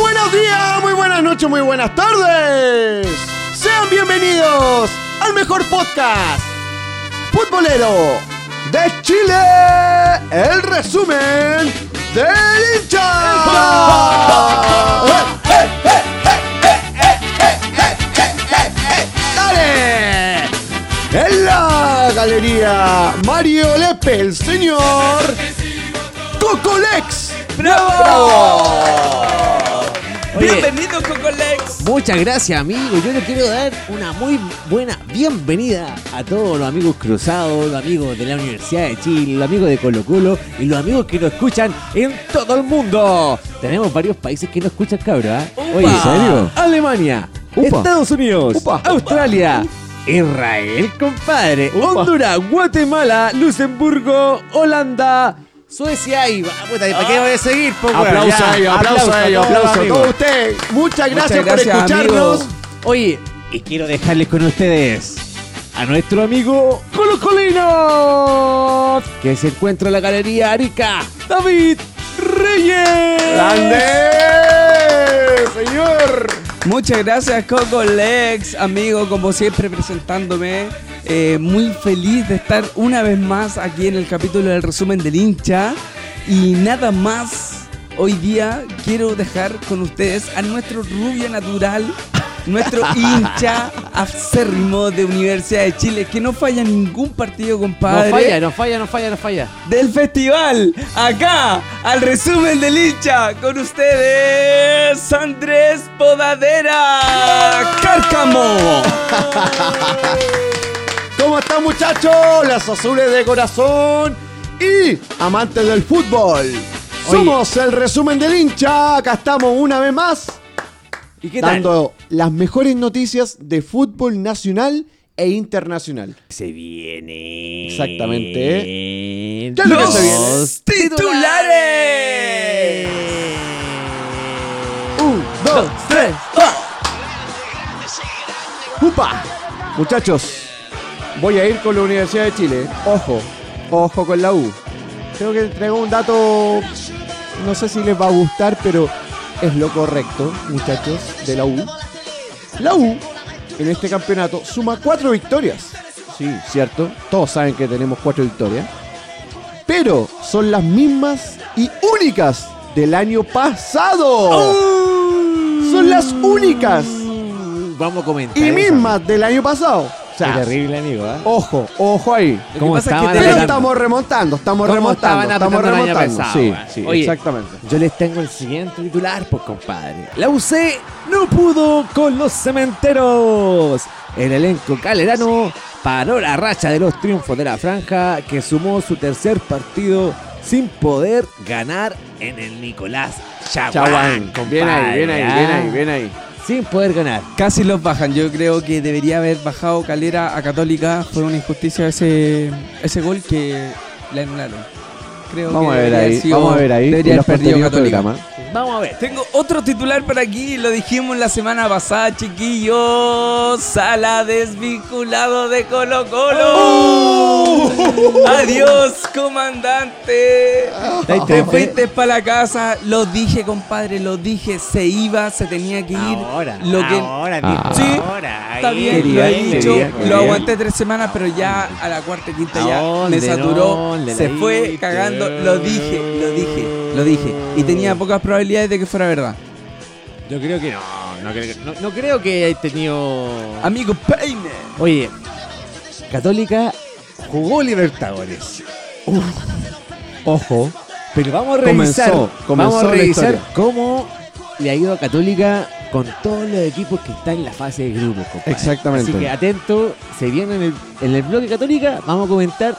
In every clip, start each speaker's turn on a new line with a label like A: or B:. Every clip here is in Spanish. A: buenos días, muy buenas noches, muy buenas tardes. Sean bienvenidos al mejor podcast futbolero de Chile. El resumen del hincha. ¡Dale! En la galería Mario Lepe, el señor Cocolex.
B: Oye.
C: Bienvenido Cocolex.
B: Muchas gracias, amigo. Yo le quiero dar una muy buena bienvenida a todos los amigos cruzados, los amigos de la Universidad de Chile, los amigos de Colo Colo y los amigos que nos escuchan en todo el mundo. Tenemos varios países que nos escuchan, cabra. ¿eh? Oye,
C: ¿En
D: serio?
B: Alemania,
D: Upa.
B: Estados Unidos,
A: Upa.
B: Australia. Israel, compadre. Honduras, Guatemala, Luxemburgo, Holanda, Suecia y... puta, ¿y ¿Para qué voy a seguir? po, weón?
A: Aplausos
B: Ya,
A: Ah. a ellos, aplausos a ellos,
B: todos,
A: aplausos a
B: amigos.
A: todos ustedes. Muchas gracias,
C: gracias,
A: por escucharnos.
C: amigos.
B: Oye, y quiero dejarles con ustedes a nuestro amigo Colo Colino, que se encuentra en la Galería Arica, David Reyes.
A: ¡Grande! Señor.
C: Muchas gracias Coco Lex, amigo, como siempre presentándome. Eh, muy feliz de estar una vez más aquí en el capítulo del resumen del hincha. Y nada más, hoy día quiero dejar con ustedes a nuestro rubio natural, nuestro hincha acérrimo de Universidad de Chile, que no falla ningún partido, compadre.
B: No falla, no falla, no falla, no falla.
C: Del festival, acá, al resumen del hincha, con ustedes, Andrés Podadera Cárcamo.
A: ¿Cómo están muchachos? Las azules de corazón y amantes del fútbol. Somos el resumen del hincha. Acá estamos una vez más
B: ¿Y qué tal?
A: dando las mejores noticias de fútbol nacional e internacional.
B: Se viene.
A: Exactamente. Ya lo que se viene.
B: Los
C: Los titulares.
A: Un, dos, tres, cuatro. ¡Upa! Muchachos, voy a ir con la Universidad de Chile. Ojo, ojo con la U. Creo que traigo un dato, no sé si les va a gustar, pero es lo correcto, muchachos, de la U. La U, en este campeonato, suma cuatro victorias. Sí, cierto. Todos saben que tenemos cuatro victorias. Pero son las mismas y únicas del año pasado. Son las únicas
B: Vamos a comentar.
A: y
B: eso.
A: mismas del año pasado. O
B: Qué
A: sea,
B: terrible, amigo. ¿eh?
A: ojo, ojo ahí.
B: Lo que
C: ¿Cómo
B: pasa es que
C: estaban
A: Pero
B: tenemos-
A: estamos remontando, estamos
B: ¿Cómo
A: remontando,
B: estaban
A: estamos
B: apretando el año
A: remontando.
B: pasado,
A: sí,
B: weón?
A: sí,
B: Oye,
A: exactamente.
B: Yo les tengo el siguiente titular, pues compadre. La UC no pudo con los cementeros. El elenco calerano paró la racha de los triunfos de la franja que sumó su tercer partido sin poder ganar en el Nicolás Chaguán. compadre,
A: Bien ahí, bien ahí,
B: ¿ah?
A: bien ahí, bien ahí.
B: Sin poder ganar.
C: Casi los bajan. Yo creo que debería haber bajado Calera a Católica. Fue una injusticia ese, ese gol que le anularon. Creo
A: Vamos
C: que
A: a ver
C: debería
A: ahí,
C: haber sido-
A: vamos a ver ahí.
C: Debería
A: en los
C: haber perdido
A: contenidos
C: Católica.
A: del
B: Vamos a ver.
C: Tengo otro titular para aquí, lo dijimos la semana pasada, chiquillos. Sala desvinculado de Colo Colo. Adiós, comandante.
B: Ahí
C: Te
B: tenemos.
C: fuiste para la casa, lo dije, compadre, lo dije, se iba, se tenía que ir.
B: Ahora,
C: lo que
B: ahora,
A: Ah.
B: sí,
C: Sí,
B: ahora,
C: está
B: ahí.
C: bien,
A: quería,
C: lo he
A: quería,
C: dicho,
A: quería.
C: lo aguanté tres semanas, pero ya a la cuarta y quinta
B: ¿A
C: ya
B: dónde?
C: me saturó,
B: ¿Dónde la
C: se fue
B: viste?
C: cagando, lo dije, lo dije, lo dije, y tenía pocas probabilidades de que fuera verdad.
B: Yo creo que no, no creo que, no, no creo que haya tenido...
C: Amigo Peine.
B: Oye, Católica jugó Libertadores. ojo. Pero vamos a
A: Comenzó,
B: revisar,
A: comenzó
B: vamos a
A: la
B: revisar
A: historia.
B: cómo le ha ido a Católica con todos los equipos que están en la fase de grupos, compadre.
A: Exactamente.
B: Así que atento, se viene en el, en el bloque Católica, vamos a comentar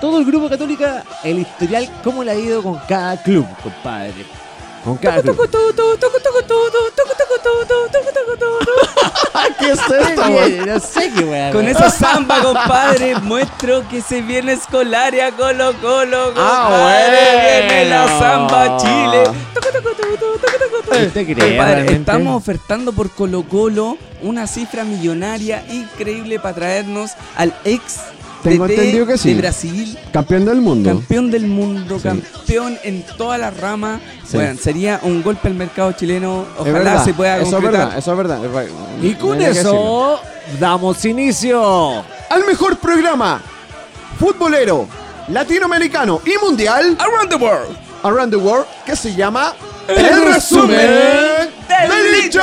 B: todo el grupo Católica, el historial, cómo le ha ido con cada club, compadre. Con cada club.
A: ¿Qué es esto, weón?
B: no sé qué weá,
C: Con
B: weá.
C: esa samba, compadre, muestro que se viene escolaria Colo Colo.
B: Ah,
C: compadre, Viene la
B: bueno.
C: samba Chile.
B: ¿Usted cree
C: Compadre,
B: realmente?
C: estamos ofertando por Colo Colo una cifra millonaria increíble para traernos al ex
A: Tengo
C: DT
A: entendido que sí.
C: De Brasil,
A: Campeón del mundo.
C: campeón del mundo, campeón en todas las ramas.
A: Sí.
C: Bueno, sería un golpe al mercado chileno.
A: Es
C: Ojalá
A: verdad,
C: se pueda
A: Eso es
C: concretar.
A: verdad, eso es verdad. es verdad.
B: Y con
A: No hay que decirlo.
B: eso damos inicio.
A: Al mejor programa futbolero latinoamericano y mundial
C: Around the world.
A: Around the World que se llama
C: El resumen del
A: Licha.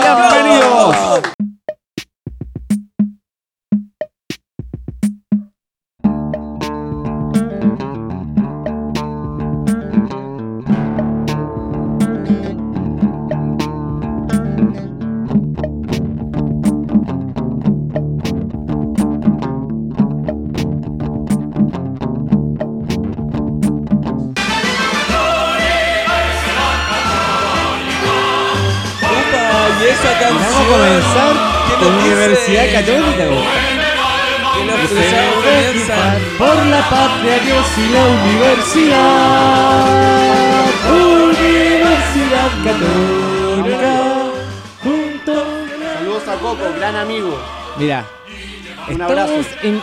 C: Licha.
A: Bienvenidos.
C: Upa, y esa canción.
B: Vamos a comenzar
C: ¿Qué
B: con
C: nos dice?
B: Universidad Católica. güey.
C: Que los cruzados comienzan.
B: Triunfar Por la patria, Dios y la universidad. Universidad Católica. Junto.
A: Saludos a Coco, gran amigo.
B: Mira,
A: Un abrazo.
B: estamos en,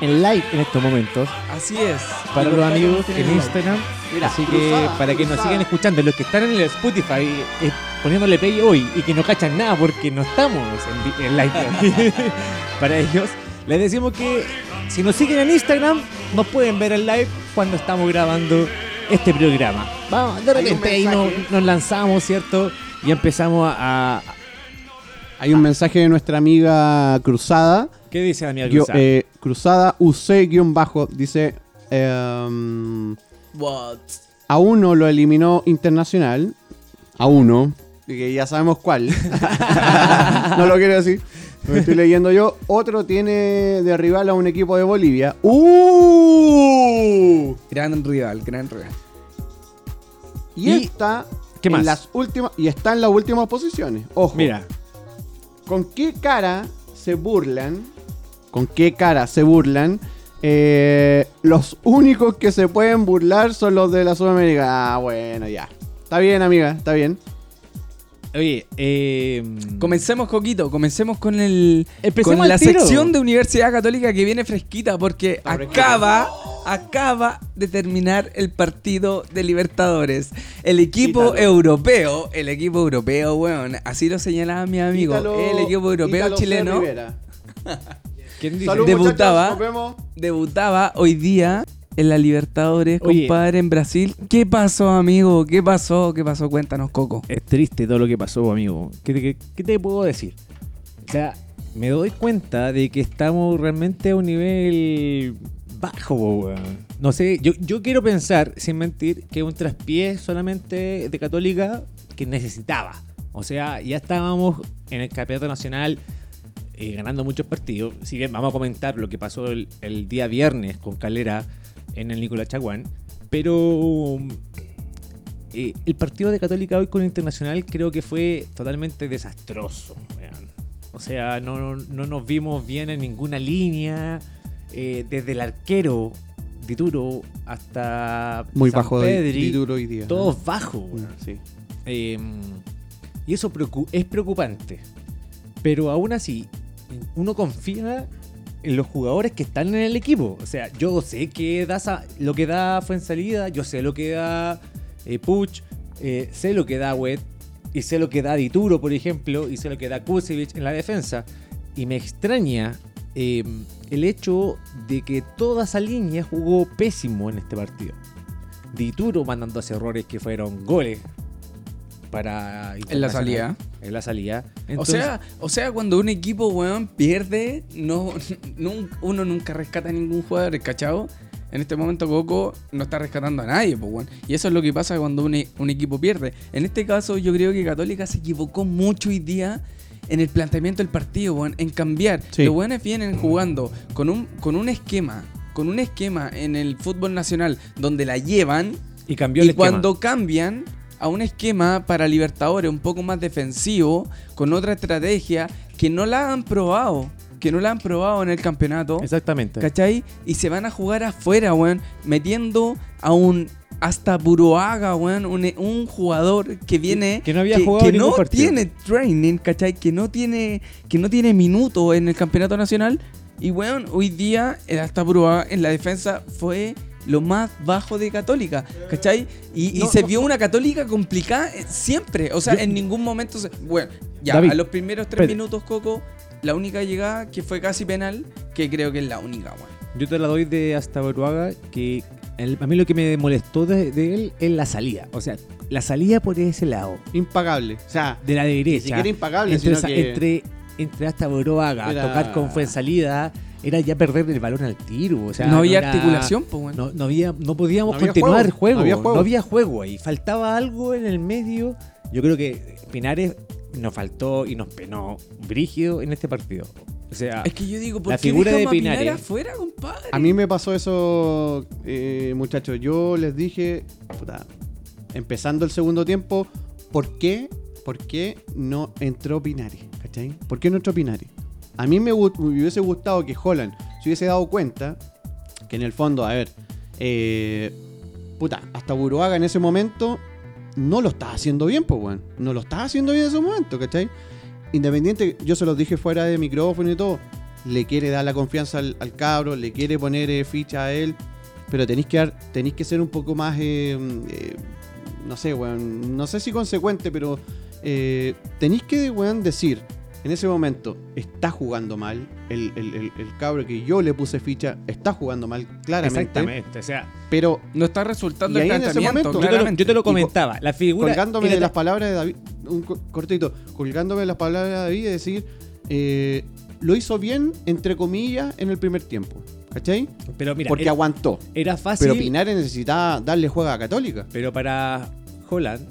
B: en live en estos momentos
C: Así es.
B: para los amigos en Instagram.
A: Mira,
B: Así que
A: cruzada,
B: para que nos
A: cruzada.
B: sigan escuchando, los que están en el Spotify eh, poniéndole play hoy y que no cachan nada porque no estamos en, vi- en live para ellos, les decimos que si nos siguen en Instagram, nos pueden ver en live cuando estamos grabando este programa. Vamos, de
A: Hay un
B: repente ahí nos,
A: mensaje.
B: nos lanzamos, ¿cierto? Y empezamos a. a-
E: Hay un mensaje de nuestra amiga Cruzada.
B: ¿Qué dice Daniel
E: Yo,
B: Cruzado?
E: eh, cruzada UC-bajo. Dice. em,
C: What?
E: a uno lo eliminó Internacional. A uno. Que ya sabemos cuál. no lo quiero decir. Lo estoy leyendo yo. Otro tiene de rival a un equipo de Bolivia. ¡Uh!
C: Gran rival, gran rival.
E: Y,
B: Y-
E: está.
B: ¿Qué más?
E: En las últimas, y está en las últimas posiciones. Ojo.
B: Mira,
E: ¿Con qué cara se burlan? ¿Con qué cara se burlan? Eh, los únicos que se pueden burlar son los de la Sudamérica. Ah, bueno, ya. Está bien, amiga, está bien.
B: oye, eh,
C: Comencemos, Coquito, comencemos con el
B: Empecemos
C: con
B: al
C: la
B: tiro.
C: sección de Universidad Católica que viene fresquita porque acaba acaba de terminar el partido de Libertadores. El equipo
E: Quítalo.
C: europeo, el equipo europeo, weón, así lo señalaba mi amigo,
E: Ítalo-
C: el equipo europeo
E: Ítalo C.
C: chileno
E: Rivera.
B: ¿quién dice?
E: Salud,
C: Debutaba.
E: muchachos, nos vemos.
C: debutaba hoy día en la Libertadores,
B: Oye.
C: compadre, en Brasil. ¿Qué pasó, amigo? ¿Qué pasó? ¿Qué pasó? Cuéntanos, Coco.
B: Es triste todo lo que pasó, amigo. ¿Qué te, qué- qué te puedo decir? O sea, me doy cuenta de que estamos realmente a un nivel bajo, weón. No sé, yo, yo quiero pensar, sin mentir, que un traspié solamente de Católica que necesitaba. O sea, ya estábamos en el campeonato nacional eh, ganando muchos partidos. Si bien vamos a comentar lo que pasó el, el día viernes con Calera en el Nicolás Chaguán, pero um, eh, el partido de Católica hoy con Internacional creo que fue totalmente desastroso. weón. O sea, no, no nos vimos bien en ninguna línea. eh, desde el arquero Dituro hasta
E: Muy bajo de, Mm.
B: Pedri,
E: de duro hoy día.
B: todos bajos. weón.
E: Sí.
B: Eh, y eso preocu- es preocupante. Pero aún así, uno confía en los jugadores que están en el equipo. O sea, yo sé que da Sa- lo que da Fuensalida, yo sé lo que da eh, Puch, eh, sé lo que da Wet, y sé lo que da Dituro, por ejemplo, y sé lo que da Kusevich en la defensa. Y me extraña eh, el hecho de que toda esa línea jugó pésimo en este partido. Dituro mandando hacia errores que fueron goles para
C: En la salida.
B: en la salida.
C: o sea, o sea, cuando un equipo, weón, pierde, no, nun- uno nunca rescata a ningún jugador, ¿cachado? En este momento Coco no está rescatando a nadie, pues, weón. Y eso es lo que pasa cuando un, e- un equipo pierde. En este caso, yo creo que Católica se equivocó mucho hoy día en el planteamiento del partido, weón, en cambiar.
E: Sí.
C: Los weones vienen jugando con un, con un esquema, con un esquema en el fútbol nacional donde la llevan
B: y cambió
C: y
B: el esquema.
C: cuando cambian a un esquema para Libertadores un poco más defensivo, con otra estrategia que no la han probado, que no la han probado en el campeonato,
B: Exactamente.
C: ¿cachai? Y se van a jugar afuera, weón, metiendo a un hasta Buruaga, weón, un, un jugador que viene
B: Que no había jugado
C: que
B: ningún
C: no
B: partido.
C: tiene training, ¿cachai? Que no tiene que no tiene minuto en el campeonato nacional Y weón, hoy día eh, hasta probada en la defensa fue lo más bajo de Católica, ¿cachai? Y, y se vio una Católica complicada eh, siempre, o sea, en ningún momento se... Bueno, ya,
B: David,
C: a los primeros tres
B: espérate.
C: minutos, Coco, la única llegada que fue casi penal, que creo que es la única, weón.
B: Yo te la doy de hasta Baruaga, que el- a mí lo que me molestó de, de él es la salida. O sea, la salida por ese lado,
E: Impagable. O sea,
B: de la
E: ni
B: derecha.
E: siquiera impagable,
B: entre,
E: sino
B: esa-
E: que.
B: entre, entre hasta Baruaga,
E: Era-
B: tocar con fue salida, era ya perder el balón al tiro. O sea,
C: no había
B: era-
C: articulación, pues, weón.
B: No, no había, no podíamos
E: No había
B: continuar
E: juego,
B: juego,
E: no había juego.
B: No había juego ahí. Faltaba algo en el medio. Yo creo que Pinares nos faltó y nos penó brígido en este partido. O sea,
C: Es que yo digo, ¿por
B: La
C: qué
B: figura de
C: dejamos a Pinar
B: Pinares.
C: afuera, compadre?
E: A mí me pasó eso, eh, muchachos. Yo les dije, puta, empezando el segundo tiempo, ¿por qué, por qué no entró Pinari? ¿Cachai? ¿Por qué no entró Pinari? A mí me, gu- me hubiese gustado que Holland se hubiese dado cuenta que en el fondo, a ver, eh, puta, hasta Buruaga en ese momento no lo estaba haciendo bien, pues, weón. No lo estaba haciendo bien en ese momento, ¿cachai? Independiente, yo se los dije fuera de micrófono y todo, le quiere dar la confianza al, al cabro, le quiere poner eh, ficha a él, pero tenéis que, dar- tenéis que ser un poco más, eh, eh, no sé, weón, no sé si consecuente, pero eh, tenéis que, weón, decir, en ese momento, está jugando mal, el, el- el- el cabro que yo le puse ficha está jugando mal, claramente,
B: exactamente. O sea,
E: pero
C: No está resultando
E: Y
C: el
E: ahí en ese
C: planteamiento,
E: momento-
B: yo te, lo,
C: claramente.
B: yo te lo comentaba. La figura.
E: colgándome
B: era
E: de
B: ta-
E: las palabras de David, un co- cortito, colgándome de las palabras de David y decir, eh, lo hizo bien, entre comillas, en el primer tiempo. ¿Cachai?
B: Pero mira,
E: Porque
B: era,
E: aguantó.
B: era fácil.
E: Pero Pinares necesitaba darle juega a Católica.
B: Pero para Holland,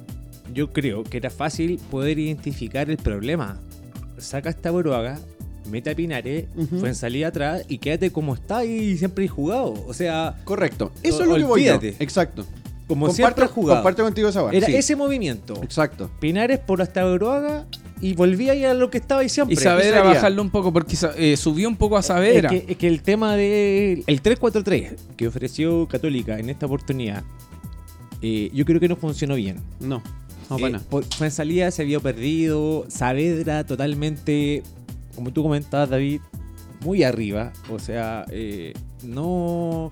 B: yo creo que era fácil poder identificar el problema. Saca esta Boroaga, mete a Pinares,
E: Ujú.
B: fue en salida atrás y quédate como está y siempre jugado. O sea,
E: Correcto. Eso es lo que voy yo.
B: Olvídate.
E: Exacto.
B: como siempre
E: Comparto,
B: has jugado.
E: comparto contigo esa barra.
B: era
E: sí.
B: ese movimiento.
E: Exacto.
B: Pinares por hasta Boroaga y volvía ahí a lo que estaba ahí siempre.
C: Y Saavedra
E: sería.
C: bajarlo un poco, porque sa- eh, subió un poco a Saavedra.
B: Es que, es que el tema del el 3-4-3 que ofreció Católica en esta oportunidad, eh, yo creo que no funcionó bien.
E: No. No,
B: Eh,
E: para nada.
B: por- fue en salida, se vio perdido. Saavedra totalmente, como tú comentabas, David, muy arriba. O sea, eh, no,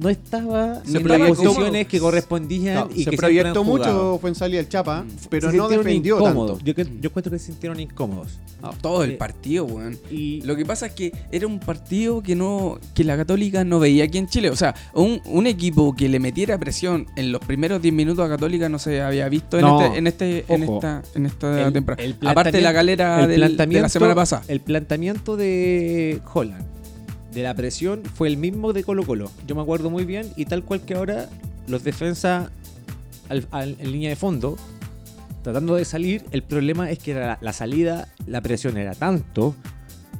B: no estaba
C: Se
B: en las
C: proyectó-
B: posiciones que correspondían
E: No,
B: y
E: se
B: que
E: proyectó
B: mucho,
E: mucho, fue en salida el Chapa, pero
B: Mm. se
E: no
B: sintieron
E: defendió
B: incómodos.
E: tanto.
B: Yo, que- yo encuentro que se sintieron incómodos.
C: Todo
B: Eh,
C: el partido, weón.
B: Y
C: Lo que pasa es que era un partido que no que la Católica no veía aquí en Chile. O sea, un, un equipo que le metiera presión en los primeros 10 minutos a Católica no se había visto en,
B: No.
C: este, en, este, en
B: Ojo.
C: esta, en esta
B: El-
C: temporada.
B: el
C: Aparte de la
B: planteamiento-
C: galera
B: el
C: del- de la
B: planteamiento-
C: semana pasada.
B: El planteamiento de Holland, de la presión, fue el mismo de Colo Colo. Yo me acuerdo muy bien y tal cual que ahora los defensas al- al- en línea de fondo, tratando de salir, el problema es que era la, la salida, la presión era tanto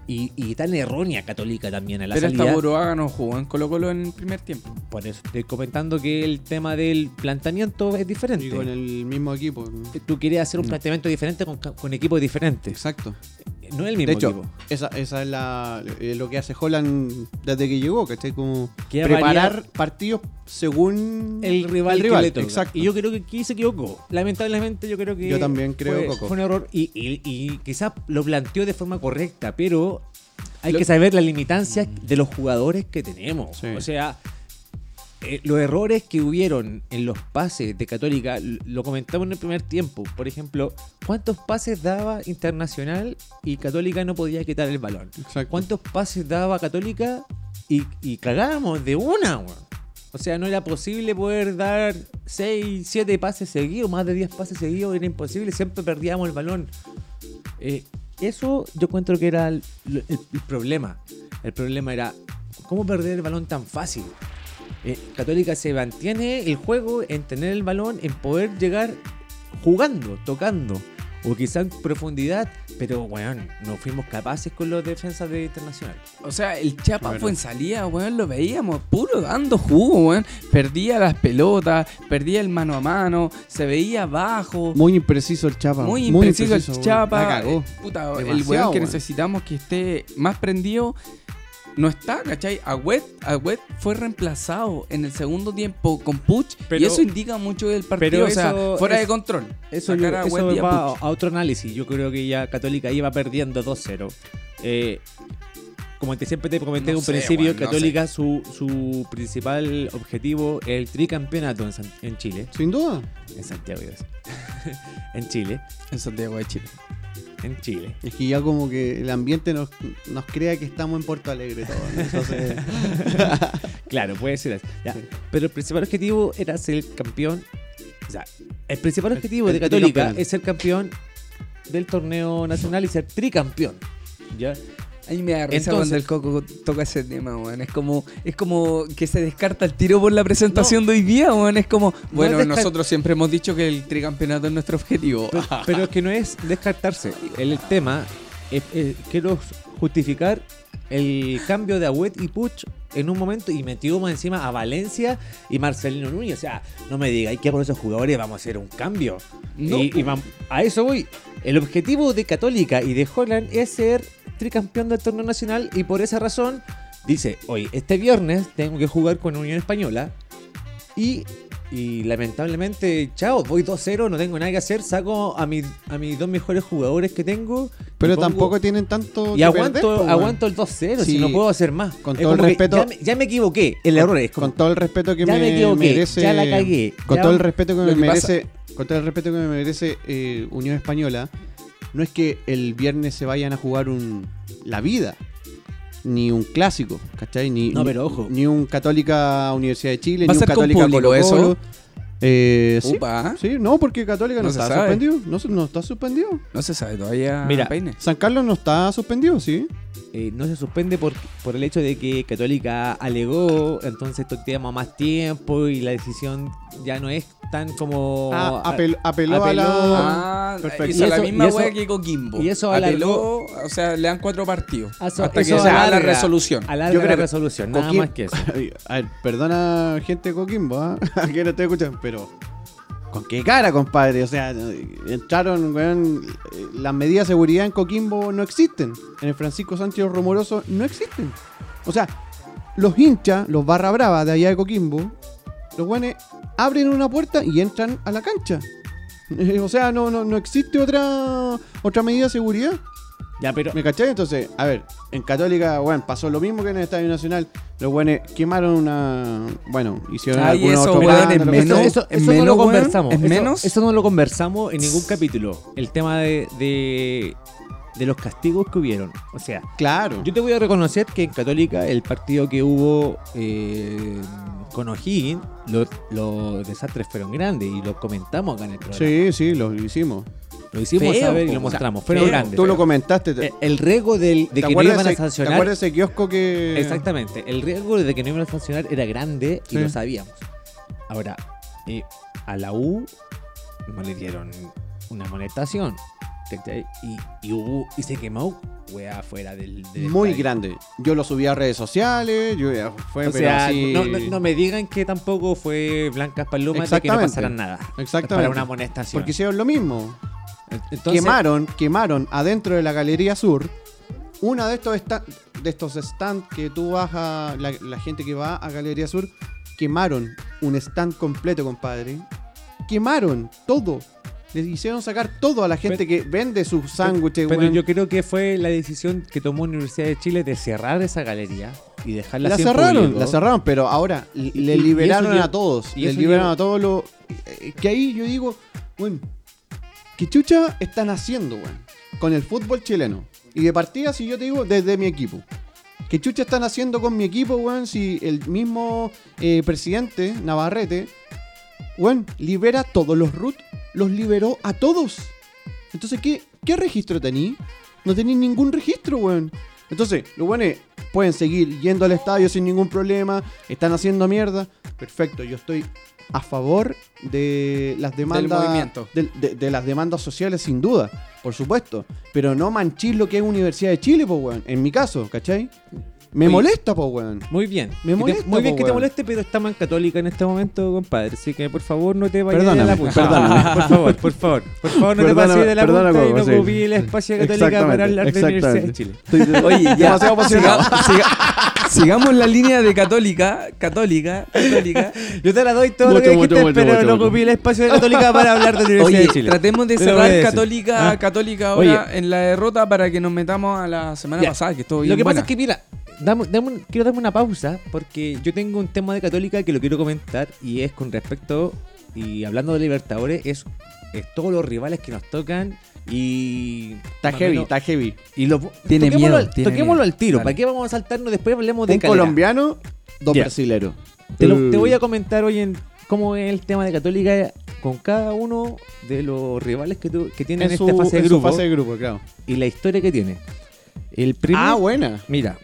B: y, y tan errónea católica también en la
C: Pero
B: salida.
C: hasta Boroaga no jugó en Colo Colo en el primer tiempo.
B: Por eso estoy comentando que el tema del planteamiento es diferente.
E: Y con el mismo equipo.
B: Tú querías hacer un planteamiento diferente con, ca- con equipos diferentes.
E: Exacto.
B: No es el mismo
E: De hecho,
B: equipo.
E: esa, esa es la, eh, lo que hace Holland desde que llegó, ¿cachai? Como
B: Que
E: preparar
B: varía-
E: partidos según
B: el rival, que le toca.
E: Mm. exacto.
B: Y yo creo que aquí se equivocó. Lamentablemente yo creo que
E: Yo también creo,
B: fue,
E: Coco.
B: fue un error y, y- y quizás lo planteó de forma correcta, pero hay
C: Lo-
B: que saber las limitancias de los jugadores que tenemos.
E: Mm. Sí.
B: O sea, eh, los errores que hubieron en los pases de Católica, l- lo comentamos en el primer tiempo. Por ejemplo, ¿cuántos pases daba Internacional y Católica no podía quitar el balón?
E: Exacto.
B: ¿Cuántos pases daba Católica? Y, y cagábamos de una, weón. O sea, no era posible poder dar 6, 7 pases seguidos, más de 10 pases seguidos, era imposible, siempre perdíamos el balón. Eh, eso yo encuentro que era el, el- el problema. El problema era cómo perder el balón tan fácil. Eh, Católica se mantiene el juego en tener el balón, en poder llegar jugando, tocando, o quizá en profundidad, pero bueno, no fuimos capaces con los defensas de Internacional.
C: O sea, el Chapa fue en salida, weón, lo veíamos puro dando jugo, weón. Perdía las pelotas, perdía el mano a mano, se veía bajo.
E: Muy impreciso el Chapa.
C: Muy impreciso el
E: güey.
C: Chapa.
E: La cagó.
C: eh, puta, el
E: Demasiado,
C: weón que
E: weón.
C: necesitamos que esté más prendido no está, ¿cachai? Agüet, Agüet fue reemplazado en el segundo tiempo con Puch
B: Pero-
C: y eso indica mucho del partido,
B: pero
C: o sea,
B: eso-
C: fuera de
B: es-
C: control.
B: Eso,
C: Sacar
B: yo-
C: a
B: eso
C: Agüet y a
B: va
C: Puch.
B: a, a otro análisis. Yo creo que ya Católica iba perdiendo 2-0. Eh, como te siempre te comenté en
C: No
B: un
C: sé,
B: principio,
C: weón, no
B: Católica, su, su principal objetivo es el tricampeonato en, San- en Chile.
E: Sin duda.
B: En Santiago, iba a decir. en Chile.
C: En Santiago de Chile.
B: En Chile.
E: Es que ya como que el ambiente nos, nos crea que estamos en Puerto Alegre todo. ¿no? Entonces,
B: Claro, puede ser así. Ya. Pero el principal objetivo era ser campeón. O sea, el principal objetivo de
E: el
B: Católica
E: tricampeón.
B: es ser campeón del torneo nacional y ser tricampeón. ¿Ya?
C: Ahí me da risa
B: Entonces-
C: cuando el Coco toca ese tema, weón. Es como, es como que se descarta el tiro por la presentación de hoy día, weón. Es como, bueno,
B: descar-
C: nosotros siempre hemos dicho que el tricampeonato es nuestro objetivo.
B: Pero, pero es que no es descartarse. El, el tema, es, es- quiero justificar el cambio de Agüet y Puch en un momento y metió más encima a Valencia y Marcelino Núñez. O sea, no me diga, ¿y que por esos jugadores vamos a hacer un cambio?
C: No,
B: y, y vam- a eso voy. El objetivo de Católica y de Holland es ser tricampeón del torneo nacional y por esa razón dice, hoy este viernes tengo que jugar con Unión Española y, y lamentablemente, chao, voy 2-0, no tengo nada que hacer, saco a, mis a mis dos mejores jugadores que tengo. y
E: pero
B: pongo-
E: tampoco tienen tanto.
B: Y
E: que
B: aguanto,
E: perder, pues, weón.
B: aguanto el 2-0, si
E: Sí.
B: no puedo hacer más.
E: Con
B: Es
E: todo el
B: como que
E: respeto-
B: Ya me, ya me equivoqué, el error es como,
E: Con todo el respeto que
B: Ya
E: me,
B: me equivoqué,
E: merece.
B: ya la cagué,
E: Con
B: ya-
E: todo el respeto que
C: Lo que
E: me
C: pasa-
E: merece. Con todo el respeto que me merece eh, Unión Española. No es que el viernes se vayan a jugar un la vida. Ni un clásico, ¿cachai? Ni,
B: No,
E: ni-
B: pero ojo.
E: Ni un Católica Universidad de Chile,
C: Va a
E: ni un
C: ser con
E: Católica
C: público
E: Colo-Colo.
C: eso.
E: Eh, sí,
C: Ah, Upa.
E: Sí, no, porque Católica no,
C: No se
E: está
C: sabe.
E: suspendido. No, se- no está suspendido.
C: No se sabe todavía.
B: Mira,
C: Peine.
E: San Carlos no está suspendido, sí.
B: eh, no se suspende por, por el hecho de que Católica alegó, entonces esto te llama más tiempo y la decisión ya no es tan como...
E: Ah,
B: Oh, a-
E: apel- apeló, a la.
C: Ah,
E: perfecto.
C: hizo
B: Y
C: la
B: eso-
C: misma
B: y eso-
C: wea que Coquimbo.
B: y eso
C: Apeló, o sea, le dan cuatro partidos.
B: Eso-
C: hasta
B: eso
C: que se haga la
B: alarga.
C: resolución.
B: alarga
E: Yo creo
B: la
E: que-
B: resolución, nada
E: Coquim-
B: más que eso.
E: a ver, perdona, gente de Coquimbo, ¿ah? que no estoy escuchando, pero. ¿Con qué cara, compadre? O sea, entraron, weón. eh, Las medidas de seguridad en Coquimbo no existen. En el Francisco Sánchez Romoroso no existen. O sea, los hinchas, los barra brava de allá de Coquimbo, los guanes abren una puerta y entran a la cancha. o sea, no, no, no existe otra, otra medida de seguridad.
B: Ya, pero
E: ¿Me cachai? Entonces, a ver, en Católica, bueno, pasó lo mismo que en el Estadio Nacional. Los buenos quemaron una. Bueno, hicieron
B: Ah,
C: Ay,
E: algunos
C: eso,
E: otros
C: weón,
E: bandos,
C: es
E: lo que
C: menos-
E: sea.
B: eso, eso
C: ¿es
B: no
C: menos,
B: lo
C: weón?
B: conversamos.
C: ¿Es
B: eso,
C: menos?
B: eso no lo conversamos en ningún capítulo. El tema de, de, de los castigos que hubieron. O sea,
E: Claro.
B: yo te voy a reconocer que en Católica el partido que hubo eh, con O'Higgins, lo- los desastres fueron grandes y lo comentamos acá en el programa.
E: Sí, sí, lo hicimos.
B: Lo hicimos
C: Feo,
B: saber y
C: po,
B: lo
C: o sea,
B: mostramos. Fueron
C: feo.
B: grandes.
E: Tú lo comentaste. ¿Te,
B: El- el riesgo del, Eh, de
E: ¿te
B: que no
E: acuerdas
B: iban a
E: ese- ¿Te
B: sancionar
E: acuerdas ese kiosco que.?
B: Exactamente. El riesgo de que no iban a sancionar era grande y
E: Sí.
B: lo sabíamos. Ahora, eh, a la U no le dieron una monetación. ¿cachai? Y, y hubo, y se quemó, weá, fuera del. del
E: este Muy
B: estadio.
E: grande. Yo lo subí a redes sociales. Yo ya fue,
B: O
E: pero
B: sea,
E: así-
B: no, no- no me digan que tampoco fue blancas palomas de que no
E: Exactamente.
B: pasaran nada.
E: Exactamente.
B: Para una amonestación.
E: Porque hicieron lo mismo.
B: Entonces,
E: quemaron, quemaron adentro de la Galería Sur una de estos esta- de estos stands que tú vas a la, la gente que va a Galería Sur quemaron un stand completo, compadre. Quemaron todo. Les hicieron sacar todo a la gente que vende sus sándwiches,
B: Pero
E: weón.
B: yo creo que fue la decisión que tomó Universidad de Chile de cerrar esa galería y dejarla
E: La
B: sin
E: cerraron,
B: público.
E: la cerraron, pero ahora l-
B: Y- y-
E: le
B: y
E: liberaron
B: eso lle-
E: a todos.
B: y
E: Le
B: eso
E: liberaron
B: lleva-
E: a todos los. eh, Que ahí yo digo, bueno, ¿qué chucha están haciendo, weón? Con el fútbol chileno. Y de partida, si yo te digo, desde mi equipo. ¿Qué chucha están haciendo con mi equipo, weón? Si el mismo eh, presidente, Navarrete, weón, libera a todos los RUT, los liberó a todos. Entonces, ¿qué, qué registro tení? No tení ningún registro, weón. Entonces, los weones pueden seguir yendo al estadio sin ningún problema, están haciendo mierda. Perfecto, yo estoy a favor de las demandas.
C: movimiento.
E: del- De, de las demandas sociales, sin duda, por supuesto. Pero no manchís lo que es Universidad de Chile, pues, weón. En mi caso, ¿cachai? Me
B: Oye.
E: molesta, pues, weón.
B: Muy bien. Que
E: Me
B: te-
E: molesta,
B: muy bien
E: po,
B: que te
E: weón.
B: moleste, pero estamos en católica en este momento, compadre. Así que por favor no te vayas de
E: Perdóname,
B: la punta.
E: perdóname.
B: Por favor, por favor. Por favor, no te
E: Perdona-
B: pases de la
E: perdona,
B: punta y no
E: Coco, sí.
B: ocupes el espacio de católica para
E: Exactamente,
B: hablar de la Universidad de Chile.
E: Estoy
C: Oye, ya.
E: demasiado apasionado.
C: Siga- siga- Sigamos la línea de católica, católica, católica.
B: Yo te la doy todo lo
E: Mucho,
B: que
E: mucho,
B: dijiste,
E: mucho,
B: pero
E: mucho,
B: no
E: mucho.
B: ocupé el espacio de Católica para hablar de la Universidad
C: Oye,
B: de Chile.
C: tratemos de
B: Te lo voy a
C: cerrar
B: decir. Ah.
C: católica, católica ahora en la derrota para que nos metamos a la semana
B: Ya.
C: pasada, que estuvo bien
B: Lo que
C: buena.
B: pasa es que, mira, dame- dame un- quiero darme una pausa porque yo tengo un tema de Católica que lo quiero comentar y es con respecto, y hablando de Libertadores, es, es todos los rivales que nos tocan y...
E: Está
B: más o
E: heavy,
B: menos-
E: está heavy.
B: y lo,
C: Tiene
B: toquémoslo
C: miedo,
B: al-
C: tiene
B: toquémoslo
C: miedo.
B: al tiro,
C: Dale.
B: ¿para qué vamos a saltarnos después? Hablemos de
E: Un
B: Calera.
E: colombiano, dos
B: Ya.
E: brasileros.
B: Te, lo- te
E: Uh.
B: voy a comentar hoy en cómo es el tema de Católica con cada uno de los rivales que, tu- que tienen en
E: su-
B: esta fase de
E: en su
B: grupo Ah,
E: fase de grupo, claro.
B: y la historia que tiene. El primer,
E: Ah, buena.
B: Mira,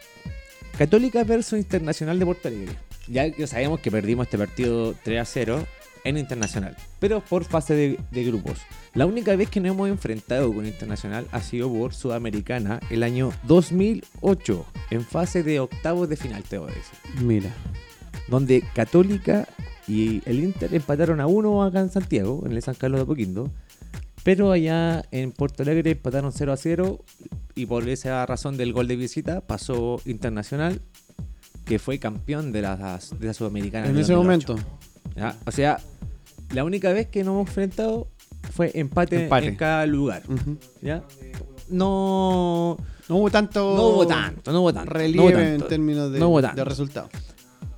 B: Católica versus Internacional de Porto Alegre. Ya, ya sabemos que perdimos este partido 3 a 0 en Internacional, pero por fase de, de grupos. La única vez que nos hemos enfrentado con Internacional ha sido por Sudamericana el año 2008, en fase de octavos de final, te voy a decir.
E: Mira.
B: Donde Católica y el Inter empataron a uno acá en Santiago, en el San Carlos de Apoquindo, pero allá en Porto Alegre empataron 0 a 0 y por esa razón del gol de visita pasó Internacional, que fue campeón de la, de la Sudamericana.
E: En
B: del
E: ese
B: 2008.
E: momento.
B: Ya, O sea, la única vez que nos hemos enfrentado fue empate,
E: Empate.
B: en cada lugar.
E: Ujú.
B: ¿ya? No,
E: No hubo tanto.
B: no hubo tanto, no hubo tanto. no hubo
E: Relieve en
B: tanto.
E: términos de,
B: No hubo tanto.
E: de resultados.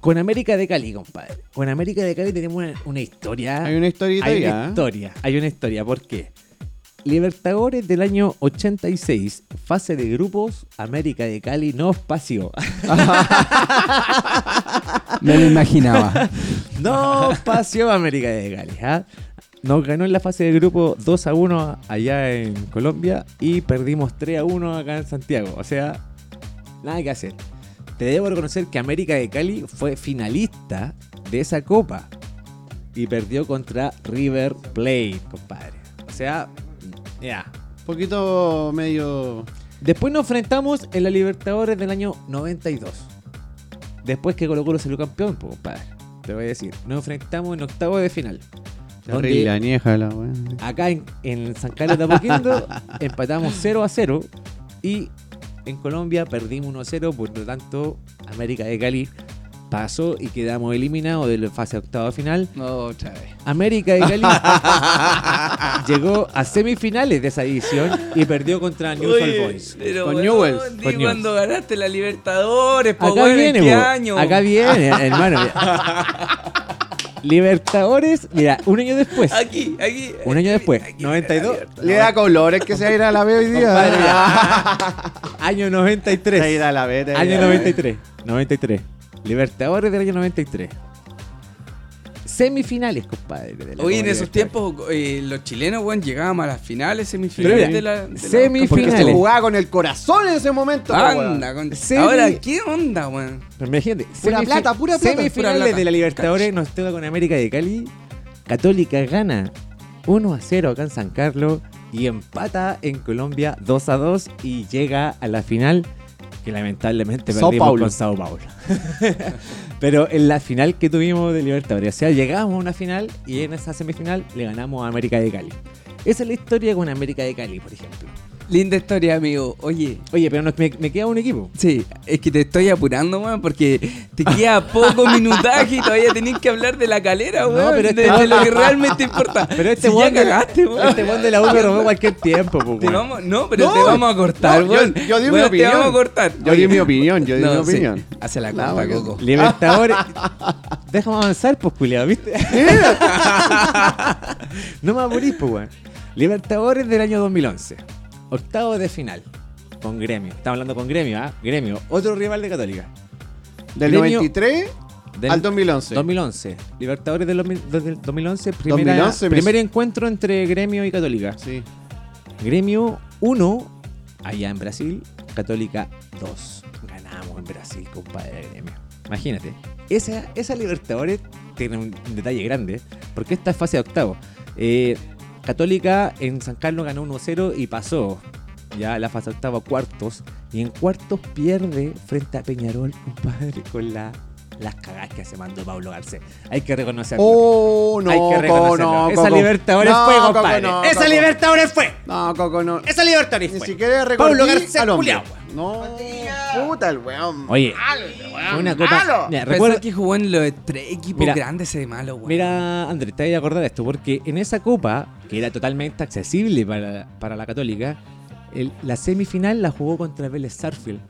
B: Con América de Cali, compadre. Con América de Cali tenemos una, una historia.
E: Hay una historieta
B: Ah. Hay
E: ya,
B: una
E: ¿eh?
B: historia, hay una historia. ¿Por qué? Libertadores del año 86, fase de grupos, América de Cali nos paseó.
C: Me lo imaginaba.
B: Nos paseó América de Cali. ¿ah? Nos ganó en la fase de grupo 2 a 1 allá en Colombia y perdimos 3 a 1 acá en Santiago. O sea, nada que hacer. Te debo reconocer que América de Cali fue finalista de esa copa y perdió contra River Plate, compadre. O sea, ya.
E: Un poquito medio.
B: Después nos enfrentamos en la Libertadores del año 92. Después que Colo Colo salió campeón, po, compadre. Te voy a decir. Nos enfrentamos en octavo de final. Donde
E: Terrible, añeja la weá.
B: acá en, en San Carlos de Apoquindo empatamos 0 a 0. Y en Colombia perdimos 1 a 0. Por lo tanto, América de Cali pasó y quedamos eliminados de la fase octava final.
C: no, otra vez.
B: América de Cali llegó a semifinales de esa edición y perdió contra Newell's Old Boys.
C: Pero
E: Con
C: weón,
E: Newell's,
C: di
B: con
C: cuando ganaste la Libertadores, po,
B: Acá
C: weón, ¿en
B: viene,
C: qué
B: po.
C: año?
B: Acá viene, hermano. Libertadores, mira, un año después.
C: Aquí, aquí.
B: Un año después, 92.
E: Le da colores que se va a ir a la B hoy día.
B: Compadre,
E: Se
B: mira. Año
E: va a ir
B: 93.
E: a la B. te va a ir
B: Año
E: a la B.
B: 93. 93. Libertadores del año 93. Semifinales, compadre. de la
C: Oye, en
B: Copa
C: esos
B: Libertadores.
C: tiempos eh, los chilenos, weón, llegábamos a las finales,
B: Pero
C: semifinales
B: mira,
C: de la, de la-
B: semifinales.
E: Porque se
B: Finales.
E: Este jugaba con el corazón en ese momento. la weá.
C: Anda, con...
B: Semi-
C: Ahora, ¿qué onda, weón?
B: Pero Imagínate,
E: Pura plata, pura plata,
B: Semifinales
C: pura plata.
B: de la Libertadores nos toca con América de Cali. Católica gana 1 a 0 acá en San Carlos y empata en Colombia 2 a 2 y llega a la final que lamentablemente
E: Sao
B: perdimos
E: Paulo.
B: con Sao Paulo. Pero en la final que tuvimos de Libertadores, o sea, llegamos a una final y en esa semifinal le ganamos a América de Cali. Esa es la historia con América de Cali, por ejemplo.
C: Linda historia, amigo. Oye,
B: Oye, pero nos- me, me queda un equipo.
C: Sí, es que te estoy apurando, weón, porque te queda poco minutaje y todavía tenés que hablar de la calera,
B: No,
C: weón.
B: pero este
C: de, de
B: weón-
C: lo que realmente importa.
B: Pero este
C: Si
B: weón
C: ya
B: de la-
C: cagaste, weón.
B: Este weón de la U me robó cualquier tiempo, po,
C: Te
B: weón.
C: vamos, no, pero
E: No,
C: te vamos a cortar,
E: no, yo-
C: weón.
E: yo di mi
C: Weón,
E: opinión.
C: Te vamos a cortar.
E: Yo di mi opinión, yo di mi
C: sí,
E: opinión.
C: Hace la
E: No,
C: cuenta,
E: que-
C: Coco.
B: Libertadores. Déjame avanzar, pues, culiado, ¿viste? no me aburrís, pues, weón. Libertadores del año 2011. Octavo de final. Con Gremio. Estamos hablando con Gremio, ¿ah? Gremio. Otro rival de Católica.
E: Del
B: Gremio-
E: 93
B: Del
E: al 2011.
B: 2011. Libertadores del, 2000 del 2011. Primera,
E: 2011, me-
B: primer encuentro entre Gremio y Católica.
E: Sí.
B: Gremio 1, allá en Brasil, Católica 2. Ganamos en Brasil, compadre de Gremio. Imagínate, esa, esa Libertadores tiene un detalle grande, porque esta es fase de octavo. Eh, Católica en San Carlos ganó 1-0 y pasó ya la fase octava a cuartos. Y en cuartos pierde frente a Peñarol, compadre, con la las cagadas que se mandó Pablo Garcés. Hay que reconocerlo.
E: Oh, no,
B: Hay que
E: Coco,
B: reconocerlo.
E: no,
B: Esa
E: Coco.
B: Libertadores
E: No,
B: fue,
E: Coco,
B: compadre.
E: no,
B: Esa
E: Coco.
B: Libertadores fue.
E: No, Coco, no.
B: Esa Libertadores
E: Ni
B: fue.
E: siquiera
B: pues. Pablo
E: recordí
B: Garcés,
E: al hombre.
B: culiao, pues. weón.
E: No, puta el weón.
B: Oye, fue una copa. Mira, recuerda-
C: Pensar que jugó en los tres equipos
B: Mira.
C: grandes ese de malo, weón.
B: Mira, Andrés, te vas a acordar de esto, porque en esa copa, que era totalmente accesible para, para la Católica, el- la semifinal la jugó contra Vélez Sarfield.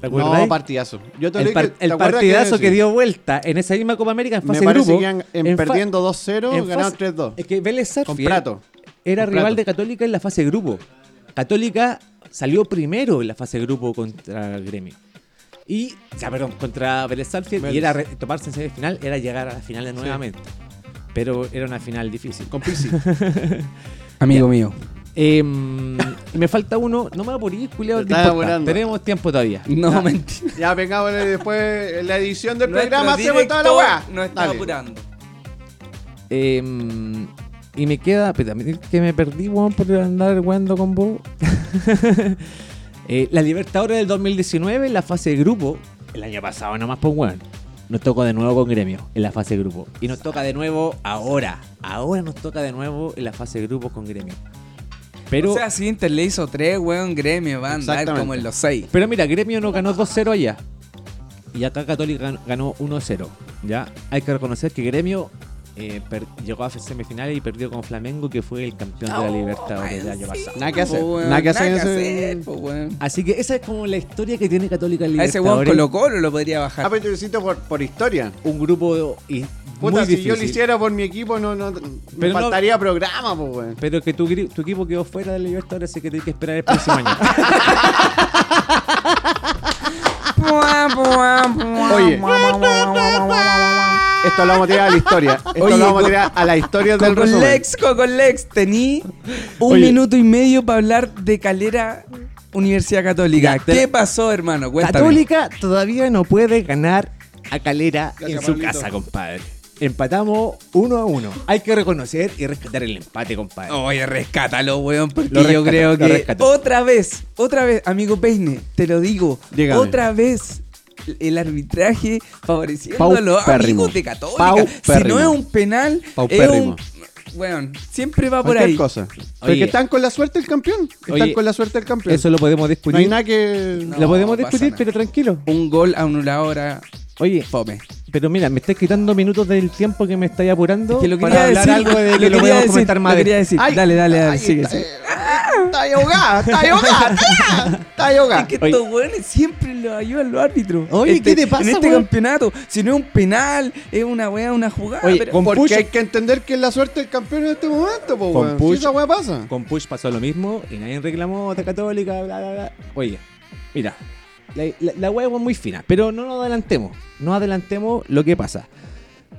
B: ¿Te acuerdas?
E: No, partidazo. Yo te
B: el
E: leí
B: par-
E: ¿te
B: el
E: acuerdas
B: partidazo que
E: sí?
B: dio vuelta en esa misma Copa América en
E: Me
B: fase de
E: parece
B: grupo.
E: que en- en
B: en fa-
E: perdiendo
B: en
E: 2-0 ganaron
B: fase-
E: 3-2.
B: Es que Vélez
E: Con
B: Sarfield
E: Prato.
B: era
E: con
B: rival
E: Prato.
B: de Católica en la fase de grupo. Católica salió primero en la fase de grupo contra Gremio. Y, o sea, perdón, contra Vélez Sarfield.
E: Vélez.
B: Y era re- toparse en semifinal, era llegar a la final nuevamente. Pero era una final difícil.
E: Con Pizzi.
C: Amigo mío.
B: Eh, me falta uno. No me va a poner, culiao,
E: Te
B: no
E: estás
B: importa.
E: demorando.
B: Tenemos tiempo todavía.
C: No, mentira.
E: ya, vengamos después en la edición del
C: Nuestro
E: programa. Hacemos toda la
C: director
E: weá.
C: Nos está
E: Dale.
C: apurando.
B: Eh, y me queda. Espera, me- que me perdí, weón, por andar jugando con vos. Eh, la Libertadores del 2019, la fase de grupo. El año pasado nomás, pues, weón. Nos tocó de nuevo con Gremio en la fase de grupo. Y nos toca de nuevo ahora. Ahora nos toca de nuevo en la fase de grupo con Gremio. Pero,
C: o sea, si Inter le hizo tres, weón, gremio, va a andar
E: Exactamente.
C: como en los seis.
B: pero mira, Gremio nos ganó 2-0 allá. Y acá Católica gan- ganó 1-0. Ya hay que reconocer que Gremio eh, per- llegó a semifinales y perdió con Flamengo, que fue el campeón de la
E: Oh,
B: Libertadores del año pasado.
E: Nada que hacer,
C: po, weón,
E: nada que hacer en ese-
C: hacer, po, weón.
B: Así que esa es como la historia que tiene Católica en
C: A ese weón
B: Libertadores.
C: Colo Colo lo podría
E: Ah,
C: bajar.
E: pero te necesito por, por historia.
B: un grupo y
E: Puta,
B: muy
E: si
B: difícil.
E: yo lo hiciera por mi equipo, no, no, me
B: Pero no-
E: faltaría programa, pues, weón.
B: Pero que tu, gri- tu equipo quedó fuera de la Libertadores, así que tienes que esperar el próximo año.
E: Oye. Esto lo vamos a tirar a la historia. Esto
C: Oye,
E: lo vamos a
C: co-
E: tirar a la historia del
C: Coco
E: resumen.
C: Lex, Coco Lex, tení un
B: Oye.
C: minuto y medio para hablar de Calera Universidad Católica.
B: Ya, te-
C: ¿Qué pasó, hermano? Cuéntame.
B: Católica todavía no puede ganar a Calera
E: Gracias,
B: en su
E: Pablito.
B: casa, compadre. Empatamos uno a uno. Hay que reconocer y rescatar el empate, compadre.
C: Oye, rescátalo, weón, porque
B: Lo
C: yo
B: rescato,
C: creo
B: lo
C: que
B: rescato.
C: otra vez, otra vez, amigo Peine, te lo digo,
E: Dígame.
C: otra vez el arbitraje favoreciendo a los
E: Paupérrimo.
C: amigos de Católica. Si
E: Paupérrimo.
C: no es un penal, es
E: Paupérrimo.
C: un... Weón, siempre va por
E: Cualquier
C: ahí.
E: cosa.
B: Oye.
E: Porque están con la suerte del campeón. Están
B: Oye,
E: con la suerte del campeón.
B: Eso lo podemos
E: no hay
B: discutir.
E: nada que.
C: No,
B: lo podemos
C: pasa
B: discutir,
C: nada.
B: pero tranquilo.
C: Un gol anulado ahora,
B: Oye,
C: fome.
B: pero mira, me estáis quitando minutos del tiempo que me estáis apurando
C: Es que lo quería
B: para hablar
C: decir,
B: algo
C: lo
B: de que lo
C: quería
B: podemos
C: decir,
B: comentar más.
C: Lo
B: de-
C: quería decir.
E: Ay,
C: dale, dale, dale,
E: ay,
C: sigue,
E: está,
C: sigue.
E: Está ahí ahogada, Ah, está ahí ahogada, está ahí- está ahí ahogada.
C: Es que
B: Oye.
C: estos weones siempre los ayudan los árbitros.
B: Oye, ¿qué te pasa,
C: En este
B: weón?
C: campeonato, si no es un penal, es una weá, una jugada.
B: Oye,
C: pero-
B: con
E: Porque
B: Puch-
E: hay que entender que es la suerte del campeón en este momento, po,
B: Con
E: weón. Si
B: Puch-
E: esa weá pasa.
B: Con Push pasó lo mismo y nadie reclamó de Católica, bla, bla, bla. Oye, mira, la, la, la hueá es muy fina, pero no nos adelantemos, no adelantemos lo que pasa.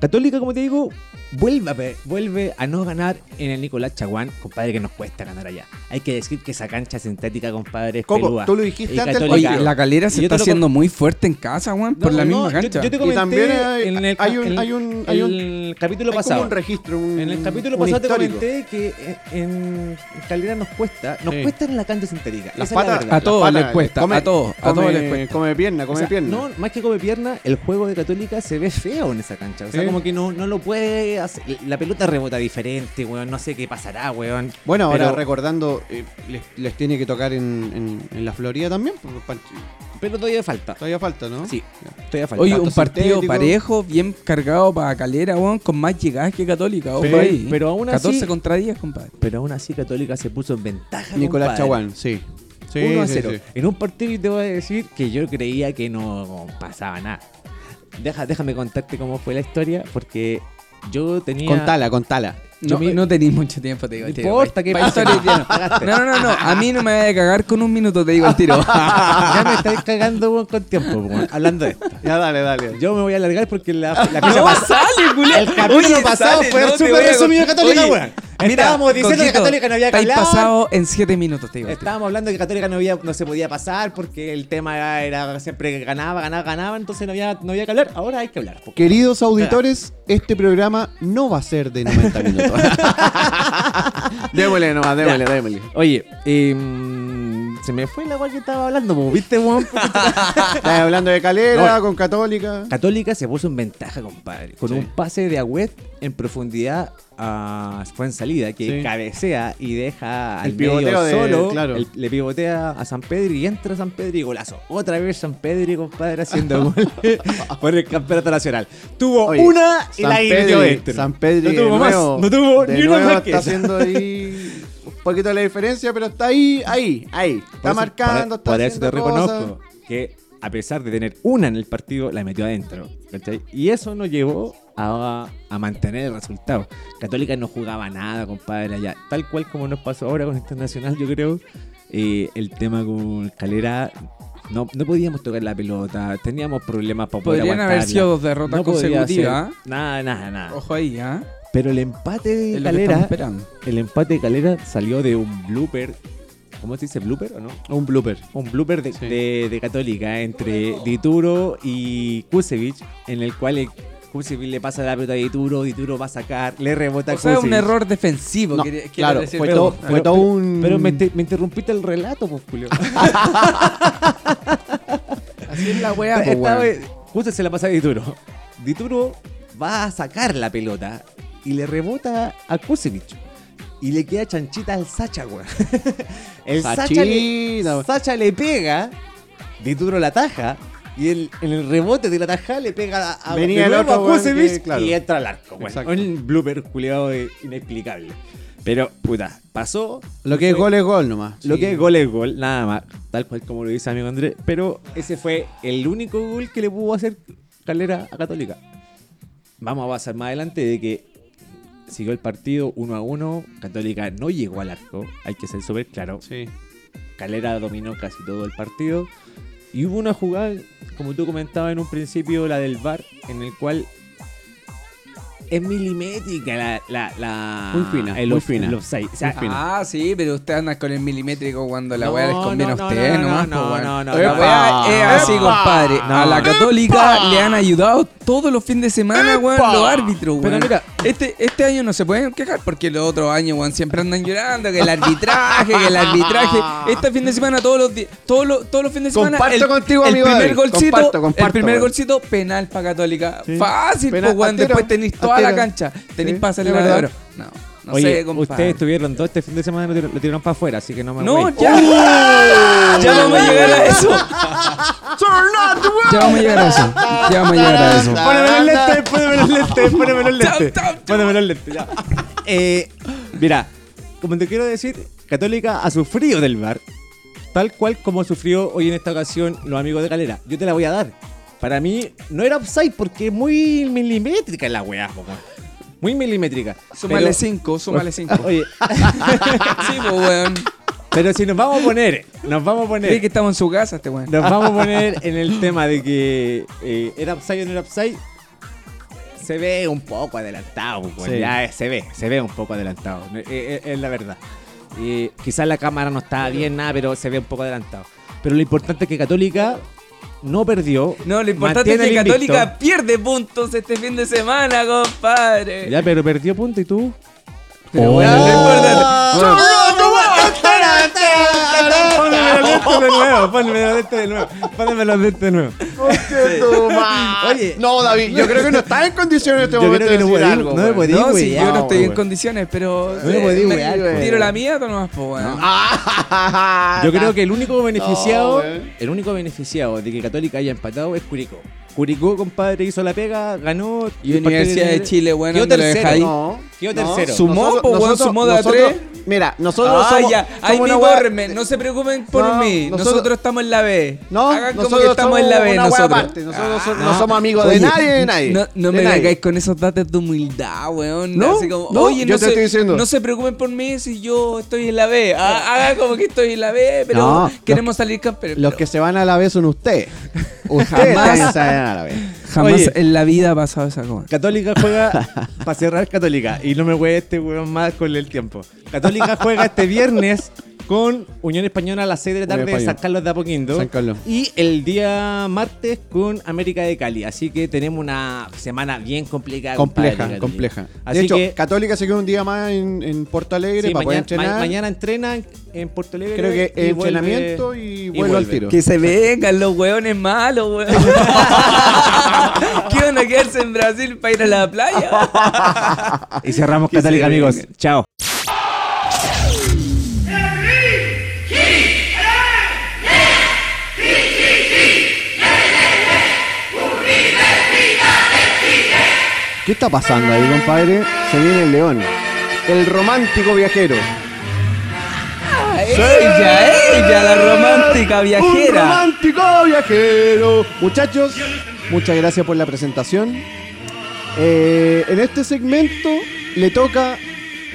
B: Católica, como te digo, vuelve, a pe- vuelve a no ganar en el Nicolás Chaguán, compadre, que nos cuesta ganar allá. Hay que decir que esa cancha sintética, compadre, es
E: Coco,
B: pelúa.
E: tú lo dijiste
B: Y
E: antes del
B: Católica-
C: Oye, la calera
B: Y
C: se
B: yo
C: está
B: te lo
C: haciendo muy fuerte en casa, weón, por
B: No,
C: la
B: no,
C: misma
B: yo-
C: cancha.
B: Yo, te comenté
E: también hay-
B: en el,
E: hay un-
B: en-
E: hay un- hay un-
B: el capítulo
E: Hay
B: pasado.
E: como un registro. un-
B: En el capítulo
E: Mm, un
B: pasado te
E: histórico.
B: comenté que eh, en Calera nos cuesta, nos
E: Sí.
B: cuesta en la cancha sintética.
E: Las
B: Esa es la
E: patas.
B: verdad.
C: A todos
E: las
C: les
E: patas,
C: cuesta,
E: come-
C: a todos, a todos
E: come-
C: les cuesta.
E: Come pierna,
B: O
E: come
B: sea,
E: pierna.
B: No, más que come pierna, el juego de Católica se ve feo en esa cancha. O sea,
E: Sí.
B: como que no, no lo puede hacer. La pelota rebota diferente, weón. No sé qué pasará, weón.
E: Bueno, ahora
B: Pero-
E: recordando, eh, les, les tiene que tocar en, en- en la Florida también, porque pa-
B: Pero todavía falta.
E: todavía falta, ¿no?
B: Sí, todavía falta.
C: Oye, un
E: Tanto
C: partido
E: sintético.
C: parejo, bien cargado para Calera, weón, con más llegadas que Católica. ojo
B: Pero-
C: ahí.
B: pero aún así-
C: 14 contra 10, compadre.
B: Pero aún así Católica se puso en ventaja.
E: Nicolás
B: compadre.
E: Chaguán, sí. Sí,
B: 1 a
E: sí,
B: 0.
E: sí.
B: En un partido y te voy a decir que yo creía que no pasaba nada. Deja, déjame contarte cómo fue la historia, porque yo tenía.
E: Contala, contala.
C: No,
B: Yo me-
C: no tenéis mucho tiempo, te digo.
B: No
C: el tiro,
B: importa
C: weón.
B: que
C: Pa'
B: pase.
C: historia, tío. No, no, no, no. A mí no me vaya a cagar con un minuto, te digo el tiro.
B: ya me estáis cagando weón, con tiempo, weón, hablando de esto.
E: Ya, dale, dale.
B: Yo me voy a alargar porque la, la cosa
C: No
B: pasa.
C: sale, culiao.
B: El capítulo pasado fue
C: te
B: súper
C: voy a
B: resumido de
C: contar.
B: Católica,
C: Oye,
B: weón.
C: mira,
B: Estábamos diciendo que
C: Coquito,
B: Católica no había que
C: estáis
B: hablar.
C: pasado en 7 minutos, te digo.
B: Estábamos hablando de que Católica no, había- no se podía pasar porque el tema era siempre que ganaba, ganaba, ganaba, entonces no había, no había que hablar. Ahora hay que hablar. po.
E: Queridos auditores, este programa no va a ser de 90 minutos. démosle nomás, démosle, démosle.
B: Oye, em, Se me fue la weá que estaba hablando, po, ¿viste, weón?
E: Estás hablando de Calera,
B: No.
E: con Católica.
B: Católica se puso en ventaja, compadre. Con un pase de Agüet en profundidad a fue en salida, que
E: Sí.
B: cabecea y deja al
E: El
B: medio
E: pivoteo de-
B: solo.
E: claro.
B: El- le pivotea a San Pedro y entra San Pedro y golazo. Otra vez San Pedro, compadre, haciendo gol por el campeonato nacional. Tuvo
E: Oye,
B: una y
E: San
B: la
E: Pedri,
B: metió dentro.
E: San Pedri
B: No tuvo
E: de
B: más.
E: nuevo,
B: No tuvo
E: de
B: ni una
E: nuevo
B: más que
E: Está
B: esa.
E: haciendo ahí un poquito la diferencia, pero está ahí, ahí, ahí. Está
B: Por eso-
E: marcando,
B: por-
E: está
B: Por eso
E: haciendo
B: te reconozco
E: cosas.
B: que a pesar de tener una en el partido, la metió adentro. ¿cachai? Y eso nos llevó a, a mantener el resultado. Católica no jugaba nada, compadre, allá. Tal cual como nos pasó ahora con Internacional, yo creo. eh, el tema con Calera, no, no podíamos tocar la pelota, teníamos problemas para poder
C: Podrían haber
B: aguantarla.
C: sido dos derrotas
B: No podía
C: consecutivas. ¿ah?
B: ser- Nada, nada, nada.
C: Ojo ahí, ¿ah?
B: Pero el empate de
C: Es lo que estamos
B: Calera
C: esperando.
B: el empate de Calera salió de un blooper. ¿Cómo se dice? ¿Blooper o no? Un blooper. Un blooper de, de- de Católica entre Dituro y Kusevich, en el cual el- Kusevich le pasa la pelota a Dituro, Dituro va a sacar, le rebota a
C: O sea, un
B: Kusevich.
C: error defensivo.
E: No,
C: quería- quiero
E: claro,
C: decir,
E: fue
C: pero-
E: todo, fue
B: pero-
E: todo un...
B: Pero me, inter- me interrumpiste el relato, pues, Julio.
C: Así es la weá, po,
B: Esta
C: weón.
B: vez, justo se la pasa a Dituro. Dituro va a sacar la pelota y le rebota a Kusevich. Y le queda chanchita al Sacha, weón. El Sacha le,
E: Sachita,
B: Sacha le pega, Dituro la taja, y el- en el rebote de la taja le pega a, a,
E: Venía
B: de
E: el
B: nuevo
E: otro
B: a
E: weón
B: Kusevich
E: que, claro.
B: y entra al arco. weón.
E: Exacto.
B: un blooper culiado de- inexplicable. Pero, puta, pasó.
E: Lo que es gol es gol nomás.
B: Lo que es gol es gol, nada más. Tal cual como lo dice amigo Andrés. Pero ese fue el único gol que le pudo hacer Calera a Católica. Vamos a pasar más adelante de que siguió el partido 1 a 1. Católica no llegó al arco. Hay que ser súper claro.
E: Sí.
B: Calera dominó casi todo el partido. Y hubo una jugada, como tú comentabas en un principio, la del VAR, en el cual es milimétrica la. la, la-
E: Muy fina,
B: el
E: muy
B: off-
E: fina.
B: el offside. O sea,
C: Ah, sí, pero usted anda con el milimétrico cuando la
B: No,
C: weá les conviene
B: no,
C: a
B: no,
C: ustedes
B: no, no,
C: nomás.
B: no,
C: po,
B: no,
C: weón.
B: no, no,
C: La
B: no.
C: weá es así,
B: ¡Epa!
C: compadre. A
B: No.
C: la católica le han ayudado todos los fines de semana, weón, los árbitros, weón.
B: Pero mira-
C: este, este año no se pueden quejar porque los otros años, weón, siempre andan llorando que el arbitraje, que el arbitraje. Este fin de semana, todos los di- todos los, todos los fines de semana.
E: Comparto
C: el,
E: contigo,
C: el
E: amigo
C: primer
E: David.
C: golcito,
E: Comparto, comparto,
C: El primer
E: weón.
C: golcito, penal para Católica. Fácil,
E: Penal,
C: pues, weón.
E: al tiro,
C: Después tenéis toda
E: al
C: la
E: tiro.
C: cancha. Tenéis
E: Sí,
C: para salir
E: es verdad.
C: oro. No, no
B: Oye,
C: sé, compadre.
B: ustedes tuvieron dos este fin de semana y lo tiraron, lo tiraron para afuera, así que no me
C: No,
B: voy.
C: ya.
B: Oh.
C: Ya vamos a llegar a eso. Ya vamos a llegar a eso. Ya vamos a llegar a eso.
B: Pónmelo el lente, pónmelo el lente, pónmelo el lente.
C: Chao, chao, chao.
B: Pónmelo el lente, ya. Eh, mira, como te quiero decir, Católica ha sufrido del bar, tal cual como sufrió hoy en esta ocasión los amigos de Calera. Yo te la voy a dar. Para mí no era offside porque es muy milimétrica la weá, po, weón. Muy milimétrica.
C: Súmale
B: Pero-
C: 5, súmale 5.
B: Oye,
C: Sí, pues, weón.
B: pero si nos vamos a poner, nos vamos a poner.
C: Cree que estamos en su casa este weón.
B: Nos vamos a poner en el tema de que eh, era upside o no era upside. Se ve un poco adelantado, pues,
E: Sí.
B: ya eh, se ve, se ve un poco adelantado, eh, eh, es la verdad. Eh, quizás la cámara no estaba bien, nada, pero se ve un poco adelantado. Pero lo importante es que Católica no perdió.
C: No, lo importante es
B: mantiene
C: que
B: el invicto.
C: Católica pierde puntos este fin de semana, compadre.
B: Ya, pero perdió punto y tú. Oh.
C: Pero, weón, no importa.
B: Pónmelo dentro de nuevo, pónmelo dentro de nuevo, pónmelo dentro de nuevo. Oye.
E: No, David, yo creo que no está en condiciones en este
B: Yo
E: momento
B: creo que
E: de
B: no
E: decir
B: podí-
E: algo.
B: no me
E: weón.
B: podí-
C: No, si
B: weón,
C: yo no estoy en
B: weón.
C: condiciones, pero.
B: me
C: eh,
B: podí
C: me-
B: wear, weón.
C: Tiro la mía, no más, pues, weón.
E: Ah,
B: Yo creo que el único beneficiado,
E: weón.
B: el único beneficiado de que Católica haya empatado es Curicó. Curicó, compadre, hizo la pega, ganó.
C: Y Universidad de Chile, weón,
B: Quedó
C: no lo deja
B: tercero.
C: ahí.
E: No.
B: Quedó
E: no.
B: tercero.
C: Sumó, po, weón, sumó de a
E: nosotros-
C: tres.
E: Mira, nosotros
C: Ah,
E: somos,
C: ya.
E: somos
C: Ahí
E: una
C: mi
E: weá-
C: Borremen, no se preocupen por
E: No,
C: mí. Nosotros,
E: nosotros-
C: estamos en la B.
E: No,
C: Hagan como
E: nosotros
C: que estamos en la
E: somos
C: B.
E: una weá
C: nosotros
E: aparte, nosotros so-
C: Ah.
E: no somos amigos de nadie, de nadie,
C: No, no
E: de
C: me
E: nadie.
C: vengáis con esos datos de humildad, weón.
E: No,
C: Así como,
E: no,
C: oye,
E: yo
C: no
E: te
C: se,
E: estoy diciendo.
C: No se preocupen por mí si yo estoy en la B. Ah, Hagan como que estoy en la B, pero
E: No,
C: queremos salir campeones.
E: Los
C: Pero
E: que se van a la vez son ustedes. Ustedes
C: Jamás.
E: también se van a la vez.
C: Jamás
B: Oye.
C: en la vida ha pasado esa cosa.
B: Católica juega, para cerrar Católica, y no me voy este weón más con el tiempo. Católica juega este viernes con Unión Española a las 6 de la tarde
E: Unión
B: en San
E: Española.
B: Carlos de Apoquindo.
E: San Carlos.
B: Y el día martes con América de Cali. Así que tenemos una semana bien complicada.
E: Compleja,
B: compadre, Católica.
E: compleja.
B: Así
E: de hecho,
B: que
E: Católica se quedó un día más en, en Porto Alegre
B: sí,
E: para
B: mañana,
E: poder entrenar.
B: ma- mañana entrenan en Puerto Alegre.
E: Creo que
B: y vuelve-
E: entrenamiento y vuelvo al
B: vuelve.
E: tiro.
C: Que se vengan los hueones malos, weón. ¿Qué van a quedarse en Brasil para ir a la playa?
B: Y cerramos
C: Que se
B: Católica,
C: vengan.
B: amigos. Chao.
E: ¿Qué está pasando ahí, compadre? Se viene el león. El romántico viajero.
C: ella, ella, la romántica
E: Un
C: viajera.
E: romántico viajero. Muchachos, muchas gracias por la presentación. Eh, en este segmento le toca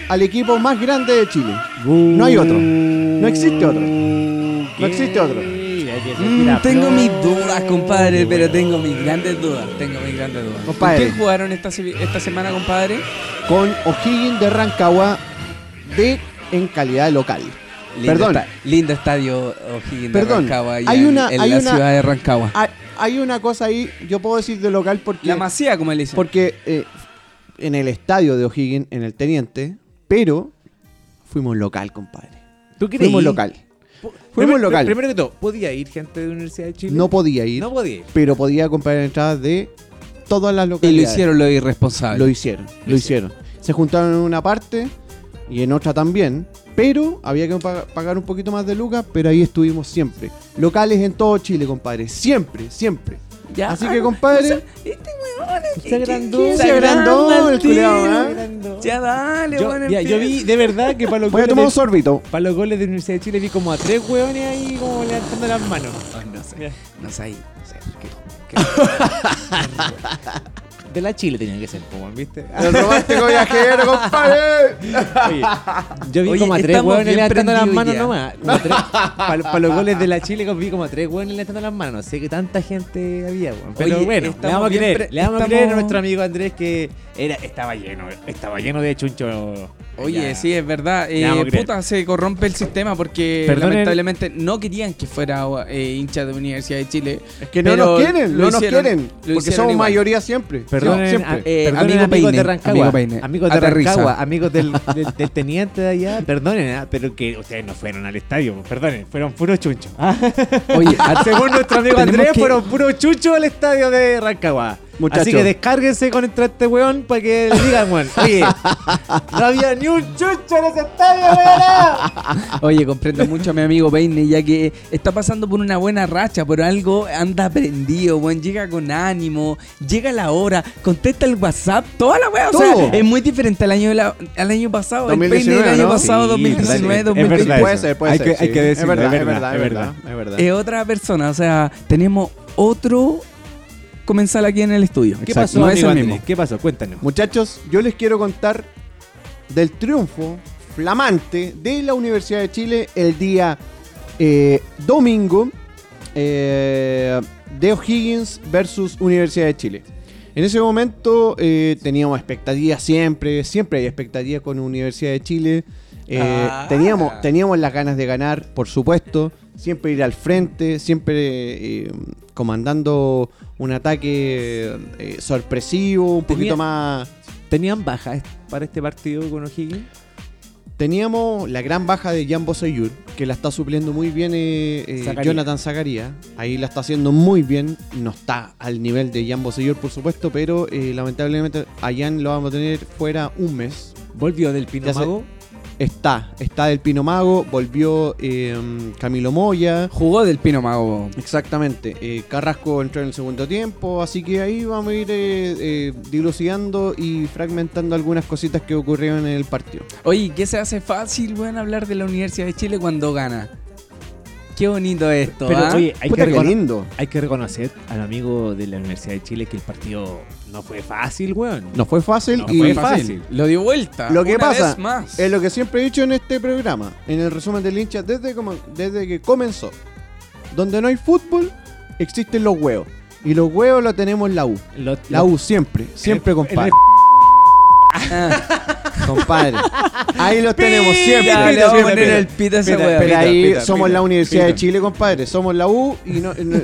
E: al equipo más grande de Chile. No hay otro. No existe otro. No existe otro.
C: Mm, tengo mis dudas, compadre, pero tengo mis grandes dudas. Tengo mis grandes dudas. ¿Con
E: Compadre.
C: quién jugaron esta, se- esta semana, compadre?
E: Con O'Higgins de Rancagua de en calidad local.
C: Lindo
E: Perdón.
C: esta- lindo estadio O'Higgins de
E: Perdón,
C: Rancagua. allá
E: hay
C: en-
E: una-
C: en
E: hay
C: la
E: una- Ah,
C: ciudad de Rancagua.
E: Hay, hay una cosa ahí, yo puedo decir de local porque
C: La masía, como le dicen.
E: Porque eh, en el estadio de O'Higgins, en el Teniente, pero fuimos local, compadre.
B: ¿Tú creí?
E: Fuimos local. Fuimos
B: Primero-
E: local.
B: Primero que todo, ¿podía ir gente de la Universidad de Chile?
E: No podía ir,
B: No podía ir.
E: pero podía comprar entradas de todas las
C: y lo
E: localidades.
C: hicieron los
E: Lo
C: irresponsables.
E: hicieron, lo hicieron. Se juntaron en una parte y en otra también, pero había que pa- pagar un poquito más de lucas, pero ahí estuvimos siempre. Locales en todo Chile, compadre. Siempre, siempre.
C: Ya.
E: Así que, compadre,
C: este Se agrandó.
E: se agrandó el culiao, ¿eh?
C: Ya dale,
B: Yo,
C: bueno,
B: mira, yo vi, de verdad, que para los,
E: Voy a
B: goles
E: tomar un
B: de,
E: sorbito.
B: para los goles de la Universidad de Chile vi como a tres hueones ahí como levantando las manos.
C: no sé.
B: Mira.
C: No sé, no sé por qué.
B: De la Chile tenían que ser, como, ¿viste?
E: El romántico viajero, compadre.
B: Oye, yo vi
C: Oye,
B: como a tres
C: estamos
B: hueones
C: bien
B: levantando las
C: prendidos
B: manos
C: ya.
B: nomás. Como tres- Para para los goles de la Chile vi como a tres hueones levantando las manos. No sé que tanta gente había, hueón. Pero
C: Oye,
B: bueno, le
C: estamos
B: vamos a
C: bien
B: creer.
C: pre-
B: Le vamos a
C: estamos-
B: creer a nuestro amigo Andrés que era, estaba lleno, estaba lleno de chuncho.
C: Oye,
B: Ya.
C: sí, es verdad. eh,
B: vamos a creer.
C: puta, se corrompe el sistema porque
B: Perdonen.
C: lamentablemente no querían que fuera eh, hincha de Universidad de Chile.
E: Es que no
C: Pero
E: nos quieren,
C: lo
E: no nos
C: hicieron-
E: quieren.
C: lo
E: Porque
C: hicieron
E: somos
C: igual.
E: mayoría siempre.
B: Perdonen,
E: Sí, siempre.
B: a- eh,
C: Perdonen,
B: amigos
C: Peine,
B: de Rancagua,
C: amigo Peine,
B: amigos de
C: aterriza.
B: Rancagua, amigos del, del- del teniente de allá, perdonen, ah, pero que ustedes no fueron al estadio, perdonen, fueron puros chunchos. Ah,
C: Oye, a-
B: Según nuestro amigo
C: Tenemos
B: Andrés,
C: que-
B: fueron puros chunchos al estadio de Rancagua.
E: Muchachos.
B: Así que descárguense con entra este weón para que le digan, weón, oye, no había ni un chuncho en ese estadio, weón.
C: oye, comprendo mucho a mi amigo Peine, ya que está pasando por una buena racha, por algo anda prendido, weón. Llega con ánimo, llega la hora, contesta el WhatsApp, toda la weá. O sea,
E: Todo.
C: es muy diferente al año, de la- al año pasado. el
E: 2019,
C: Peine del año
E: ¿no?
C: pasado,
B: Sí,
C: 2019,
B: es
C: 2020.
B: verdad
E: Puede
B: eso.
E: ser, puede
B: Hay
E: ser.
B: que- hay
E: sí.
B: que decirlo,
E: es verdad,
B: es
E: es verdad, es
B: verdad,
E: verdad. Eh, Es verdad.
C: es otra persona. O sea, tenemos otro comensal aquí en el estudio.
B: ¿Qué
C: Exacto,
B: pasó,
C: No es
B: amigo
C: el
B: Andrés?
C: mismo.
B: ¿Qué pasó? Cuéntanos.
E: Muchachos, yo les quiero contar del triunfo flamante de la Universidad de Chile el día eh, domingo eh, de O'Higgins versus Universidad de Chile. En ese momento eh, teníamos expectativas siempre, siempre hay expectativas con Universidad de Chile. Eh,
C: Ah.
E: teníamos, teníamos las ganas de ganar, por supuesto, siempre ir al frente, siempre eh, comandando un ataque eh, sorpresivo, un poquito
B: Tenía-
E: más...
B: ¿Tenían bajas para este partido con O'Higgins?
E: Teníamos la gran baja de Jan Boseyur, que la está supliendo muy bien eh, eh,
B: Zacarías.
E: Jonathan Zacarías. Ahí la está haciendo muy bien. No está al nivel de Jan Boseyur, por supuesto, pero eh, lamentablemente a Jan lo vamos a tener fuera un mes.
B: ¿Volvió del Pino
E: Ya sé.
B: Mago?
E: Está, está del Pino Mago, volvió eh, Camilo Moya.
C: Jugó del Pino Mago.
E: Exactamente. eh, Carrasco entró en el segundo tiempo, así que ahí vamos a ir eh, eh, dilucidando y fragmentando algunas cositas que ocurrieron en el partido.
C: Oye, ¿qué se hace fácil, weón, hablar de la Universidad de Chile cuando gana? Qué bonito esto,
B: Pero
C: ¿ah?
B: oye, hay
E: Puta,
B: que
E: qué
B: recono-
E: lindo.
B: Hay que reconocer al amigo de la Universidad de Chile que el partido no fue fácil, weón.
E: No fue fácil
B: No
E: y
B: fue
C: Lo dio vuelta.
E: Lo que
C: una
E: pasa eh,
C: vez más.
E: Es lo que siempre he dicho en este programa, en el resumen del hincha, desde, como- desde que comenzó. Donde no hay fútbol, existen los huevos. Y los huevos los tenemos en la U.
B: Lo-
E: La
B: lo-
E: U siempre, siempre,
B: en
E: compadre.
B: el-
E: Compadre. Ahí los tenemos siempre.
C: Ya, le
E: siempre.
C: vamos a poner el pito a esa
E: Pero-
C: weá.
E: pero ahí
B: pita,
E: somos
B: pita,
E: la Universidad de
B: pita.
E: Chile, compadre. Somos la U y no, no-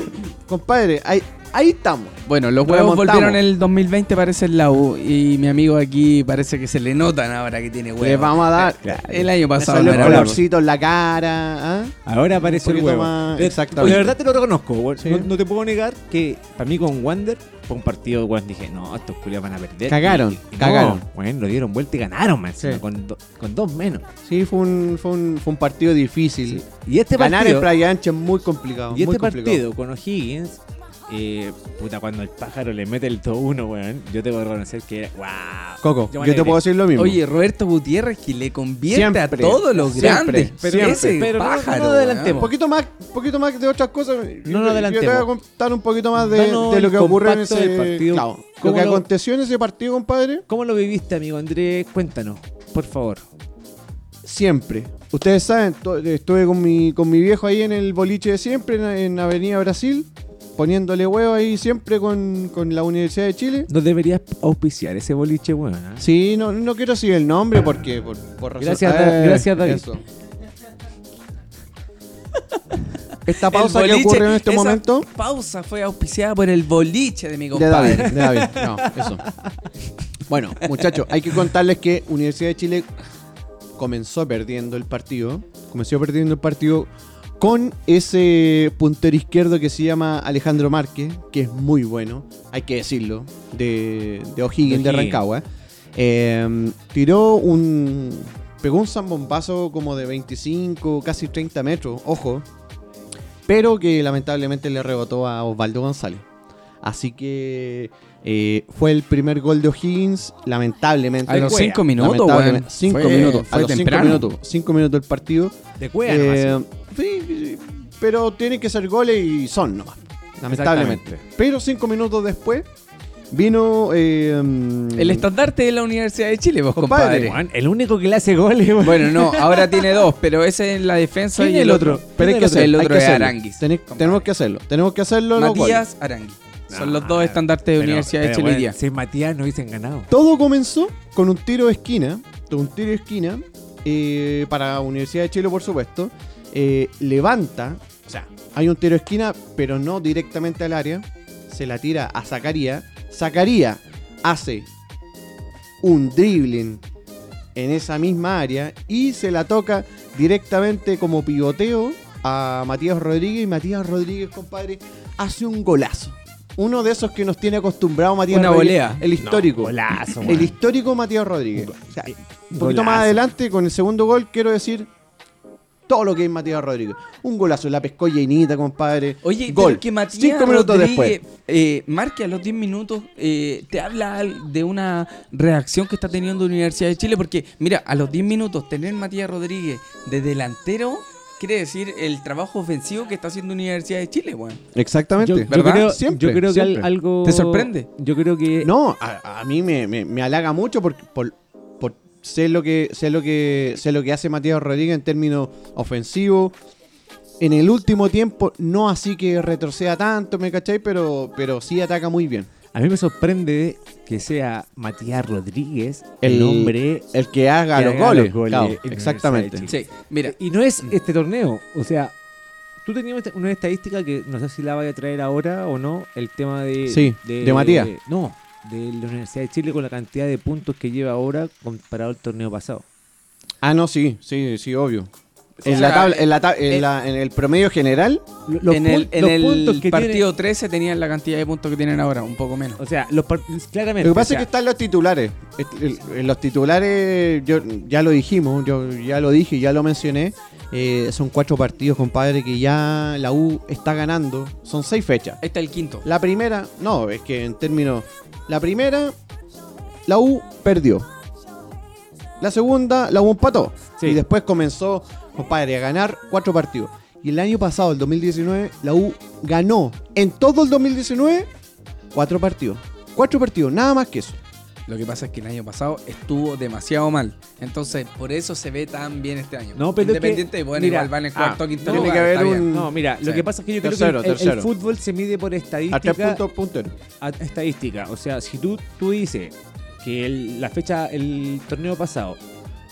E: compadre, ahí, ahí estamos.
C: Bueno, los
E: Remontamos.
C: huevos volvieron en el 2020, parece en la U. Y mi amigo aquí parece que se le notan ahora que tiene
E: Les
C: huevos.
E: vamos a dar.
C: El año
E: Me
C: pasado
E: salió el
C: no era huevo.
E: colorcito en la cara. ¿ah?
B: Ahora aparece
E: Un
B: el
E: poquito
B: huevo.
E: más-
B: De-
E: exactamente.
B: La verdad te lo reconozco, weón.
E: Sí.
B: No, no te puedo negar que para mí con Wander fue un partido, weón. Dije, no, estos culiados van a perder.
E: Cagaron,
B: Y- y
E: cagaron.
B: No, weón, lo dieron vuelta y ganaron, man. encima,
E: Sí.
B: Con, do- con dos menos.
E: Sí, fue un, fue un, fue un partido difícil.
B: Y este
E: Ganar
B: partido.
E: en Playa Ancha es muy complicado.
B: Y
E: muy
B: este
E: complicado.
B: partido con O'Higgins, eh, puta, cuando el pájaro le mete el 2-1, weón, yo te voy a reconocer que era, wow.
E: Coco,
B: Yo
E: yo,
B: me
E: te
B: alegré.
E: puedo decir lo mismo.
C: Oye, Roberto Gutiérrez que le convierte a
E: Siempre,
C: todos los
E: siempre,
C: grandes.
B: pero-
C: Ese
B: pero no- no
C: pájaro,
B: nos adelantemos.
E: un poquito más, poquito más de otras cosas.
B: Oh. No nos
E: Yo te voy a
B: adelantemos.
E: contar un poquito más de,
B: Danos
E: de lo que
B: el
E: ocurre en
B: compacto
E: ese
B: del partido.
E: Claro, lo
B: ¿Cómo
E: que
B: lo-
E: aconteció en ese partido, compadre.
B: ¿Cómo lo viviste, amigo Andrés? Cuéntanos, por favor.
E: siempre. Ustedes saben, to- estuve con mi, con mi viejo ahí en el boliche de siempre, en, en Avenida Brasil, poniéndole huevo ahí siempre con, con la Universidad de Chile.
B: ¿No deberías auspiciar ese boliche, weón? ah?
E: Sí, no, no quiero decir el nombre porque por, por razón-
B: Gracias, Da- gracias, David.
E: eso. Esta
C: El
E: pausa que
C: boliche,
E: ocurre en este
C: esa
E: momento
C: pausa fue auspiciada por el boliche de mi
E: de
C: compadre.
E: David, de David. No, eso. Bueno, muchachos, hay que contarles que Universidad de Chile comenzó perdiendo el partido. Comenzó perdiendo el partido con ese puntero izquierdo que se llama Alejandro Márquez, que es muy bueno, hay que decirlo, de, de
B: De
E: O'Higgins de
B: O'Higgins.
E: Rancagua. Eh, tiró un. pegó un zambombazo como de 25, casi 30 metros, ojo. Pero que lamentablemente le rebotó a Osvaldo González. Así que eh, fue el primer gol de O'Higgins, lamentablemente.
C: A los
E: Wea,
C: cinco minutos,
E: lamentablemente,
C: weón.
E: Cinco
C: Fue-
E: minutos, a
C: fue
E: los cinco
C: temprano.
E: minutos, cinco minutos del partido.
B: De cueva, nomás,
E: Eh, sí, sí, pero tienen que ser goles y son nomás, lamentablemente. Pero cinco minutos después vino... eh, mm,
C: El estandarte de la Universidad de Chile, vos,
E: Compadre.
C: compadre.
B: Weón, el único que le hace goles, weón.
C: Bueno, no, ahora tiene dos, pero ese en la defensa
B: ¿Quién
C: y
B: es
C: el
B: el otro?
C: otro.
E: pero hay que
C: El
E: hacerlo, hay
C: otro
E: que
C: es
E: hacerlo.
C: Aranguis.
E: Tenés- tenemos que hacerlo, tenemos que hacerlo. los goles.
C: Matías Aranguis. Son los dos estandartes de
B: Ah, Pero- eh,
C: Universidad de
B: pero,
C: Chile hoy
B: weón,
C: día.
B: Si Matías no hubiesen ganado.
E: Todo comenzó con un tiro de esquina, con un tiro de esquina, eh, para Universidad de Chile, por supuesto. Eh, levanta, o sea, hay un tiro de esquina, pero no directamente al área. Se la tira a Zacaría. Zacaría hace un dribbling en esa misma área y se la toca directamente como pivoteo a Matías Rodríguez. Y Matías Rodríguez, compadre, hace un golazo. Uno de esos que nos tiene acostumbrado Matías
C: Una
E: Rodríguez,
C: volea.
E: El histórico.
B: Golazo,
E: El
B: weón.
E: histórico Matías Rodríguez. O sea, un poquito
B: Golazo.
E: más adelante, con el segundo gol, quiero decir todo lo que es Matías Rodríguez. Un golazo, la pescó llenita, compadre.
C: Oye,
E: gol.
C: pero que Matías
E: Cinco minutos
C: Rodríguez,
E: después.
C: eh, marque a los 10 minutos, eh, te habla al- de una reacción que está teniendo Universidad de Chile, porque mira, a los 10 minutos tener Matías Rodríguez de delantero quiere decir el trabajo ofensivo que está haciendo Universidad de Chile, weón.
E: Exactamente.
B: Yo, yo
C: ¿Verdad?
B: creo,
E: Siempre,
B: yo creo que al-
E: siempre.
B: algo.
C: ¿Te sorprende?
B: Yo creo que.
E: No, a, a mí me, me- me halaga mucho por, por, por sé lo que sé lo que sé lo que hace Matías Rodríguez en términos ofensivos. En el último tiempo, no así que retroceda tanto, ¿me cacháis? Pero, pero sí ataca muy bien.
B: A mí me sorprende que sea Matías Rodríguez
E: El-
B: el hombre
E: El que haga
B: Que
E: los
B: haga
E: goles.
B: los goles
E: claro,
B: en el
E: exactamente.
B: Chile.
C: Sí, mira,
B: Y no es este torneo. O sea, tú tenías esta- una estadística que no sé si la vaya a traer ahora o no. El tema de.
E: Sí, de Matías.
B: No, de la Universidad de Chile con la cantidad de puntos que lleva ahora comparado al torneo pasado.
E: Ah, no, sí, sí, sí, obvio. En
C: O
E: la
C: sea,
E: tabla, en, la tab- en
C: eh,
E: la- en el promedio general,
B: Lo- los
C: en el,
B: pun-
C: en
B: los
C: el
B: puntos que tiene-
C: partido 13 tenían la cantidad de puntos que tienen ahora, un poco menos.
B: o sea, los par- claramente.
E: lo que pasa
B: o
E: es
B: sea,
E: que están los titulares. Est- el- el- Los titulares, yo, ya lo dijimos, yo ya lo dije, ya lo mencioné. Eh, son cuatro partidos, compadre, que ya la U está ganando. Son seis fechas.
C: Este es el quinto.
E: La primera, no, es que en términos. La primera, la U perdió. La segunda, la U empató.
B: Sí.
E: Y después comenzó, compadre, a ganar cuatro partidos. Y el año pasado, el 2019, la U ganó en todo el 2019 cuatro partidos. Cuatro partidos, nada más que eso.
C: Lo que pasa es que el año pasado estuvo demasiado mal. Entonces, por eso se ve tan bien este año.
B: No, pero es que-
C: Independiente, bueno,
B: mira,
C: igual van en cuarto,
B: ah,
C: quinto
B: tiene
C: lugar,
E: que haber
C: está bien.
E: un-
B: No, mira, lo
C: Sí.
B: que pasa es que yo
E: Tercero,
B: creo que el- el,
E: tercero.
B: fútbol se mide por
E: A tres
B: estadística.
E: puntos puntero.
B: a- estadística. O sea, si tú, tú dices que el- la fecha, el torneo pasado,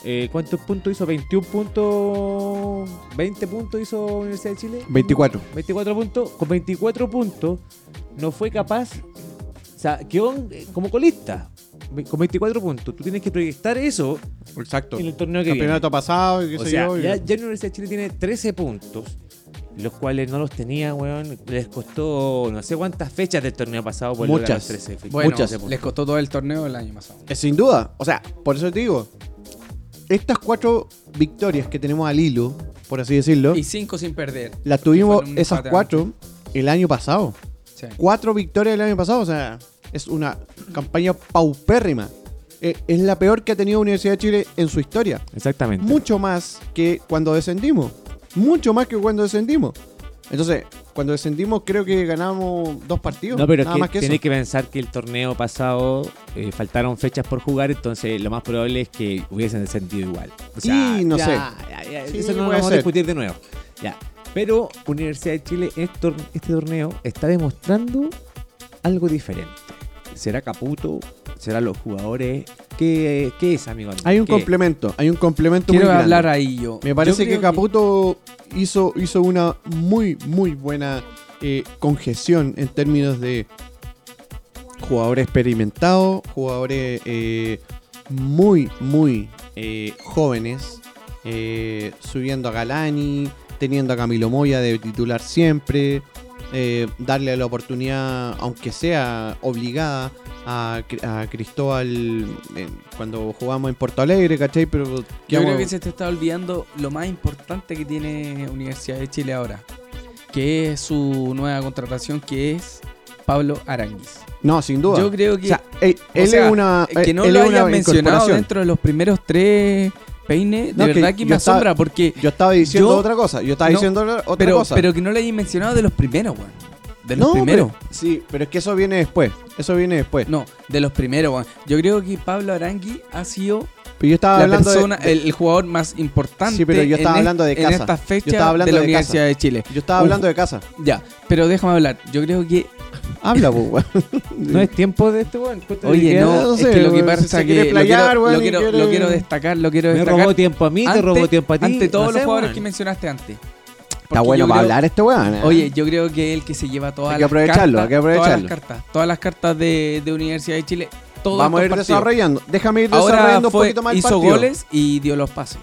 B: eh, ¿cuántos puntos hizo? 21 puntos. 20 puntos hizo Universidad de Chile.
E: 24.
B: 24 puntos. Con 24 puntos no fue capaz. O sea, quedó eh, como colista. Ve- Con 24 puntos. Tú tienes que proyectar eso
E: Exacto.
B: en el torneo que viene.
E: Campeonato pasado y qué
B: O
E: sé
B: sea,
E: yo. y-
B: ya, ya la Universidad de Chile tiene 13 puntos, los cuales no los tenía, weón. Les costó no sé cuántas fechas del torneo pasado por lograr
E: Muchas.
B: los 13 fechas.
C: Bueno,
B: Muchas.
C: les costó todo el torneo el año pasado.
E: Eh, Sin duda. O sea, por eso te digo. Estas cuatro victorias que tenemos al hilo, por así decirlo,
C: Y cinco sin perder.
E: las
C: Porque
E: tuvimos
C: fueron un
E: esas
C: empate
E: cuatro el año pasado.
C: antes. Sí.
E: Cuatro victorias el año pasado. O sea, es una campaña paupérrima. Eh, es la peor que ha tenido Universidad de Chile en su historia.
B: Exactamente.
E: mucho más que cuando descendimos. Mucho más que cuando descendimos. Entonces, cuando descendimos creo que ganamos dos partidos.
B: No, pero es
E: nada
B: que
E: más que
B: tenés
E: eso.
B: que pensar que el torneo pasado eh, faltaron fechas por jugar, entonces lo más probable es que hubiesen descendido igual. O sea,
E: Y no
B: ya,
E: sé.
B: ya, ya,
E: Sí,
B: eso no lo
E: puede
B: vamos a
E: ser.
B: discutir de nuevo. Ya. Pero Universidad de Chile, en tor- este torneo está demostrando algo diferente. ¿Será Caputo? ¿Serán los jugadores? ¿Qué, qué es, amigo?
E: Hay un
B: ¿Qué?
E: complemento, hay un complemento
C: Quiero
E: muy grande.
C: hablar ahí yo.
E: Me parece
C: Yo
E: que
C: creo
E: Caputo hizo, hizo una muy, muy buena eh, congestión en términos de jugadores experimentados, jugadores eh, muy, muy eh, jóvenes, eh, subiendo a Galani, teniendo a Camilo Moya de titular siempre, eh, darle la oportunidad, aunque sea obligada, a, Cri- a Cristóbal eh, cuando jugamos en Porto Alegre, ¿cachai? Pero
C: Yo
E: quedamos-
C: creo que se te está olvidando lo más importante que tiene Universidad de Chile ahora, que es su nueva contratación, que es Pablo Aranguis.
E: No, sin duda.
C: Yo creo que,
E: O sea, él, él
C: sea,
E: es una.
C: eh, que no
E: él
C: lo
E: es una
C: hayan mencionado
E: incorporación.
C: dentro de los primeros tres peines, de
E: No, que
C: verdad que,
E: yo
C: me
E: estaba-
C: asombra, porque
E: Yo estaba diciendo
C: Yo-
E: otra cosa. Yo estaba
C: No,
E: diciendo otra otra
C: pero,
E: cosa.
C: pero que no lo hayan mencionado de los primeros, weón. De los
E: No,
C: primeros.
E: pero- sí, pero es que eso viene después. Eso viene después.
C: No, de los primeros, weón. Yo creo que Pablo Arangui ha sido
E: Pero yo estaba
C: la
E: hablando. de-
C: persona,
E: de-
C: el, el jugador más importante
E: Sí, pero yo estaba
C: en,
E: hablando de
C: en
E: casa.
C: esta
E: Yo
C: fecha
E: estaba hablando
C: de la
E: de casa.
C: Universidad de Chile.
E: yo estaba hablando de casa.
C: Ya, pero déjame hablar. Yo creo que
E: Habla, pues, weón.
B: No es tiempo de este weón. cuéntale
C: Oye,
B: que-
C: no,
E: no sé,
C: es que lo que
E: weón, si
C: pasa
E: se
C: que
E: quiere
C: lo,
E: playar,
C: quiero,
E: weón,
C: lo,
E: y
C: quiero,
E: quiere-
C: lo quiero destacar, lo quiero
B: Me
C: destacar.
B: robó tiempo a mí, te
C: Ante-
B: robó tiempo a ti.
C: Ante todos
B: no
C: los
B: sé,
C: jugadores
B: weón.
C: que mencionaste antes.
E: Está
C: Porque
E: bueno
C: yo
E: para
C: creo-
E: hablar este weón. ¿eh?
C: Oye, yo creo que es el que se lleva todas
E: Hay que
C: las
E: aprovecharlo,
C: cartas.
E: hay que aprovecharlo.
C: Todas las cartas, todas las cartas de, de Universidad de Chile. Todos
E: vamos a ir
C: estos partidos.
E: desarrollando. Déjame ir
C: Ahora
E: desarrollando
C: fue-
E: un poquito más el
C: hizo
E: partido.
C: goles y dio los pases.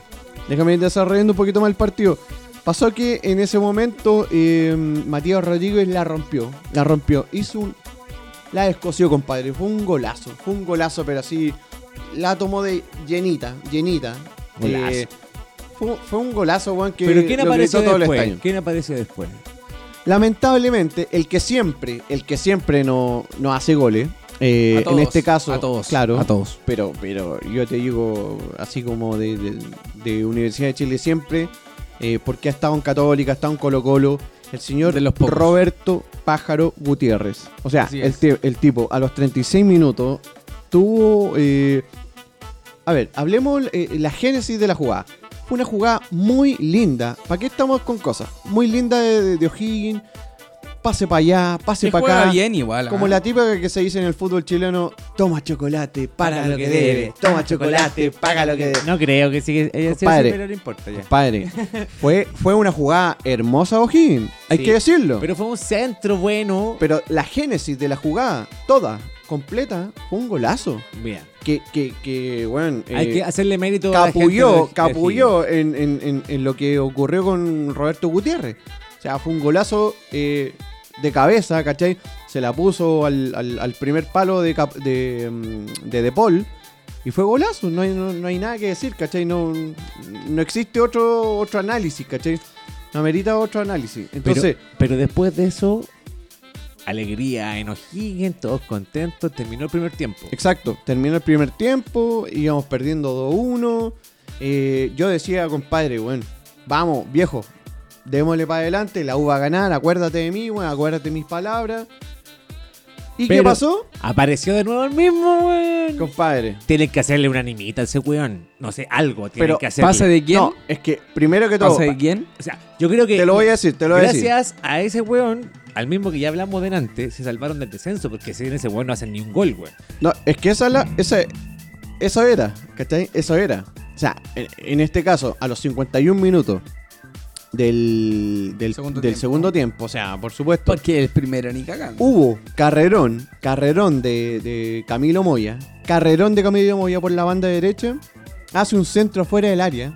E: Déjame ir desarrollando un poquito más el partido. Pasó que en ese momento eh, Matías Rodríguez la rompió. La rompió. Hizo un. La descoció, compadre. Fue un golazo. Fue un golazo, pero así. La tomó de llenita, llenita.
B: Golazo.
E: Eh, fue, fue un golazo, weón, que
B: Pero ¿quién
E: lo
B: apareció
E: gritó todo el
B: después?
E: estadio.
B: ¿Quién apareció después?
E: Lamentablemente, el que siempre, el que siempre no, no hace goles. eh,
C: A todos,
E: en este caso,
C: a todos,
E: claro,
C: a todos.
E: pero, pero yo te digo, así como de, de- de Universidad de Chile siempre, eh, porque ha estado en Católica, ha estado en Colo Colo, el señor
C: De los pocos.
E: Roberto Pájaro Gutiérrez. O sea,
C: Así
E: el,
C: es.
E: ti- el tipo a los 36 minutos tuvo... eh, a ver, hablemos eh, la génesis de la jugada. Fue una jugada muy linda. ¿Para qué estamos con cosas? Muy linda de, de- de O'Higgins. Pase para allá, pase
C: Se
E: para
C: juega
E: acá.
C: bien igual.
E: Como
C: ¿ah?
E: la típica que se dice en el fútbol chileno, toma chocolate, paga lo que debe, toma chocolate, paga lo que debe.
B: No creo que sigue. Ella sí,
E: Compadre.
B: pero no importa ya.
E: Padre, fue, fue una jugada hermosa O'Higgins, hay
B: Sí,
E: que decirlo.
B: Pero
E: Pero,
B: fue un centro bueno.
E: la génesis de la jugada, toda, completa, fue un golazo.
B: Mira,
E: Que, que, que bueno, eh,
B: hay que hacerle mérito a la gente de-
E: capulló,
B: de
E: capulló en, en- en- en lo que ocurrió con Roberto Gutiérrez. O sea, fue un golazo eh, de cabeza, ¿cachai? Se la puso al, al- al primer palo de, Cap- de, mm, de De Paul y fue golazo. No hay, no, no hay nada que decir, ¿cachai? No, no existe otro, otro análisis, ¿cachai? No amerita otro análisis.
B: Pero,
E: Entonces,
B: pero después de eso, alegría en O'Higgins, todos contentos, terminó el primer tiempo.
E: Exacto, terminó el primer tiempo, íbamos perdiendo 2-1. Eh, yo decía, compadre, bueno, vamos, viejo, démosle para adelante, la U va a ganar, acuérdate de mí, bueno, acuérdate de mis palabras. ¿Y
B: Pero-
E: qué pasó?
B: Apareció de nuevo el mismo, weón.
E: Compadre.
B: Tienen que hacerle una animita a ese weón. No sé, algo tienen
E: Pero
B: que hacerle.
C: ¿Pase de quién?
E: No, es que primero que todo,
C: ¿Pase de quién?
B: O sea, yo creo que.
E: te lo voy a decir, te lo voy a decir.
B: Gracias a ese weón, al mismo que ya hablamos delante, se salvaron del descenso porque si bien ese weón no hace ni un gol, weón.
E: No, es que esa la, esa, eso era, ¿cachai? Eso era. O sea, en, en este caso, a los 51 minutos del, del,
C: Segundo
E: del
C: tiempo.
E: segundo tiempo, o sea, por supuesto,
C: Porque el primero ni cagando.
E: hubo carrerón, carrerón de, de Camilo Moya, carrerón de Camilo Moya por la banda derecha, hace un centro fuera del área,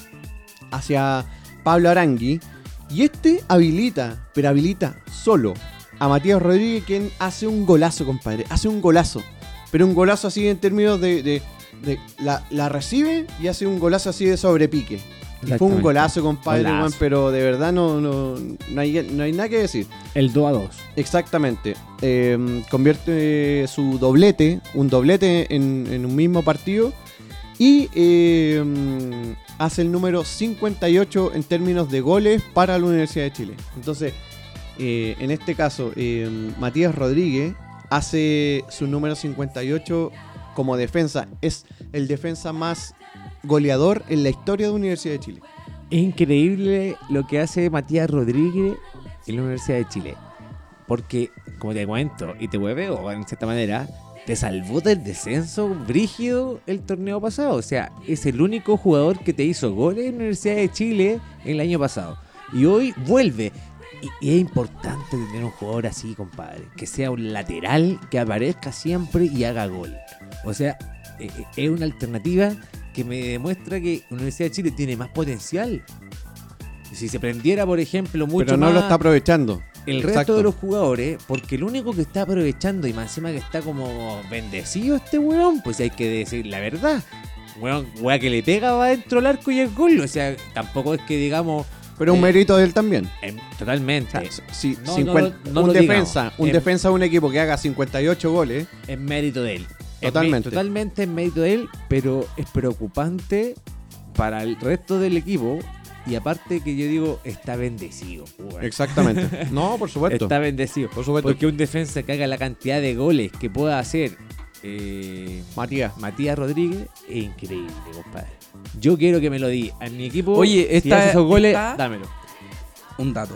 E: hacia Pablo Arangui, y este habilita, pero habilita solo a Matías Rodríguez, quien hace un golazo, compadre, hace un golazo, pero un golazo así en términos de... de- de- la, la recibe y hace un golazo así de sobrepique. Y Fue un
F: Exactamente.
E: golazo, compadre,
F: Golazo.
E: weón, pero de verdad no, no, no hay, no hay nada que decir.
F: El 2 a 2.
E: Exactamente. Eh, convierte su doblete, un doblete en, en un mismo partido. Y eh, hace el número 58 en términos de goles para la Universidad de Chile. Entonces, eh, en este caso, eh, Matías Rodríguez hace su número 58 como defensa. Es el defensa más goleador en la historia de la Universidad de Chile.
B: Increíble lo que hace Matías Rodríguez en la Universidad de Chile. Porque, como te cuento, y te hueveo en cierta manera, te salvó del descenso brígido el torneo pasado. O sea, es el único jugador que te hizo goles en la Universidad de Chile el año pasado. Y hoy vuelve. Y, y es importante tener un jugador así, compadre. Que sea un lateral, que aparezca siempre y haga gol. O sea, eh, eh, es una alternativa que me demuestra que la Universidad de Chile tiene más potencial. Si se prendiera, por ejemplo, mucho
E: Pero no
B: más
E: lo está aprovechando.
B: el resto
E: Exacto.
B: de los jugadores, porque el único que está aprovechando y más encima que está como bendecido este weón, pues hay que decir la verdad. Weón, weá que le pega va dentro del arco y es gol. O sea, tampoco es que digamos
E: Pero un
B: Eh,
E: mérito de él también.
B: em, totalmente.
E: sea, Eh, si-
B: no,
E: cincuen-
B: no lo- no
E: un
B: lo
E: defensa,
B: digamos.
E: un
B: Em-
E: defensa de un equipo que haga 58 goles,
B: es mérito de él. Es
E: Totalmente.
B: mé- totalmente es mérito de él, pero es preocupante para el resto del equipo. Y aparte que yo digo, está bendecido. weón.
E: exactamente. no, por supuesto.
B: Está bendecido.
E: Por supuesto.
B: Porque un defensa que haga la cantidad de goles que pueda hacer eh,
E: Matías,
B: Matías Rodríguez es increíble, compadre. Yo quiero que me lo di. A mi equipo,
C: Oye,
B: si
C: esta-
B: hace esos goles,
C: esta-
B: dámelo.
C: Un dato.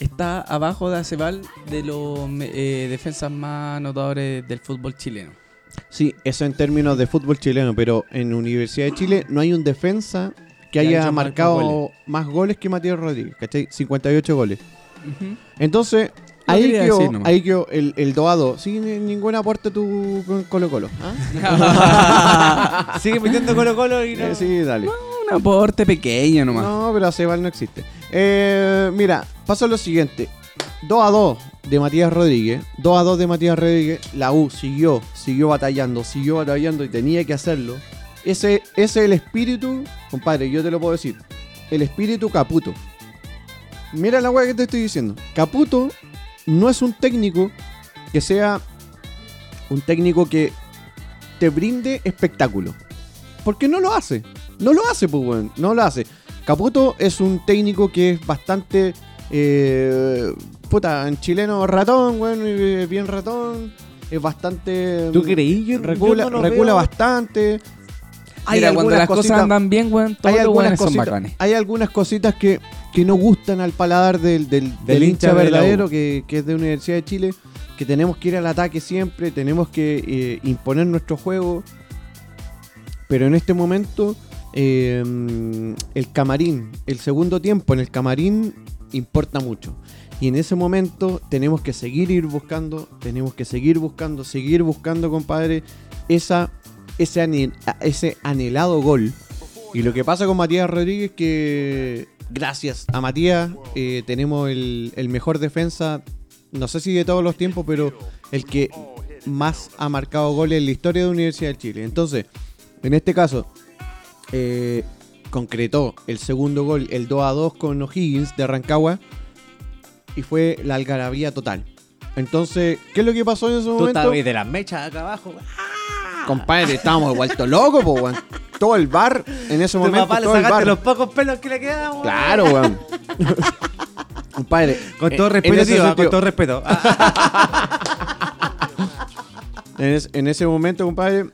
C: Está abajo de Acebal de los eh, defensas más anotadores del fútbol chileno.
E: sí, eso en términos de fútbol chileno, pero en Universidad de Chile no hay un defensa que
C: Que haya
E: haya
C: hecho más
E: marcado
C: goles.
E: más goles que Matías Rodríguez, ¿cachai? 58 goles. Entonces, ahí
C: quería
E: quedó,
C: decir nomás.
E: ahí quedó el, el doado, sin ni- ningún aporte tu con Colo Colo. ¿ah?
B: Sigue metiendo Colo Colo y no.
E: Eh, sí, dale.
C: Un aporte pequeño nomás.
E: No, pero Acebal no existe. Eh, mira, pasa lo siguiente. 2 a 2 de Matías Rodríguez. 2 a 2 de Matías Rodríguez. La U siguió, siguió batallando, siguió batallando y tenía que hacerlo. Ese, ese es el espíritu, compadre, yo te lo puedo decir. El espíritu Caputo. Mira la weá que te estoy diciendo. Caputo no es un técnico que sea un técnico que te brinde espectáculo. Porque no lo hace. No lo hace, pues, weón. No lo hace. Caputo es un técnico que es bastante. eh, puta, en chileno ratón, weón. eh, Bien ratón. Es bastante.
B: ¿Tú creí? Yo, yo
E: Recula,
B: no lo
E: recula
B: veo.
E: bastante.
C: Mira, cuando
E: algunas
C: las cosas
E: cositas-
C: andan bien, weón, todos
E: hay
C: los
E: algunas
C: weones son
E: cositas-
C: bacanes.
E: hay algunas cositas que, que no gustan al paladar del, del- del
B: hincha
E: hincha,
B: de la
E: verdadero
B: U.
E: que, que es de Universidad de Chile, que tenemos que ir al ataque siempre, tenemos que eh, imponer nuestro juego. Pero en este momento, eh, el camarín, el segundo tiempo en el camarín importa mucho. Y en ese momento tenemos que seguir ir buscando, tenemos que seguir buscando, seguir buscando, compadre, esa, ese, anhe- a- ese anhelado gol. Y lo que pasa con Matías Rodríguez que gracias a Matías eh, tenemos el, el mejor defensa, no sé si de todos los tiempos, pero el que más ha marcado goles en la historia de Universidad de Chile. Entonces, en este caso, eh, concretó el segundo gol, el 2 a 2 con O'Higgins de Rancagua, y fue la algarabía total. Entonces, ¿qué es lo que pasó en ese
B: Tú
E: momento?
B: estabas de las mechas acá abajo.
E: Ah. Compadre, estábamos vueltos locos, po, weón. Todo el bar, en
B: Tu
E: ese momento,
B: papá le
E: todo el
B: sacaste
E: bar.
B: los pocos pelos que le quedaban. weón. Eh,
E: Claro, weón. Compadre.
B: Con todo
E: en- en
B: respeto,
E: ese
B: tío, ah,
E: sentido-
B: con todo respeto. Ah,
E: En, es- en ese momento, compadre,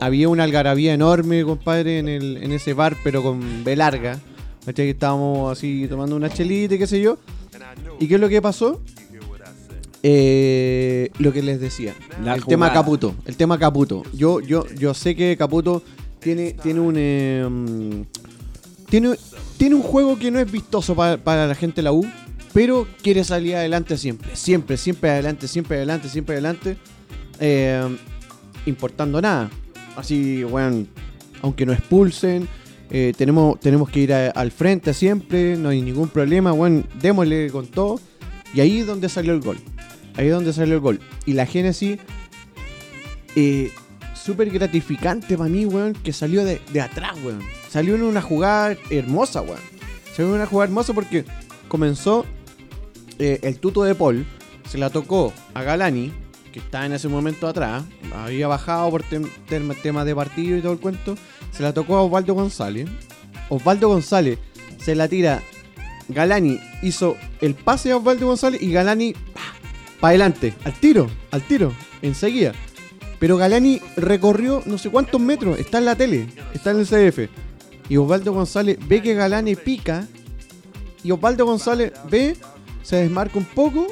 E: había una algarabía enorme, compadre, en, el, en ese bar, pero con B larga. ¿Cachai? Que estábamos así tomando una chelita y qué sé yo. ¿Y qué es lo que pasó? Eh, lo que les decía.
C: La
E: el tema
C: jugada.
E: Caputo. El tema Caputo. Yo, yo, yo sé que Caputo tiene, tiene un. eh, mm, tiene, tiene un juego que no es vistoso pa- para la gente de la U, pero quiere salir adelante siempre. Siempre, siempre adelante, siempre adelante, siempre adelante. eh, importando nada. Así, bueno, aunque no expulsen, eh, tenemos, tenemos que ir a- al frente siempre, no hay ningún problema, bueno, démosle con todo. Y ahí es donde salió el gol. Ahí es donde salió el gol. Y la génesis, eh, súper gratificante para mí, weón, que salió de, de atrás, weón. Salió en una jugada hermosa, weón. Salió en una jugada hermosa porque comenzó eh, el tuto de Paul, se la tocó a Galani, que está en ese momento atrás, había bajado por tem- tem- temas de partido y todo el cuento, se la tocó a Osvaldo González. Osvaldo González se la tira. Galani hizo el pase a Osvaldo González y Galani para adelante, al tiro, al tiro, enseguida. Pero Galani recorrió no sé cuántos metros, está en la tele, está en el CDF. Y Osvaldo González ve que Galani pica. Y Osvaldo González ve, se desmarca un poco,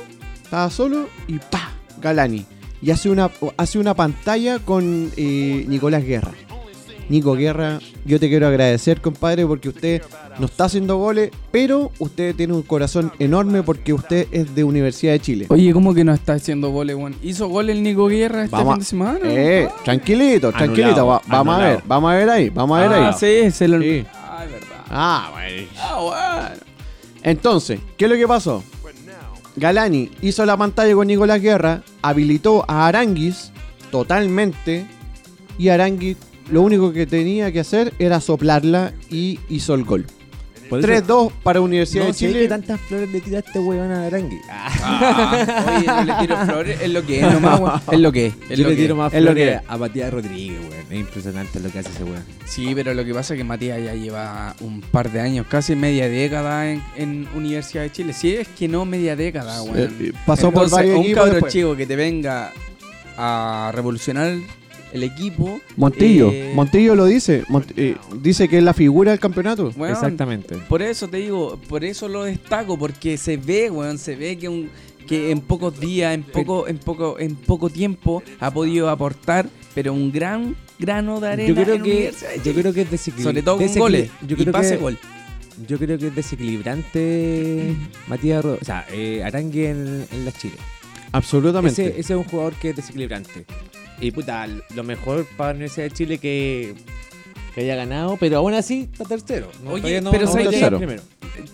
E: estaba solo y pa, Galani. Y hace una, hace una pantalla con eh, Nicolás Guerra. Nico Guerra, yo te quiero agradecer, compadre, porque usted no está haciendo goles, pero usted tiene un corazón enorme porque usted es de Universidad de Chile.
C: Oye, ¿cómo que no está haciendo goles, weón? ¿Hizo gol el Nico Guerra este
E: Vamos a-
C: fin de semana?
E: Eh, tranquilito, tranquilito. va- vamos a ver, vamos a ver ahí, vamos a ver
C: Ah,
E: ahí.
C: sí, se lo...
E: Sí.
C: Ah, es verdad.
E: Ah, bueno.
C: Ah, weón.
E: Entonces, ¿qué es lo que pasó? Galani hizo la pantalla con Nicolás Guerra, habilitó a Aranguis totalmente y Aranguis lo único que tenía que hacer era soplarla y hizo el gol. 3-2 para Universidad de Chile.
B: tantas flores le tiraste, weón, a Arangui?
C: Ah, oye, no le tiro flores, es lo que es nomás, weón. Es lo que es. es
B: Yo
C: lo
B: le
C: que
B: tiro
C: es.
B: más
E: es lo
B: flores a Matías Rodríguez, weón. Es impresionante lo que hace ese weón.
C: Sí, pero lo que pasa es que Matías ya lleva un par de años, casi media década en, en Universidad de Chile. Si es que no media década, weón.
E: Eh, pasó por
C: Entonces,
E: varios
C: un
E: equipos
C: cabro
E: después.
C: chico que te venga a revolucionar el equipo.
E: Montillo,
C: eh,
E: Montillo lo dice. Mont- eh, dice que es la figura del campeonato.
C: weón,
B: Exactamente.
C: Por eso te digo, por eso lo destaco, porque se ve, weón, se ve que un que en pocos días, en poco, en poco, en poco tiempo ha podido aportar, pero un gran grano de arena.
B: Yo creo
C: en
B: que,
C: Universidad de
B: yo
C: Chile.
B: creo que es desequil-
C: sobre todo con
B: desequil-
C: goles
B: Yo
C: y
B: creo
C: pase
B: que,
C: gol.
B: Yo creo que es desequilibrante Matías Rodríguez. O sea, eh, Arangui en, en la Chile.
E: Absolutamente.
B: Ese, ese es un jugador que es desequilibrante. Y puta, lo mejor para la Universidad de Chile que, que haya ganado, pero aún así está tercero. No,
C: Oye,
B: todavía no-
C: pero
B: no
C: ¿sabes
B: está
E: qué?
B: primero.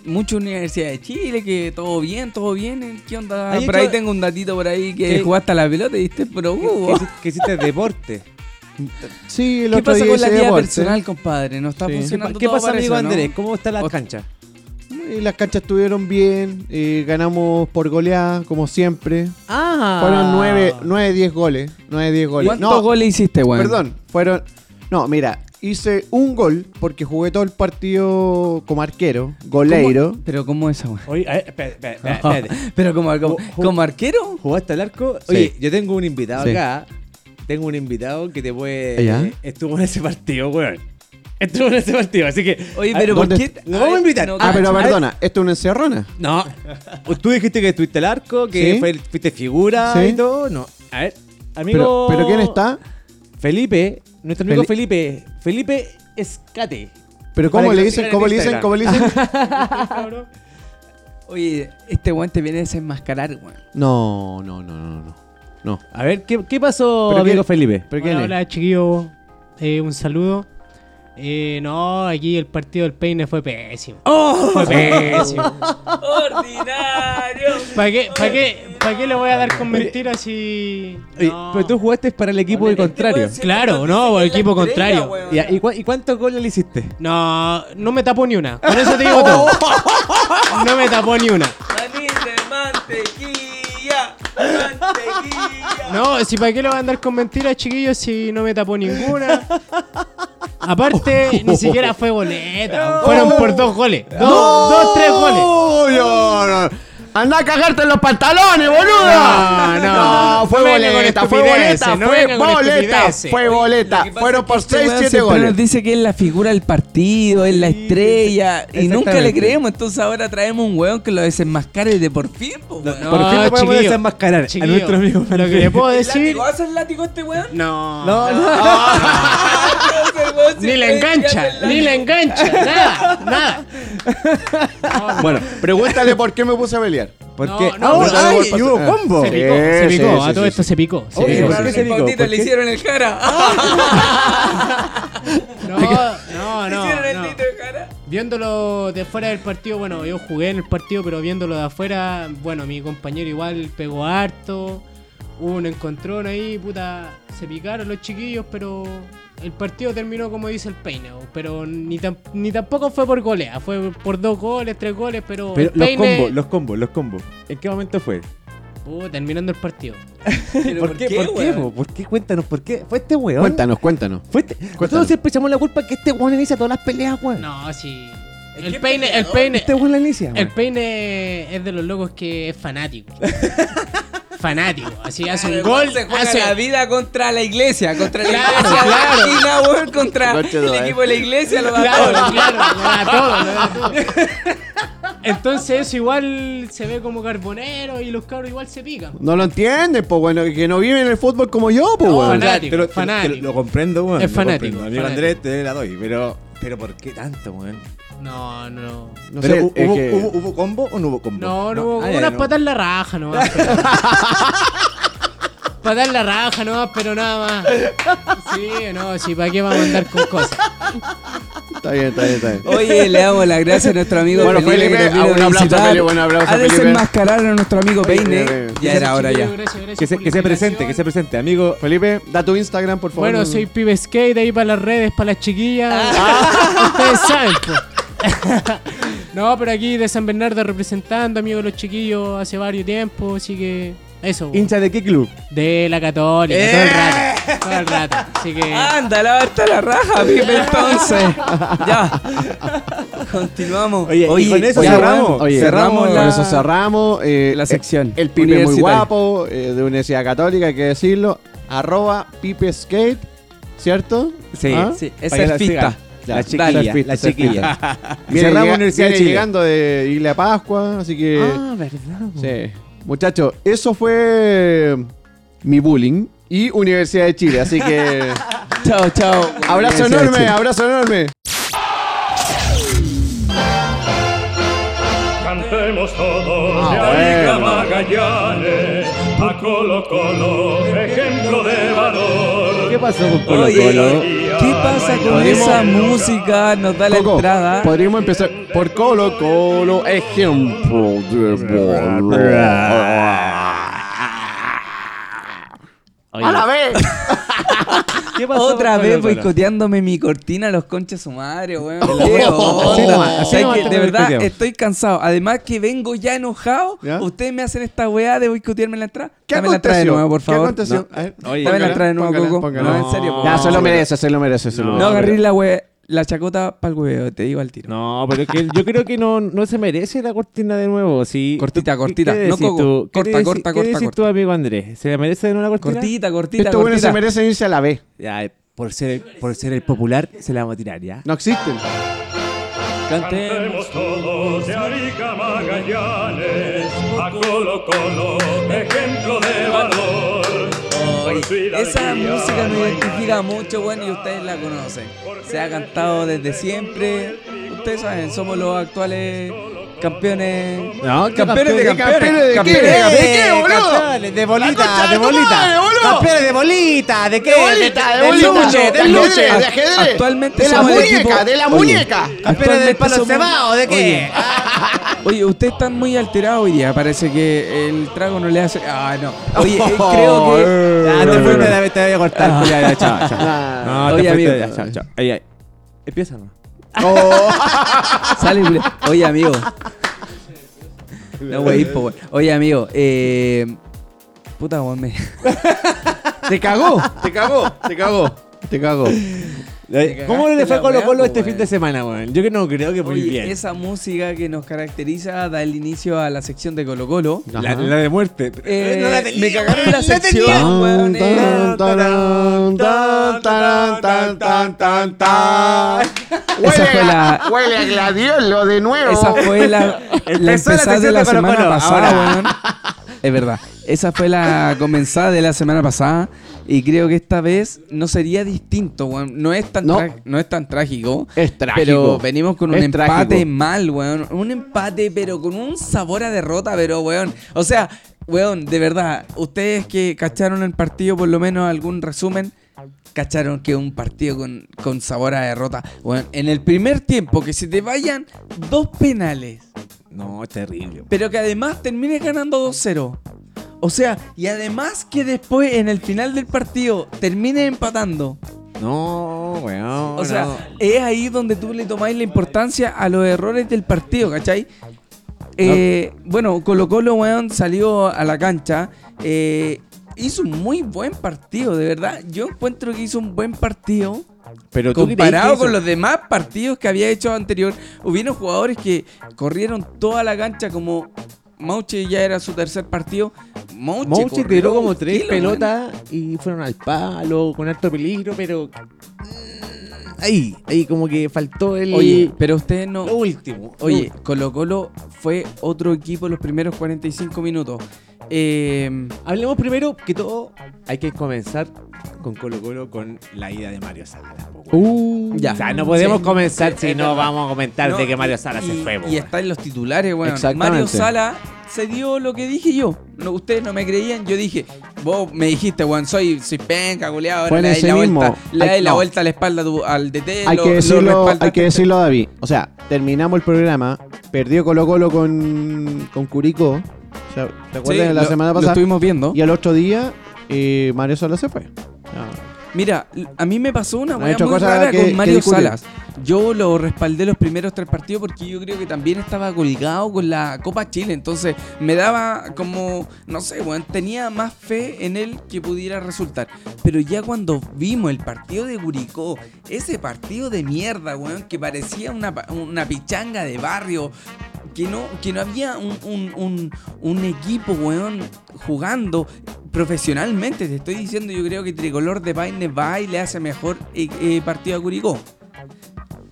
C: Mucha Universidad de Chile, que todo bien, todo bien. ¿eh? ¿Qué onda?
B: Ahí
C: por
B: yo-
C: ahí tengo un datito por ahí que
B: ¿Qué?
C: jugaste a la pelota y diste, pero
B: Que-
C: uh,
B: que hici- Que hiciste deporte.
E: Sí, el
C: ¿Qué
E: otro
C: pasa
E: día
C: con la
E: hice
C: vida
E: deporte.
C: personal, compadre? No está
E: Sí.
B: ¿Qué,
C: funcionando
B: qué
C: todo
B: pasa,
C: para
B: amigo
C: eso, ¿no?
B: Andrés? ¿Cómo está la
C: O-
B: cancha?
E: Y Eh, las canchas estuvieron bien, eh, ganamos por goleada, como siempre.
B: Ah,
E: Fueron 9, 9 10 goles. 9, 10 goles.
C: ¿Cuántos
E: no,
C: goles hiciste, weón?
E: Perdón, fueron. No, mira, hice un gol porque jugué todo el partido como arquero,
C: ¿Cómo-
E: goleiro.
C: Pero ¿cómo es esa, weón?
B: Oye, a ver, espérate, espérate, espérate, espérate.
C: Ah, Pero como, como,
B: Ju- ju-
C: como arquero,
B: ¿Jugaste al arco?
E: Sí.
B: Oye, yo tengo un invitado
E: Sí. ¿Ah,
B: acá. Tengo un invitado que te puede.
E: ¿Ya?
B: Estuvo en ese partido, weón. Estuvo en ese partido, así que.
C: Oye,
B: Ah,
C: pero ¿por
B: ¿dónde-
C: qué-
B: Lo vamos a
C: Ay,
B: invitar.
C: no,
E: Ah, pero
B: a ver,
E: perdona, esto es una encerrona.
B: No. Tú dijiste que estuviste al arco, que
E: Sí.
B: fue- fuiste figura
E: Sí.
B: y todo. No. A ver,
E: Pero,
B: amigo.
E: pero ¿quién está?
B: Felipe, nuestro amigo
E: Fel-
B: Felipe. Felipe Escate. Para
E: ¿Pero cómo
B: que
E: le
B: lo
E: dicen?
B: sigan en
E: ¿Cómo le dicen?
B: Instagram.
E: ¿Cómo le dicen?
C: oye, este weón te viene a desenmascarar, weón.
E: No, no, no, no, no. No.
B: A ver, ¿qué, qué pasó,
E: Pero
B: amigo
E: que-
B: Felipe?
E: ¿Pero quién
G: Hola,
E: es?
G: hola, chiquillo. Eh, un saludo. Eh, no, aquí el partido del peine fue pésimo. Fue pésimo.
C: ¡Ordinario!
G: ¿Para qué, para qué, para qué le voy a dar con mentiras si.?
B: Oye,
G: no.
B: Pero tú jugaste para el equipo
G: Ole,
B: del contrario.
G: Claro, no, por el equipo contrario.
B: Ya, ¿Y, cua- y cuántos goles le hiciste?
G: No, no me tapó ni una. Con eso te digo todo. No me tapó ni una.
C: mantequilla, mantequilla.
G: No, si para qué le voy a andar con mentiras, chiquillos, si no me tapó ninguna. Aparte, ni siquiera fue boleta. Fueron por dos goles. Dos, dos tres goles.
E: No, no, no. ¡Anda a cagarte en los pantalones, boludo!
G: No, no.
E: fue
G: No venga con
E: boleta, fue
G: estupideces,
E: boleta,
G: no
E: fue
G: venga con
E: boleta,
G: estupideces.
E: fue boleta.
C: que pasa
E: Fueron
C: es que
E: por
C: este
E: 6,
C: weón
E: 7
C: siempre
E: goles.
C: nos dice que es la figura del partido, es la estrella, y nunca le
B: exactamente.
C: creemos. Entonces ahora traemos un weón que lo desenmascare de por fin, po, weón.
G: no,
B: Por fin lo podemos
G: chiquillo,
B: desenmascarar a
G: chiquillo,
B: nuestro amigo.
G: Lo que le puedo
C: ¿Es
G: decir.
C: látigo? ¿Hace el látigo este weón?
G: No.
B: No, no.
G: Ni le engancha, ni le engancha, nada, nada.
E: Bueno, pregúntale por qué me puse a pelear.
B: ¿Por
G: No,
B: qué? ¡Ah,
G: no, no,
B: ay,
E: no,
B: y hubo
E: no,
B: combo!
G: Se picó, se
E: Sí, sí,
G: picó, ¿eh? a
E: sí,
G: todo
E: sí,
G: esto se picó. se
B: Oye,
G: picó.
B: ¿por qué se picó? ¿Por
C: le
B: qué? Ah,
C: hicieron el cara.
G: No, no,
C: le hicieron el
G: no. no.
C: dito de cara.
G: Viéndolo de fuera del partido, bueno, yo jugué en el partido, pero viéndolo de afuera, bueno, mi compañero igual pegó harto. Hubo un encontrón ahí, puta, se picaron los chiquillos, pero el partido terminó como dice el peine, bo, pero ni, tam- ni tampoco fue por golea, fue por dos goles, tres goles, pero,
B: Pero
G: el
B: los
G: peine,
B: combos, los combos, los combos. ¿En qué momento fue?
G: Puta, terminando el partido.
C: Pero
B: ¿Por qué? ¿Por qué?
C: weón?
B: po? ¿Por qué? Cuéntanos, ¿por qué? ¿Fue este weón?
E: Cuéntanos, cuéntanos.
B: Fue este- Nosotros siempre echamos la culpa que este weón inicia todas las peleas, weón.
G: No, sí.
C: ¿Qué
G: El peine, el
C: peleador?
G: peine,
B: Este weón la inicia,
G: El
B: weón.
G: peine es de los locos que es fanático. fanático. Así hace un
C: El
G: gol.
C: weón Se juega
G: Hace,
C: la vida contra la iglesia, contra la
G: Claro,
C: iglesia de la
G: claro.
C: esquina, weón, contra
E: Conche
C: el
E: tu madre.
C: equipo de la iglesia, lo da todo.
G: Claro, claro, lo da todo, lo da todo. Entonces eso igual se ve como carbonero y los cabros igual se pican.
E: No lo entienden, pues bueno, que no viven el fútbol como yo, pues
G: No,
E: bueno.
G: fanático,
B: Ya, te lo, te lo-
G: fanático.
B: te Oh, lo comprendo, weón.
G: Es
B: lo
G: fanático,
B: comprendo. Amigo
G: fanático.
B: Andrés, te la doy, pero. Pero ¿por qué tanto, weón?
G: No, no.
E: No
B: Pero,
E: sé,
B: ¿hu-
E: es
B: hubo,
E: que-
B: hubo- hubo combo o no hubo combo?
G: No, no, hubo
B: Ah, ya,
G: unas
B: no.
G: patas en la raja nomás. Patas en la raja nomás, pero nada más. Sí, no, sí, ¿para qué vamos a andar con cosas?
E: Está bien, está bien, está bien.
C: Oye, le damos las gracias a nuestro amigo
E: Bueno,
C: Felipe.
E: Felipe,
C: que nos
E: ah,
C: vino
E: un aplauso,
C: visitar.
E: Felipe, un aplauso,
C: Ha
E: Felipe.
C: desenmascararon a nuestro amigo Peine.
E: Felipe.
C: Ya era hora ya.
G: Gracias, gracias
B: Que se,
G: por
B: que
G: la
B: se presente,
G: invitación.
B: que se presente, amigo.
E: Felipe, da tu Instagram, por favor.
G: Bueno, soy pibe skate ahí para las redes, para las chiquillas.
C: Ah.
G: Ustedes saben, po. no, pero aquí de San Bernardo representando, amigo de los chiquillos, hace varios tiempos, así que. Eso, po.
B: ¿Hincha de qué club?
G: de la Católica, todo
C: Eh.
G: el rato. Todo el rato. Así que.
B: Ah,
C: Anda, la harta la raja, Pipe, entonces. Ya. Continuamos.
B: Oye, y con eso
C: ya,
B: cerramos.
C: weón,
E: Oye,
C: cerramos
E: con
C: la...
E: eso cerramos. eh,
C: la sección
E: El, pibe muy
C: universitaria.
E: guapo, eh, de Universidad Católica, hay que decirlo. Arroba Pipe Skate, ¿cierto?
B: Sí,
E: ¿Ah?
C: Sí, es
B: Para que la
C: surfista.
B: sigan. La chiquilla,
C: Dalia,
B: la chiquilla.
E: Viene,
B: Cerramos
E: llega-
B: Universidad de
E: viene
B: Chile.
E: llegando de Isla Pascua, así que.
C: Ah,
B: verdad.
E: Sí. Muchachos, eso fue mi bullying y Universidad de Chile, así que.
C: Chao, chao.
E: abrazo
C: Gracias,
E: enorme,
C: Chile.
E: abrazo enorme.
H: Cantemos todos de
E: Ah,
H: Arica a
E: bueno.
H: Magallanes, a Colo Colo, ejemplo de valor.
B: ¿Qué pasó con Colo
C: Oye,
B: Colo?
C: ¿qué pasa con
E: Podemos-
C: esa música? Nos da la
E: Coco,
C: entrada.
E: podríamos empezar por Colo Colo, ejemplo de valor. ¡A la vez!
B: ¿Qué pasó
C: Otra
B: con
C: vez
B: Colo Colo?
C: boicoteándome mi cortina, los conchas su madre, weón.
E: Así
C: Qué
E: nomás, así
C: onda.
B: nomás
C: ¿Sabes
B: te
C: qué?
B: lo
C: De verdad,
B: boicoteamos.
C: estoy cansado. Además que vengo ya enojado,
E: ¿Ya?
C: ustedes me hacen esta weá de boicotearme la entrada.
E: ¿Qué
C: Dame la entrada de
E: aconteció?
C: nuevo, por
E: ¿Qué
C: favor.
E: aconteció?
C: No.
E: A ver,
B: Oye,
C: Dame la
E: póngala,
C: entrada de nuevo,
E: póngala,
C: Coco.
E: póngala.
C: No, en serio. por
E: Ya,
C: favor.
E: se lo merece, se lo merece. se lo
C: No
E: merece.
C: agarré la weá, la chacota para el huevo, te digo al tiro.
B: No, pero es que yo creo que no, no se merece la cortina de nuevo. Sí.
C: Cortita,
B: ¿Qué-
C: cortita,
B: qué
C: no
B: decís
C: coco.
B: tú? ¿Qué
C: Corta,
B: decís-
C: corta,
B: ¿Qué
C: corta,
B: decís
C: corta.
B: tu amigo Andrés? ¿Se le merece de nuevo la cortina?
C: Cortita, cortita,
E: Estos buenos
C: cortita.
E: se merecen irse a la B.
B: Ya, eh, por ser, por ser el popular, se la vamos a tirar, ¿ya?
E: No existen.
C: Cantemos.
H: Cantemos todos de Arica a Magallanes, a Colo Colo, ejemplo de valor. Por su
C: Esa
H: hidalguía
C: música
H: no
C: me
H: hay
C: identifica mucho, bueno, y ustedes la conocen. Se ha cantado desde siempre. Ustedes saben, somos los actuales campeones.
B: No,
C: Campeones de
E: ¿Campeones de
C: campeones.
E: qué?
C: Campeones de
E: ¿De
C: campeones.
E: qué, boludo?
B: Campeones de bolita,
E: concha
B: de
E: de tu madre,
B: bolita.
E: boludo.
B: Campeones de bolita, ¿de qué?
E: bolita, de bolita.
B: luche,
E: De
B: del
E: luche,
B: luche.
E: de ajedrez.
C: Actualmente
E: De la
C: somos el
E: muñeca,
C: equipo-
E: de la
C: Oye,
E: muñeca.
B: Campeones del
C: actualmente
B: palo
C: somos-
B: cebado, ¿de qué?
C: Oye, Oye, ustedes están muy alterados hoy día. Parece que el trago no le hace. Ah, no. Oye, eh, creo que.
B: Ah, te fuiste, te- te voy a cortar. Ya, ya, chao, chao.
E: Ah.
B: No, te
C: Oye,
B: fuiste,
C: amigo.
B: ya, chao, chao. Ay, ay. Empieza, ¿no?
C: Sale, ble- Oye, amigo. No, wey, po, wey. Oye, amigo. Eh... Puta, weón. me-
E: Te cagó, te cagó, te cagó, te cagó.
B: Eh, ¿Cómo le
C: cagaste
B: fue
C: la
B: a Colo
C: weá,
B: Colo
C: po,
B: este fin
C: weón.
B: de semana, weón? Yo que no creo que muy
C: Oye,
B: bien.
C: Esa música que nos caracteriza da el inicio a la sección de Colo Colo.
B: La, la de muerte.
C: Eh,
B: No la tenía,
C: me cagaron la
B: weón, la tenía.
C: sección, weón. eh.
E: Tan, tarán, tan, tarán, tan, tan, tan, tan.
C: Esa fue la,
E: Huele a gladiolo de nuevo.
C: Esa fue la, la
B: Empezó la
C: empezada de
B: sección
C: la
B: de Colo
C: semana
B: Colo,
C: pasada,
B: ahora.
C: weón. Es verdad. Esa fue la comenzada de la semana pasada. Y creo que esta vez no sería distinto, weón. No es tan,
E: No.
C: tra- no es tan trágico.
E: Es trágico.
C: Pero venimos con un
E: Es
C: empate
E: trágico.
C: mal, weón. Un empate, pero con un sabor a derrota, pero, weón. O sea, weón, de verdad, ustedes que cacharon el partido, por lo menos algún resumen, cacharon que un partido con, con sabor a derrota. Weón, en el primer tiempo, que se te vayan dos penales,
B: No, es terrible.
C: pero que además termine ganando 2-0. O sea, y además que después en el final del partido termine empatando.
B: No, weón.
C: O sea,
B: no.
C: es ahí donde tú le tomáis la importancia a los errores del partido, ¿cachai? Eh, Bueno, Colo Colo, weón, salió a la cancha. eh, hizo un muy buen partido, de verdad. Yo encuentro que hizo un buen partido.
B: pero tú crees
C: Comparado
B: que
C: con
B: eso-
C: los demás partidos que había hecho anterior, hubieron jugadores que corrieron toda la cancha como Mauche ya era su tercer partido. Mauche,
B: Mouche
C: corrió
B: tiró como
C: un
B: tres
C: kilo,
B: pelotas y fueron al palo con alto peligro, pero. mm, Ahí, ahí como que faltó el.
C: man. Oye, pero ustedes no,
B: lo último.
C: Oye, Colo Colo fue otro equipo los primeros 45 minutos. Eh,
B: Hablemos primero que todo, hay que comenzar con Colo Colo con la ida de Mario Sala. po,
C: Uh,
B: weón.
C: ya.
B: o sea, no podemos
C: Sí.
B: comenzar
C: Sí,
B: si
C: es
B: no
C: verdad.
B: vamos a comentar
C: No,
B: de que Mario
C: y-
B: Sala
C: y,
B: se fue. po,
C: Y
B: weón.
C: está en los titulares, weón.
E: Exactamente.
C: Mario Sala se dio lo que dije yo. No, ustedes no me creían, yo dije, vos me dijiste, weón, soy, soy penca, goleado, ahora
E: Fue en
C: le dais
E: ese
C: la
E: mismo.
C: vuelta, le
E: Hay-
C: dais la
E: no.
C: vuelta a la espalda tu- al DT,
E: hay
C: lo-
E: que
C: lo
E: decirlo,
C: respaldaste.
E: hay que decirlo, David. O sea, terminamos el programa, perdió Colo Colo con, con Curicó. O sea, ¿te
C: Sí,
E: acuerdas de la
C: lo-
E: semana
C: Lo
E: pasada?
C: estuvimos viendo.
E: Y al otro día, eh, Mario Sala se fue. Ah.
C: Mira, l- a mí me pasó una
E: No
C: weá
E: hay otra
C: muy
E: cosa
C: rara
E: que- que
C: con Mario
E: discutir.
C: Salas. Yo lo respaldé los primeros tres partidos porque yo creo que también estaba colgado con la Copa Chile. Entonces me daba como, no sé, weón, tenía más fe en él que pudiera resultar. Pero ya cuando vimos el partido de Curicó, ese partido de mierda, weón, que parecía una, pa- una pichanga de barrio, que no, que no había un, un- un- un equipo, weón, jugando profesionalmente. Te estoy diciendo, yo creo que Tricolor de Paine va y le hace mejor eh, eh, partido a Curicó.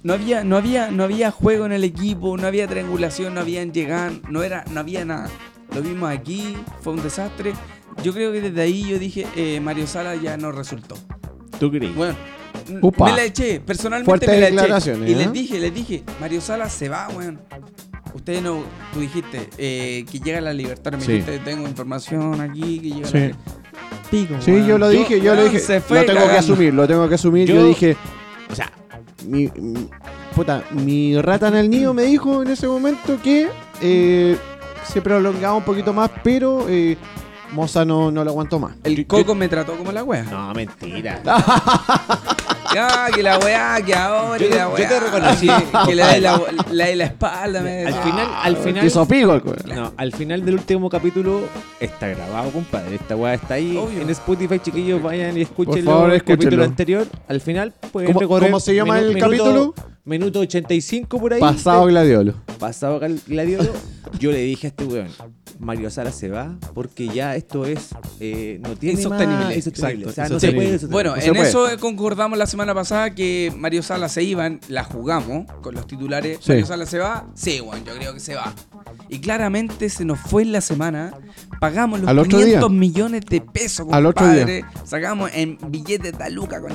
C: No había, no, había, no había juego en el equipo, no había triangulación, no habían llegado, no, era, no había nada. Lo vimos aquí, fue un desastre. Yo creo que desde ahí yo dije, eh, Mario Sala ya no resultó.
B: ¿Tú crees?
C: Bueno, n-
E: Upa.
C: me la eché, personalmente
E: Fuertes
C: me la eché.
E: declaraciones,
C: Y
E: ¿eh?
C: les dije, les dije, Mario Sala se va, weón. Ustedes no, tú dijiste eh, que llega la libertad, me
E: Sí.
C: dijiste, tengo información aquí, que llega
E: Sí.
C: la Pico,
E: Sí,
C: weón.
E: yo lo dije, yo, lo
C: weón,
E: dije.
C: se fue
E: lo tengo que
C: cagando.
E: asumir, lo tengo que asumir. Yo,
B: Yo-
E: dije,
B: O sea,
E: mi, mi- puta, mi rata en el nido me dijo en ese momento que eh, se prolongaba un poquito más, pero eh, Moza no, no lo aguantó más.
C: El coco me trató como la wea.
B: no, mentira.
C: Ah, que la weá, que ahora,
B: Yo
C: que
B: te-
C: la
B: yo
C: weá.
B: te reconocí,
C: Que le dais la, le dais la espalda. me
B: al
C: decía.
B: final, al final.
E: Hizo pico el co-
B: No, al final del último capítulo está grabado, compadre. Esta weá está ahí
C: Obvio.
B: en Spotify, chiquillos. Vayan y escuchen
E: favor,
B: el
E: escúchenlo.
B: capítulo anterior. Al final pueden
E: ¿Cómo-
B: recorrer
E: cómo se llama
B: minu-
E: el
B: minuto-
E: capítulo?
B: Minuto 85 por ahí.
E: Pasado gladiolo.
B: Pasado gal- Gladiolo. Yo le dije a este weón, Mario Sara se va porque ya esto es. eh, no tiene
C: Insostenible.
B: Más, insostenible.
E: Exacto,
B: O sea, no se
E: insostenible.
B: puede.
C: Bueno,
E: No se
C: en
E: puede.
C: eso concordamos la semana pasada que Mario Sala se iba, la jugamos con los titulares.
E: Sí.
C: Mario Sala se va, sí, Juan, yo creo que se va. Y claramente se nos fue en la semana. Pagamos los
E: Al otro
C: 500
E: día.
C: millones de pesos,
E: Al otro
C: compadre. Sacamos en billetes de Luca, con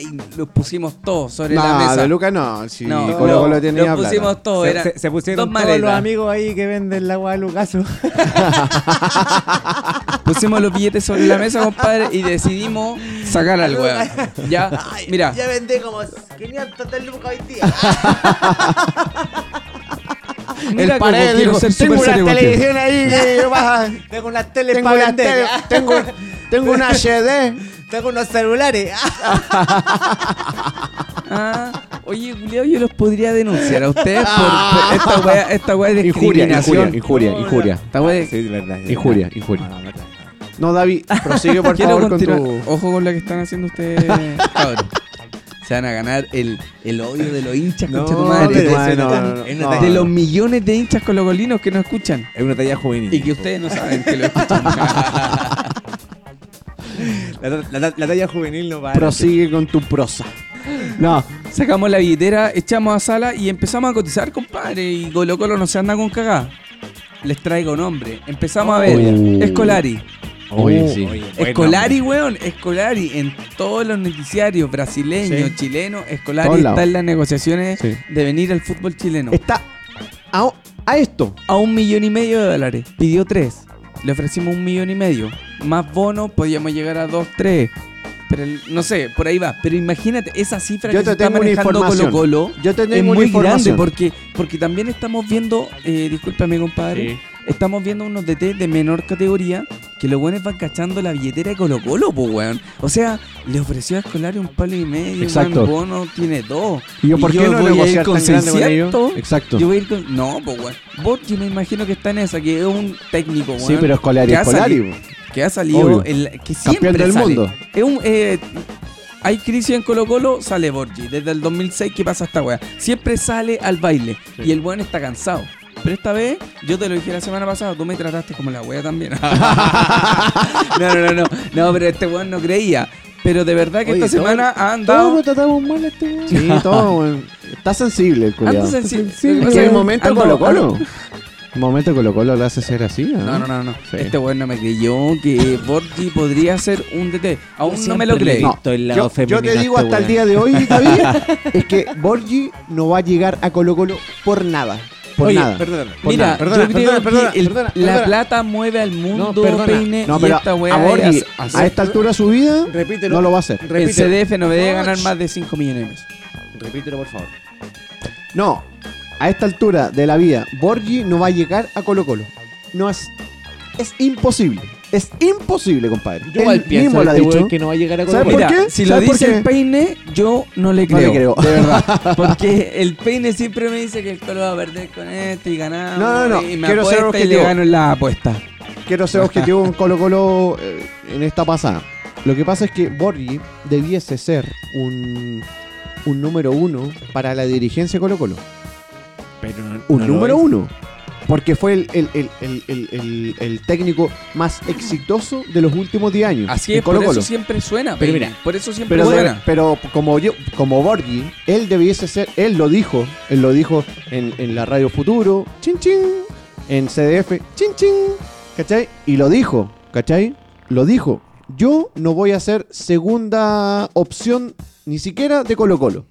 C: y los pusimos todos sobre la
E: No,
C: mesa.
E: de Luca no. Si
C: No,
E: Colo
C: no,
E: Colo tenía
C: los
E: plata.
C: pusimos todos.
B: Se,
C: eran
B: se- se pusieron
C: dos
B: todos los
C: maletas.
B: amigos ahí que venden el agua de Lucaso.
C: Pusimos los billetes sobre la mesa, compadre, y decidimos sacar al weón. Ya, mira,
B: vendí como 500 de Lucas hoy día.
C: mira cómo
E: pared
C: quiero
E: dijo,
C: ser
E: "Tengo
C: super
E: una
C: serio contigo".
E: televisión ahí que baja.
B: Tengo una tele
E: Tengo,
B: pa'
E: una
B: vender.
E: tele- tengo, tengo un HD.
B: Tengo unos celulares.
C: Ah, oye, Julio, yo los podría denunciar a ustedes por, por esta weá, esta weá de
E: Injuria,
C: discriminación.
E: injuria, injuria, injuria.
C: Esta weá de-
B: Sí, verdad. sí,
E: Injuria,
B: verdad.
E: injuria.
B: No, no, verdad, verdad.
E: No, David, prosigue por
C: Quiero
E: favor con
C: continuar.
E: tu.
C: Ojo con lo que están haciendo ustedes, cabrón. Se van a ganar el, el odio de los hinchas,
F: No,
C: concha tu madre.
F: pero
C: de-
F: eso
C: de-
F: no, no,
C: de-
F: no,
C: de
F: no.
C: los millones de hinchas colocolinos que no escuchan.
F: Es una talla juvenil.
C: Y que ustedes no saben que lo escuchan.
F: La, la- la- la talla juvenil no va
E: Prosigue con tu prosa. No,
C: Sacamos la billetera, echamos a sala y empezamos a cotizar, compadre. Y Colo Colo no se anda con cagá. Les traigo nombre. Empezamos a ver.
E: Oh.
C: Escolari.
F: Oh,
B: Oye, sí.
C: Escolari, weón. Escolari. En todos los noticiarios brasileños, chilenos, Escolari
E: Todos
C: está
E: lados.
C: en las negociaciones
E: Sí.
C: de venir al fútbol chileno.
E: está a, a esto.
C: A un millón y medio de dólares. Pidió tres. Le ofrecimos un millón y medio. Más bonos, podíamos llegar a dos, tres. Pero el- no sé, por ahí va. Pero imagínate, esa cifra
E: Yo
C: que
E: te
C: se está
E: tengo una
C: manejando Colo
E: información.
C: Colo.
E: Yo te tengo
C: es
E: una
C: muy grande
E: información.
C: porque, porque también estamos viendo, eh, discúlpame compadre, estamos viendo unos DT de menor categoría que los buenos van cachando la billetera de Colo Colo, po, weón. O sea, le ofreció a Escolari un palo y medio,
E: Exacto.
C: weón, bono tiene dos.
E: ¿Y yo por qué
C: voy
E: no
C: a ir
E: negociar
C: con
E: tan grande con ellos?
C: 600?
E: Exacto.
C: Yo voy a ir con... No, po, weón. Vos yo me imagino que está en esa, que es un técnico, weón.
E: Sí, pero Escolari,
C: que ha
E: Escolari.
C: salido- Que ha salido,
E: Obvio.
C: el, que siempre
E: Campeón del
C: sale.
E: mundo.
C: Es un... eh, hay crisis en Colo Colo, sale Borgi. Desde el 2006 que pasa esta weá. Siempre sale al baile. Y el weón está cansado. Pero esta vez, yo te lo dije la semana pasada, tú me trataste como la wea también. no, no, no, no. No, pero este weón no creía. Pero de verdad que
B: Oye,
C: esta
B: todo-
C: semana ha
B: Todos
C: andado...
B: lo tratamos mal a este weón.
E: Sí, todo, weón. Está sensible el culiado.
C: Ando sensible.
E: Es
C: O
E: que
C: sea,
E: el momento
C: ando-
E: Colo Colo. El momento Colo Colo lo hace ser así.
C: No, no, no, no.
E: ¿Mm? Sí.
C: Este weón no me creyó que Borgi podría ser un DT. Aún no me lo cree.
E: No,
B: Todo el lado
E: yo, yo
B: femenino
E: te
B: a
E: digo
B: este
E: hasta el
B: weón.
E: día de hoy, David, es que Borgi no va a llegar a Colo Colo por nada. Por
F: Oye,
E: nada.
F: perdóname.
E: Por
C: Mira,
E: nada.
F: perdona,
C: yo creo
F: perdona,
C: que
F: perdona,
C: el-
F: perdona,
C: la
F: perdona.
C: plata mueve al mundo,
F: No, perdona.
C: peine,
E: No,
C: y
E: pero
C: esta
E: a
C: weá
E: Borgi,
C: es-
E: a esta altura de su vida,
F: Repítelo.
E: no lo va a hacer.
C: el
F: Repítelo.
C: CDF no debe ganar más de 5 millones de pesos.
F: Repítelo, por favor.
E: No, a esta altura de la vida, Borgi no va a llegar a Colo Colo. No es. Es imposible. Es imposible, compadre.
B: Yo
E: Él
B: igual pienso
E: mismo lo ha
B: este weón
E: dicho.
B: que no va a llegar a
E: ¿Sabes
B: Colo-Colo.
E: por
C: Mira,
E: qué?
C: si lo
E: ¿Sabes por
C: dice el
E: qué?
C: peine, yo no le
E: No
C: creo.
E: le creo.
C: De verdad. Porque el peine siempre me dice que el colo va a perder con esto y ganar.
E: No, no, no,
C: Y me
E: quiero ser
C: apuesta y le
E: objetivo.
C: gano en la apuesta.
E: Quiero ser objetivo con Colo Colo eh, en esta pasada. Lo que pasa es que Borgi debiese ser un, un número uno para la dirigencia de Colo Colo.
F: Pero no-
E: Un
F: no lo
E: número
F: es.
E: uno. Porque fue el, el- el- el- el- el- el técnico más exitoso de los últimos 10 años.
C: Así
E: en
C: es, por eso siempre suena.
B: Pero
C: peine.
B: mira,
C: por eso siempre
E: Pero,
C: suena.
E: de- pero como yo, como Borgi, él debiese ser, él lo dijo, él lo dijo en, en la Radio Futuro, chin chin, en CDF, chin chin, ¿cachai? Y lo dijo, ¿cachai? Lo dijo. Yo no voy a ser segunda opción ni siquiera de Colo Colo.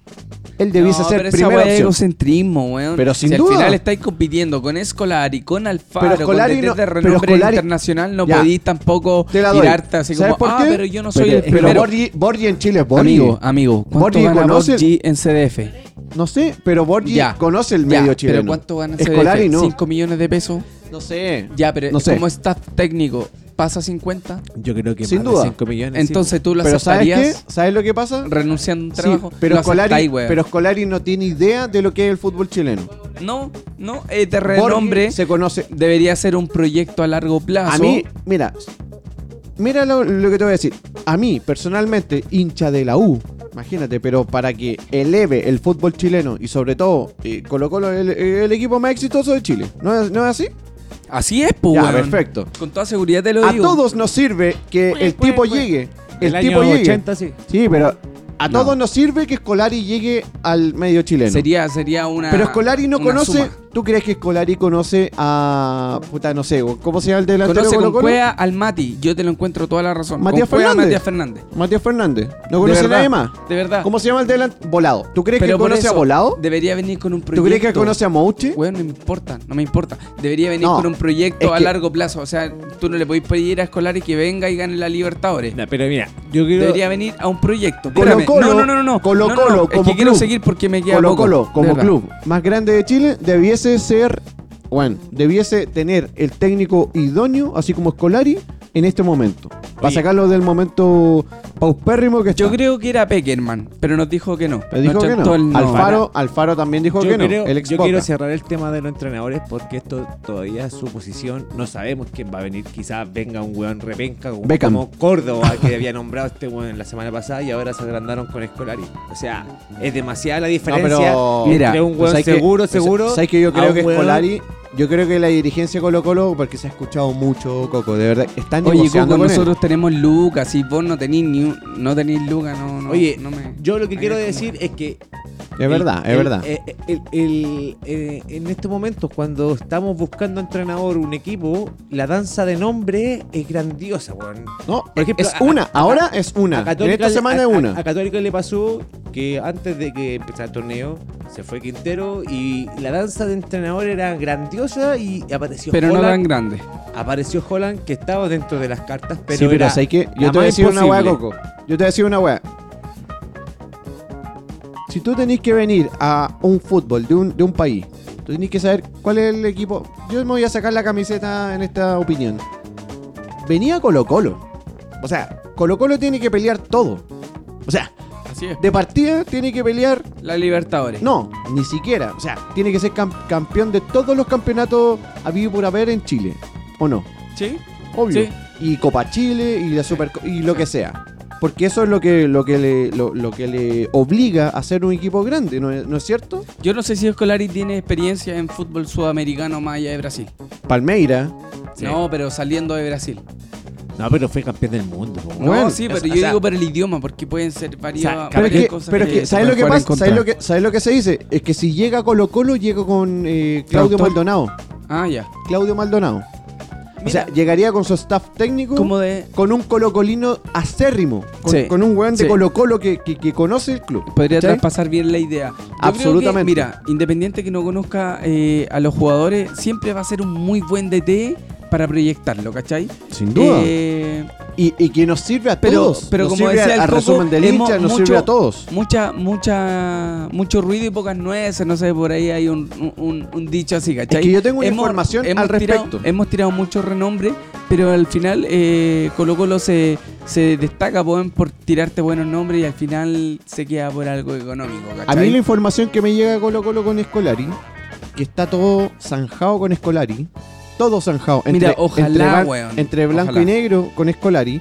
E: Él debiese
C: No,
E: ser
C: pero esa
E: primera
C: weá es
E: opción.
C: egocentrismo, weón.
E: Pero sin
C: si
E: duda.
C: al final estáis compitiendo con Escolari, con Alfaro,
E: Pero Scolari
C: con DT
E: no-
C: de
E: pero
C: renombre
E: Scolari-
C: internacional, no
E: Ya.
C: podís tampoco
E: Te la doy.
C: tirarte así
E: ¿Sabes
C: como,
E: por
C: ah,
E: qué?
C: pero yo no soy
E: pero,
C: el primero.
E: Pero Borgi, Borgi en Chile es Borgi.
C: amigo, amigo, ¿cuánto
E: Borgi
C: gana
E: conoce-
C: Borgi en CDF?
E: No sé, eh, pero Borgi
C: Ya.
E: conoce el
C: Ya,
E: medio chileno.
C: pero ¿cuánto gana en
E: Escolari
C: CDF?
E: no.
C: ¿5 millones de pesos?
E: No sé.
C: Ya, pero
E: No sé.
C: como staff técnico, ¿pasa 50?
F: Yo creo que
E: Sin
F: más de
E: duda.
F: cinco millones.
C: Entonces tú lo
E: Pero ¿sabes
C: aceptarías
E: qué? ¿Sabes lo que pasa?
C: renunciando a un
E: Sí,
C: trabajo.
E: pero,
C: Lo
E: Scolari,
C: aceptáis, weón.
E: pero Scolari no tiene idea de lo que es el fútbol chileno.
C: No, no, eh, de
E: Borghi
C: renombre
E: se conoce.
C: debería ser un proyecto a largo plazo.
E: A mí, mira, mira lo, lo que te voy a decir. A mí, personalmente, hincha de la U, imagínate, pero para que eleve el fútbol chileno y sobre todo eh, Colo Colo es el, el equipo más exitoso de Chile. ¿No es, no es así?
C: Así es, pues,
E: Ya,
C: weón.
E: perfecto.
C: Con toda seguridad te lo
E: A
C: digo.
E: todos nos sirve que el tipo llegue. El, tipo
B: año
E: llegue.
B: 80, sí.
E: Sí, pero a todos nos sirve que Scolari llegue al medio chileno.
C: Sería, sería una.
E: Pero Scolari no
C: una
E: conoce.
C: suma.
E: ¿Tú crees que Scolari conoce a. Puta, no sé, ¿cómo se llama el delantero
C: Conoce
E: de
C: con
E: Colo-Colo?
C: Cuea al Mati. Yo te lo encuentro toda la razón.
E: Matías
C: con Cuea,
E: Fernández.
C: Matías Fernández.
E: Matías Fernández. ¿No
C: De
E: conoce a
C: verdad,
E: nadie más?
C: De verdad.
E: ¿Cómo se llama el delantero? Volado. ¿Tú crees
C: Pero
E: que
C: por
E: conoce a
C: eso,
E: Volado?
C: Debería venir con un
E: ¿Tú
C: proyecto.
E: crees que conoce a Mouche?
C: Weón, no me importa, no me importa. Debería venir
E: No,
C: con un proyecto
E: es
C: a
E: que-
C: largo plazo. O sea, tú no le podés pedir a Scolari que venga y gane la Libertadores.
F: No, pero mira, yo creo.
C: Debería venir a un proyecto.
E: Colo
C: Espérame.
E: Colo-
C: no, no, no, no, no.
E: Colo
C: No, no,
E: Colo
C: no. Es
E: como
C: que quiero
E: club.
C: seguir porque me queda
E: Colo
C: poco,
E: Colo,
C: de
E: como
C: verdad.
E: club más grande de Chile, debiese ser. Bueno, debiese tener el técnico idóneo, así como Scolari, en este momento. Para sacarlo del momento paupérrimo que está.
C: Yo creo que era Peckerman, pero nos dijo que no.
E: Pero dijo
C: Nos
E: que
C: chantó
E: no.
C: el no.
E: Alfaro, Alfaro también dijo
B: Yo,
E: que no.
B: creo-
E: El
B: yo
E: ex
B: quiero
E: Boca.
B: cerrar el tema de los entrenadores porque esto todavía es suposición. No sabemos quién va a venir. Quizás venga un weón repenca como,
E: Beckham.
B: como Córdoba que había nombrado este weón la semana pasada y ahora se agrandaron con Escolari. O sea, es demasiada la diferencia
E: pero-
B: entre
E: Mira,
B: un
E: pues
B: weón
E: hay que-
B: seguro,
E: pues,
B: seguro.
E: ¿Sabes que yo
B: a
E: creo
B: un
E: que
B: weón-
E: Escolari, yo creo que la dirigencia Colo Colo, porque se ha escuchado mucho, Coco, de verdad, están
C: Oye,
E: negociando
C: Coco,
E: con él.
C: nosotros tenemos lucas y vos no tenés ni un- no tenés lucas, no, no.
B: Oye,
C: no me-
B: yo lo que
C: no
B: quiero
C: me-
B: decir es que
E: Es verdad, es
B: El-
E: verdad.
B: eh, el- el- eh, en estos momentos, cuando estamos buscando entrenador, un equipo, la danza de nombre es grandiosa, weón.
E: no,
B: por ejemplo,
E: es
B: a-
E: una,
B: a-
E: ahora es una.
B: A
E: En
B: Católica,
E: esta
B: le-
E: semana
B: a-
E: es
B: a-
E: una.
B: a Católica le pasó que antes de que empezara el torneo, se fue Quintero y la danza de entrenador era grandiosa y apareció
C: Pero no tan
B: Holland.
C: grande.
B: apareció Holland que estaba dentro de las cartas, pero,
E: sí, pero
B: era
E: ¿sabes qué?
B: la
E: Yo te voy a
B: más
E: decir una weá,
B: imposible.
E: Coco. Yo te voy a decir una weá. Si tú tenés que venir a un fútbol de un, de un país, tú tenés que saber cuál es el equipo. Yo me voy a sacar la camiseta en esta opinión. Venía Colo Colo. O sea, Colo Colo tiene que pelear todo. O sea,
C: Así es.
E: de partida tiene que pelear
C: La Libertadores.
E: no, ni siquiera. O sea, tiene que ser cam- campeón de todos los campeonatos habido por haber en Chile. ¿O no?
C: ¿Sí?
E: Obvio.
C: Sí.
E: Y Copa Chile y la Super y lo que sea. Porque eso es lo que, lo que, le, lo, lo que le obliga a ser un equipo grande, ¿no es, no es cierto?
C: Yo no sé si Escolari tiene experiencia en fútbol sudamericano más allá de Brasil.
E: Palmeira.
B: Sí.
C: No, pero saliendo de Brasil.
B: No, pero fue campeón del mundo. po, weón.
C: No,
E: Bueno,
C: sí,
B: o
C: pero
B: sea-
C: yo digo por el idioma, porque pueden ser varias,
B: O sea,
E: Pero es
C: varias
E: que,
C: cosas.
E: pero es que,
C: se
E: ¿sabes lo
C: pueden
E: que
C: jugar en
E: pasa? ¿Sabes lo
C: contra.
E: que, ¿Sabes lo que se dice? Es que si llega Colo Colo, llega con eh, Claudio
C: Traductor.
E: Maldonado.
C: Ah, ya.
E: Claudio Maldonado. o sea, llegaría con su staff técnico.
C: Como de.
E: con un colocolino acérrimo, con,
C: Sí,
E: con un weón de
C: sí.
E: Colo-Colo que, que- que conoce el club.
C: Podría
E: ¿cachai?
C: traspasar bien la idea. Yo creo que,
E: Absolutamente.
C: mira, independiente que no conozca eh, a los jugadores, siempre va a ser un muy buen DT para proyectarlo, ¿cachai?
E: Sin duda.
C: Eh,
E: y, y que nos sirve a
C: pero-
E: todos.
C: pero
E: nos
C: como
E: sirve
C: decía
E: a-
C: el
E: a
C: Coco,
E: resumen del
C: hemos
E: hincha, nos
C: mucho-
E: sirve a todos.
C: mucha, mucha, mucho ruido y pocas nueces, no sé, por ahí hay un, un- un dicho así, ¿cachai?
E: Es que yo tengo una información al
C: tirado-
E: respecto.
C: hemos tirado mucho renombre, pero al final eh, Colo Colo se, se destaca weón, por tirarte buenos nombres y al final se queda por algo económico,
E: A
C: ¿cachai?
E: mí la información que me llega de Colo-Colo con Escolari, que está todo zanjado con Escolari, todo zanjado. Entre,
C: Mira, ojalá,
E: entre, blan-
C: weón,
E: entre blanco
C: ojalá.
E: y negro con Escolari,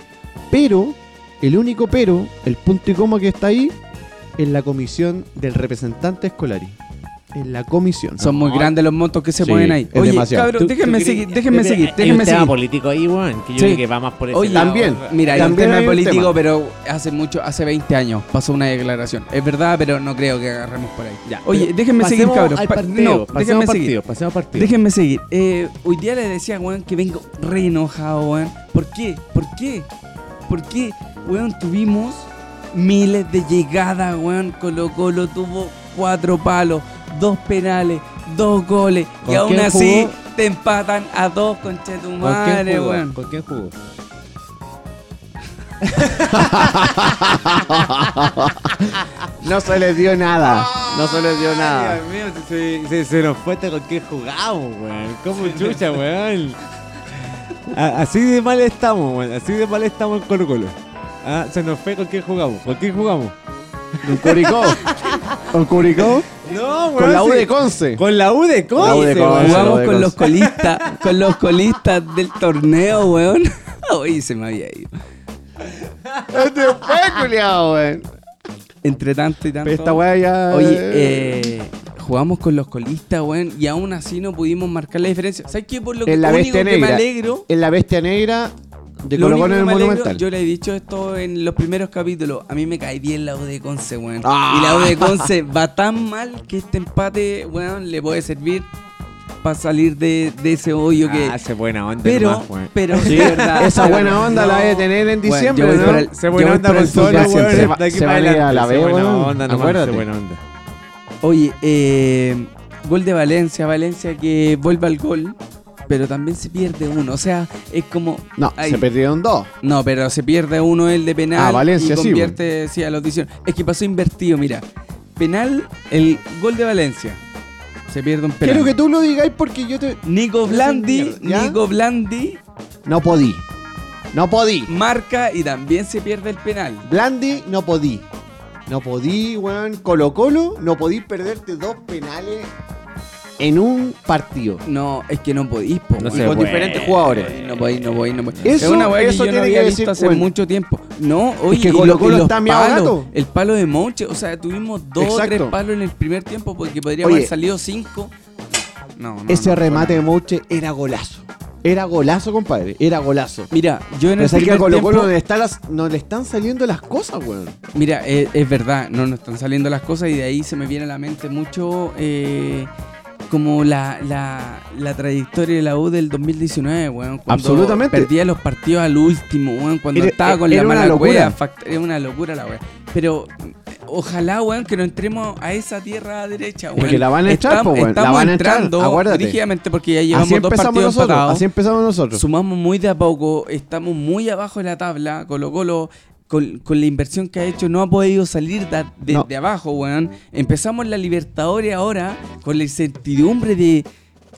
E: pero el único pero, el punto y coma que está ahí, es la comisión del representante Escolari. En la comisión.
C: Son muy grandes los montos que se
E: Sí,
C: ponen ahí.
E: es
C: Oye,
E: demasiado.
C: cabrón,
B: Tú-
C: déjenme
B: tú
C: seguir,
B: crees-
C: déjenme
B: Mira,
C: seguir,
B: Hay un
C: déjenme
B: tema
C: seguir.
B: político ahí, weón, que yo
C: Sí.
B: creo que va más por ese
C: Oye,
B: lado.
E: también.
C: Mira, hay un
E: También
C: tema
E: hay un
C: político,
E: tema.
C: pero hace mucho, hace 20 años pasó una declaración. Es verdad, pero no creo que agarremos por ahí.
B: Ya,
C: Oye,
B: pero
C: déjenme seguir,
B: pasemos
C: cabrón.
B: al
C: Pa-
B: partido,
C: no,
B: pasemos
C: déjenme
B: partido,
C: seguir.
B: pasemos partido.
C: Déjenme seguir. Eh, hoy día le decía, weón, que vengo re enojado, weón. ¿Por qué? ¿Por qué? ¿Por qué, weón, tuvimos miles de llegadas, weón? Colo Colo tuvo cuatro palos, dos penales, dos goles. Y
B: ¿Con
C: aún
B: quién
C: así
B: jugó?
C: te empatan a dos, conche tu
B: ¿Con quién
C: madre,
B: jugó?
C: weón.
B: ¿Con quién jugó?
E: No se les dio nada. No se les dio nada.
B: Dios mío, se, se- se nos fue hasta con qué jugamos, weón. Como chucha, weón. A- Así de mal estamos, weón. Así de mal estamos en Colo Colo. Ah, se nos fue con quién jugamos. ¿Con quién jugamos?
E: Con Curicó. Con Curicó.
B: No, weón.
E: Con la U
B: sí.
E: de Conce.
B: Con la U de
E: la U de
B: Conce,
E: Conce.
B: weón.
C: Jugamos con
E: de cosas.
C: los colistas, con los colistas del torneo, weón. Hoy se me había ido.
E: Este fue culiao, weón.
C: Entre tanto y tanto.
E: Esta weá ya.
C: Oye, eh, jugamos con los colistas, weón, y aún así no pudimos marcar la diferencia. ¿Sabes qué? Por lo que,
E: En la
C: único
E: bestia
C: que me
E: negra.
C: alegro.
E: En la bestia negra de
C: lo
E: Colo
C: único
E: Colo en
C: que
E: el
C: me alegro,
E: Monumental.
C: yo le he dicho esto en los primeros capítulos. A mí me cae bien la U de Conce, weón.
E: Ah.
C: Y la U de Conce va tan mal que este empate, weón, le puede servir para salir de, de ese hoyo que,
B: Ah, hace buena onda
C: Pero,
B: nomás, weón.
C: pero, de verdad,
E: Esa
C: pero
E: buena onda la
C: no.
E: debe tener en
C: Bueno,
E: diciembre,
C: yo voy
E: ¿no?
C: por el-
B: Se
C: yo
B: buena
C: voy
B: onda
C: por el
B: con
C: fútbol
B: solo,
E: siempre.
B: weón.
E: Se va-
B: de aquí
E: se
B: para
E: van a ir a la
B: adelante. Se
E: B,
B: buena
E: weón.
B: onda nomás,
E: Acuérdate.
B: se buena onda.
C: Oye, eh, gol de Valencia, Valencia que vuelve al gol, pero también se pierde uno. O sea, es como.
E: No,
C: ay,
E: se perdieron dos.
C: No, pero se pierde uno el de penal.
E: Ah, Valencia,
C: y
E: sí,
C: convierte, sí, a los 18. Es que pasó invertido, mira. Penal, el gol de Valencia. Se pierde un penal.
E: Quiero que tú lo digáis porque yo te.
C: Nico Blandi,
E: ¿Ya?
C: Nico Blandi
E: No podí. No podí.
C: marca y también se pierde el penal.
E: Blandi, no podí. No podí, weón. Colo Colo, no podí perderte dos penales en un partido.
C: No, es que no podís, po,
B: No
C: weón.
B: se
E: y con
B: puede.
E: diferentes jugadores.
C: No podís, no podís, no podís.
E: Eso-
C: es una weá que yo
E: eso
C: no
E: tiene
C: había
E: que
C: visto
E: decir
C: hace
E: Cuen.
C: mucho tiempo. No, oye,
E: que
C: y
E: Colo
C: lo- y
E: Colo
C: los
E: está meado
C: palos,
E: gato.
C: El palo de Monche, o sea, tuvimos dos
E: Exacto.
C: tres palos en el primer tiempo porque podría
E: Oye.
C: haber salido cinco. No, no,
E: Ese
C: no,
E: remate
C: bueno.
E: de Mouche era golazo. Era golazo, compadre. Era golazo.
C: Mira, yo en
E: Pero
C: el
E: sabes que
C: primer
E: a Colo
C: tiempo-
E: Colo no le, está las- no le están saliendo las cosas, weón.
C: Mira, eh, es, verdad, no nos están saliendo las cosas y de ahí se me viene a la mente mucho eh, como la, la, la trayectoria de la U del 2019, weón. cuando
E: Absolutamente.
C: Perdía los partidos al último, weón, cuando
E: Era-
C: estaba con
E: era
C: la
E: una
C: mala
E: locura.
C: wea, fact- Era una locura la wea. Pero eh, ojalá, weón, que no entremos a esa tierra derecha, weón.
E: que la van a echar,
C: Estam-
E: po, weón, la
C: Estamos
E: van a echar,
C: entrando
E: acuérdate.
C: rígidamente porque ya llevamos
E: Así
C: dos
E: empezamos
C: partidos
E: nosotros.
C: empatados.
E: Así empezamos nosotros.
C: Sumamos muy de a poco, estamos muy abajo de la tabla. Colo Colo, con, con la inversión que ha hecho, no ha podido salir de, de-
E: No.
C: de abajo, weón. Empezamos la Libertadores ahora con la incertidumbre de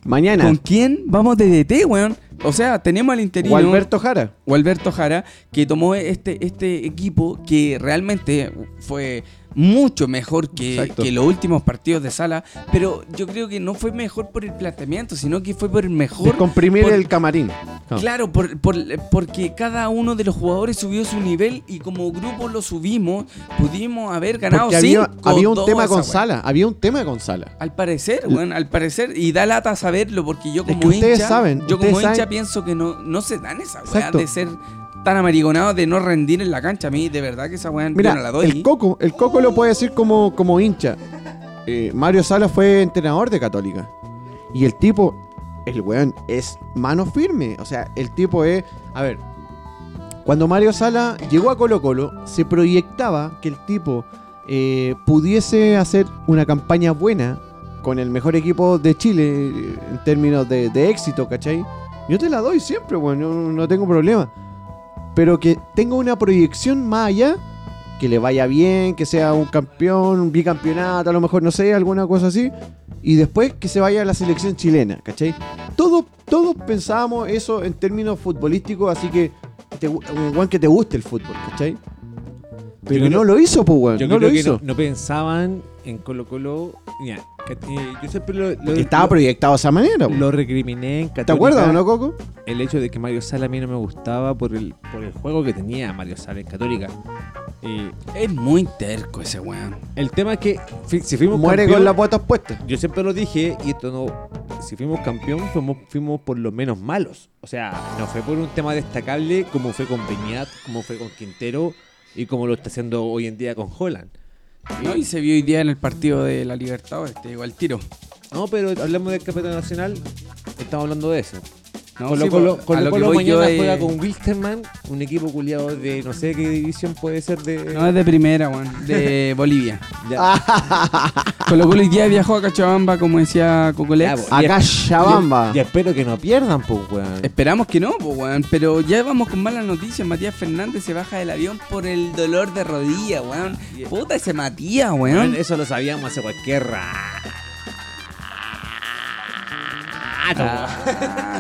E: Mañana,
C: con quién vamos de DT, weón. O sea, tenemos al interino.
E: Gualberto Jara.
C: Gualberto Jara, que tomó este, este equipo que realmente fue mucho mejor que,
E: Exacto.
C: que los últimos partidos de sala, pero yo creo que no fue mejor por el planteamiento, sino que fue por el mejor...
E: De comprimir
C: por-
E: el camarín. No.
C: Claro, por- por- porque cada uno de los jugadores subió su nivel y como grupo lo subimos, pudimos haber ganado
E: Porque había,
C: cinco,
E: había un
C: dos,
E: tema
C: esa
E: con
C: wea.
E: Sala. Había un tema con Sala.
C: Al parecer, weón, al parecer, y da lata saberlo, porque yo
E: Es
C: como
E: que ustedes
C: hincha,
E: saben,
C: yo como
E: ustedes
C: hincha
E: saben-
C: pienso que no, no se dan esa weá
E: Exacto.
C: de ser tan amarigonado, de no rendir en la cancha. A mí, de verdad que esa weá yo no la
E: Mira,
C: doy.
E: el Coco, el Coco lo puede decir como, como hincha. Eh, Mario Sala fue entrenador de Católica. Y el tipo, el weón, es mano firme. O sea, el tipo es. A ver. Cuando Mario Sala llegó a Colo Colo, se proyectaba que el tipo eh, pudiese hacer una campaña buena con el mejor equipo de Chile eh, en términos de, de éxito, ¿cachai? Yo te la doy siempre, weón, no- no tengo problema. Pero que tenga una proyección más allá que le vaya bien, que sea un campeón, un bicampeonato, a lo mejor, no sé, alguna cosa así. Y después que se vaya a la selección chilena, ¿cachai? Todos, todos pensábamos eso en términos futbolísticos, así que te, gu- un weón que te guste el fútbol, ¿cachai? Pero
B: creo-
E: no lo hizo, pues, weón.
B: Yo
E: No
B: creo
E: lo
B: que
E: hizo.
B: no, no pensaban en Colo Colo. Mira, que- eh, yo siempre lo, lo,
E: Porque estaba proyectado de esa manera,
B: lo-
E: weón.
B: lo recriminé en
E: ¿Te
B: Católica,
E: acuerdas o no, Coco?
B: El hecho de que Mario Sala a mí no me gustaba por el, por el juego que tenía Mario Sala en Católica. Y
C: Es muy terco ese weón.
B: el tema es que fi- si fuimos
E: Muere
B: campeón,
E: con las botas puestas.
B: Yo siempre lo dije, y esto no. Si fuimos campeón, fuimos, fuimos por lo menos malos. O sea, no fue por un tema destacable como fue con Peñat, como fue con Quintero y como lo está haciendo hoy en día con Holland.
C: ¿no? Y se vio hoy día en el partido de la Libertadores, te digo, al tiro.
B: No, pero hablamos del campeonato nacional, estamos hablando de eso.
C: No,
B: Colo
C: sí,
B: Colo,
C: po, a
B: Colo,
C: lo que
B: Colo
C: voy
B: mañana
C: yo,
B: juega
C: eh,
B: con Wilstermann, un equipo culiado de no sé qué división puede ser de.
C: No, es de primera, weón, de Bolivia.
B: Ya,
E: Ah,
C: Colo Colo hoy día viajó a Cochabamba, como decía Ah,
B: Ya, pues.
C: Cocolex.
B: po.
E: Acá, Chabamba.
B: y espero que no pierdan, pues, weón.
C: Esperamos que no, po, weón, pero ya vamos con malas noticias. Matías Fernández se baja del avión por el dolor de rodilla, weón. Puta ese Matías,
B: Weón,
C: weón.
B: Eso lo sabíamos hace cualquier rato.
C: Ah,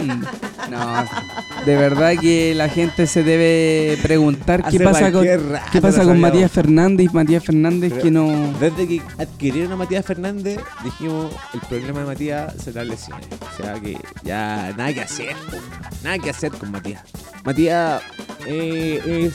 C: no, de verdad que la gente se debe preguntar qué
B: Hace
C: pasa con,
B: cualquier rato
C: qué
B: lo
C: pasa con
B: sabíamos.
C: Matías Fernández. Matías Fernández
B: Pero-
C: que no...
B: Desde que adquirieron a Matías Fernández, dijimos, el problema de Matías será lesiones. O sea que ya nada que hacer, po. nada que hacer con Matías. Matías eh, es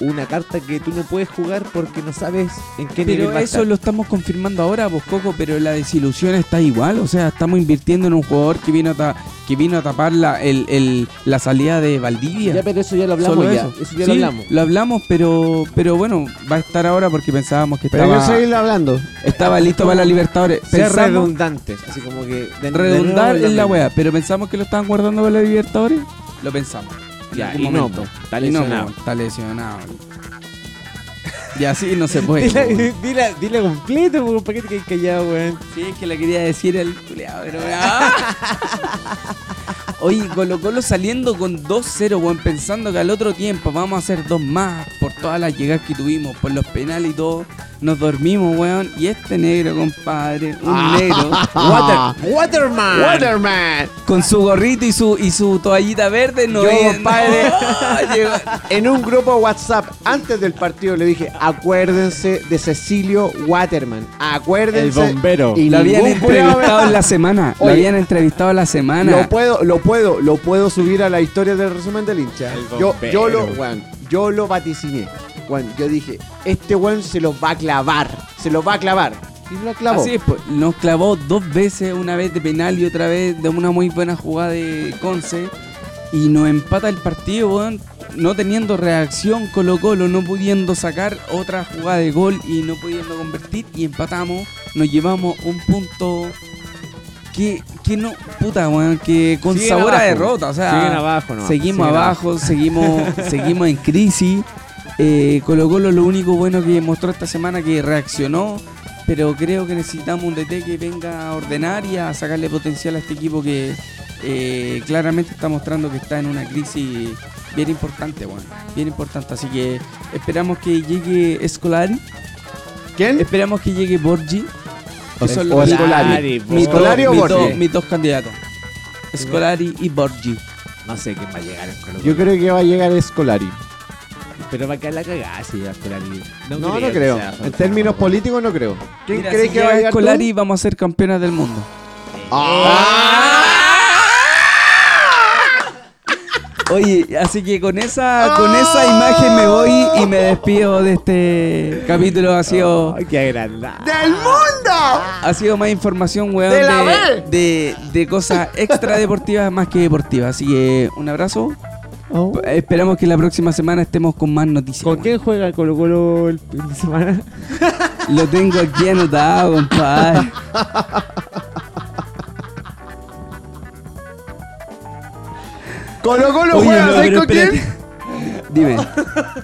B: una carta que tú no puedes jugar porque no sabes en qué nivel
C: Pero
B: va a
C: eso
B: estar.
C: lo estamos confirmando ahora, pues Coco, pero la desilusión está igual, o sea, estamos invirtiendo en un jugador que vino a, ta- que vino a tapar la, el- el- la salida de Valdivia.
B: Ya, pero eso ya lo hablamos
C: Solo
B: ya.
C: eso.
B: Eso, ya
C: Sí,
B: lo hablamos.
C: Lo hablamos, pero, pero bueno, va a estar ahora porque pensábamos que
E: Pero hay que
C: estaba,
E: seguir hablando.
C: estaba listo para la Libertadores.
B: Ser
C: Pensamos
B: redundantes, así como que... de- de
C: redundar
B: nuevo
C: en la
B: mismo.
C: wea, pero pensamos que lo estaban guardando para la Libertadores. Lo pensamos. en
B: Ya,
C: algún
B: y no,
C: momento.
B: po. está
C: Y no,
B: lesionado.
C: po, está lesionado. Y así no se puede. po.
B: Dila, dila, dila completo, pues, po, ¿para qué te quedas callado, weón?
C: Sí, es que le quería decir el culeado, pero. ¡Ah! Oye, Colo Colo saliendo con 2-0, weón, pensando que al otro tiempo vamos a hacer dos más por todas las llegadas que tuvimos, por los penales y todo. Nos dormimos, weón. Y este negro, compadre, un
E: Ah.
C: negro,
B: Water, Waterman.
E: Waterman.
C: con su gorrito y su, y su toallita verde, no
E: Yo,
C: vi-
E: compadre.
C: no, llegó-
E: En un grupo WhatsApp antes del partido le dije, acuérdense de Cecilio Waterman. Acuérdense.
B: El bombero.
E: Y
C: Lo habían
E: ningún culiao me-
C: entrevistado en la semana. Lo
E: Oye.
C: habían entrevistado en la semana.
E: Lo puedo, lo puedo, lo puedo subir a la historia del resumen del hincha. Yo, yo lo, weón, yo lo vaticiné. Weón, yo dije, este weón se los va a clavar. Se los va a clavar. Y lo clavó.
C: Así es, pues, nos clavó dos veces, una vez de penal y otra vez de una muy buena jugada de Conce. Y nos empata el partido, weón, no teniendo reacción Colo Colo, no pudiendo sacar otra jugada de gol y no pudiendo convertir. Y empatamos, nos llevamos un punto que, que no, puta, weón, que con
B: Siguen
C: sabor a
B: abajo.
C: derrota. O sea,
B: Siguen abajo, nomás.
C: seguimos
B: Siguen
C: abajo, seguimos, seguimos en crisis. Eh, Colo Colo lo único bueno que mostró esta semana que reaccionó, pero creo que necesitamos un DT que venga a ordenar y a sacarle potencial a este equipo que eh, claramente está mostrando que está en una crisis bien importante, bueno, bien importante. Así que esperamos que llegue Escolari,
E: ¿Quién?
C: esperamos que llegue Borgi. que son
E: o
C: los-
E: Escolari.
C: mis dos-
E: ¿Escolari o
C: mis dos-
E: Borgi?
C: Mis dos candidatos. Escolari y Borgi.
B: No sé quién va a llegar en Colo
E: Yo creo que va a llegar Escolari.
B: Pero va a quedar la cagada si llega Escolari.
E: No, no creo. En términos políticos no creo. ¿Quién
C: Mira,
E: cree
C: si
E: que va a
C: llega
E: llegar tú? ¡Ah!
C: Scolari, vamos a ser campeonas del mundo. Oye, así que con esa,
E: ¡Ah!
C: con esa imagen me voy y me despido de este capítulo. Ha sido,
B: Ay, qué agrandado.
E: ¡Del mundo!
C: ha sido más información, weón, de, de- de cosas extradeportivas más que deportivas. Así que un abrazo. Oh. Esperamos que la próxima semana estemos con más noticias.
B: ¿Con
C: weón.
B: quién juega Colo Colo el fin de semana?
C: Lo tengo aquí anotado, compadre.
E: Colo Colo
C: Oye,
E: juega,
C: no,
E: ¿sabes
C: pero
E: con quién?
C: espérate. Dime,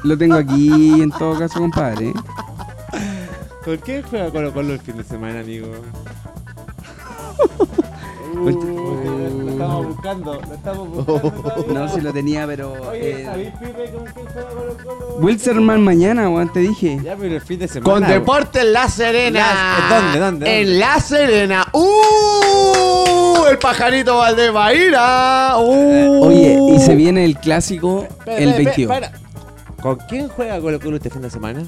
C: lo tengo aquí en todo caso, compadre.
B: ¿Con quién juega Colo Colo el fin de semana, amigo? Pues,
F: Lo
B: uh,
F: estamos buscando, lo estamos buscando.
C: No, si lo tenía, pero. eh,
F: Pipe con quién juega Colo Colo?
C: Wilstermann mañana, weón, te dije.
B: Ya, pero el fin de semana.
E: Con Deportes La Serena.
B: Las- ¿dónde, dónde,
E: En La Serena. ¡Uh! El pajarito Valdebaira. ¡Uh!
C: Oye, y se viene el clásico el 22.
B: ¿Con quién juega Colo Colo este fin de semana?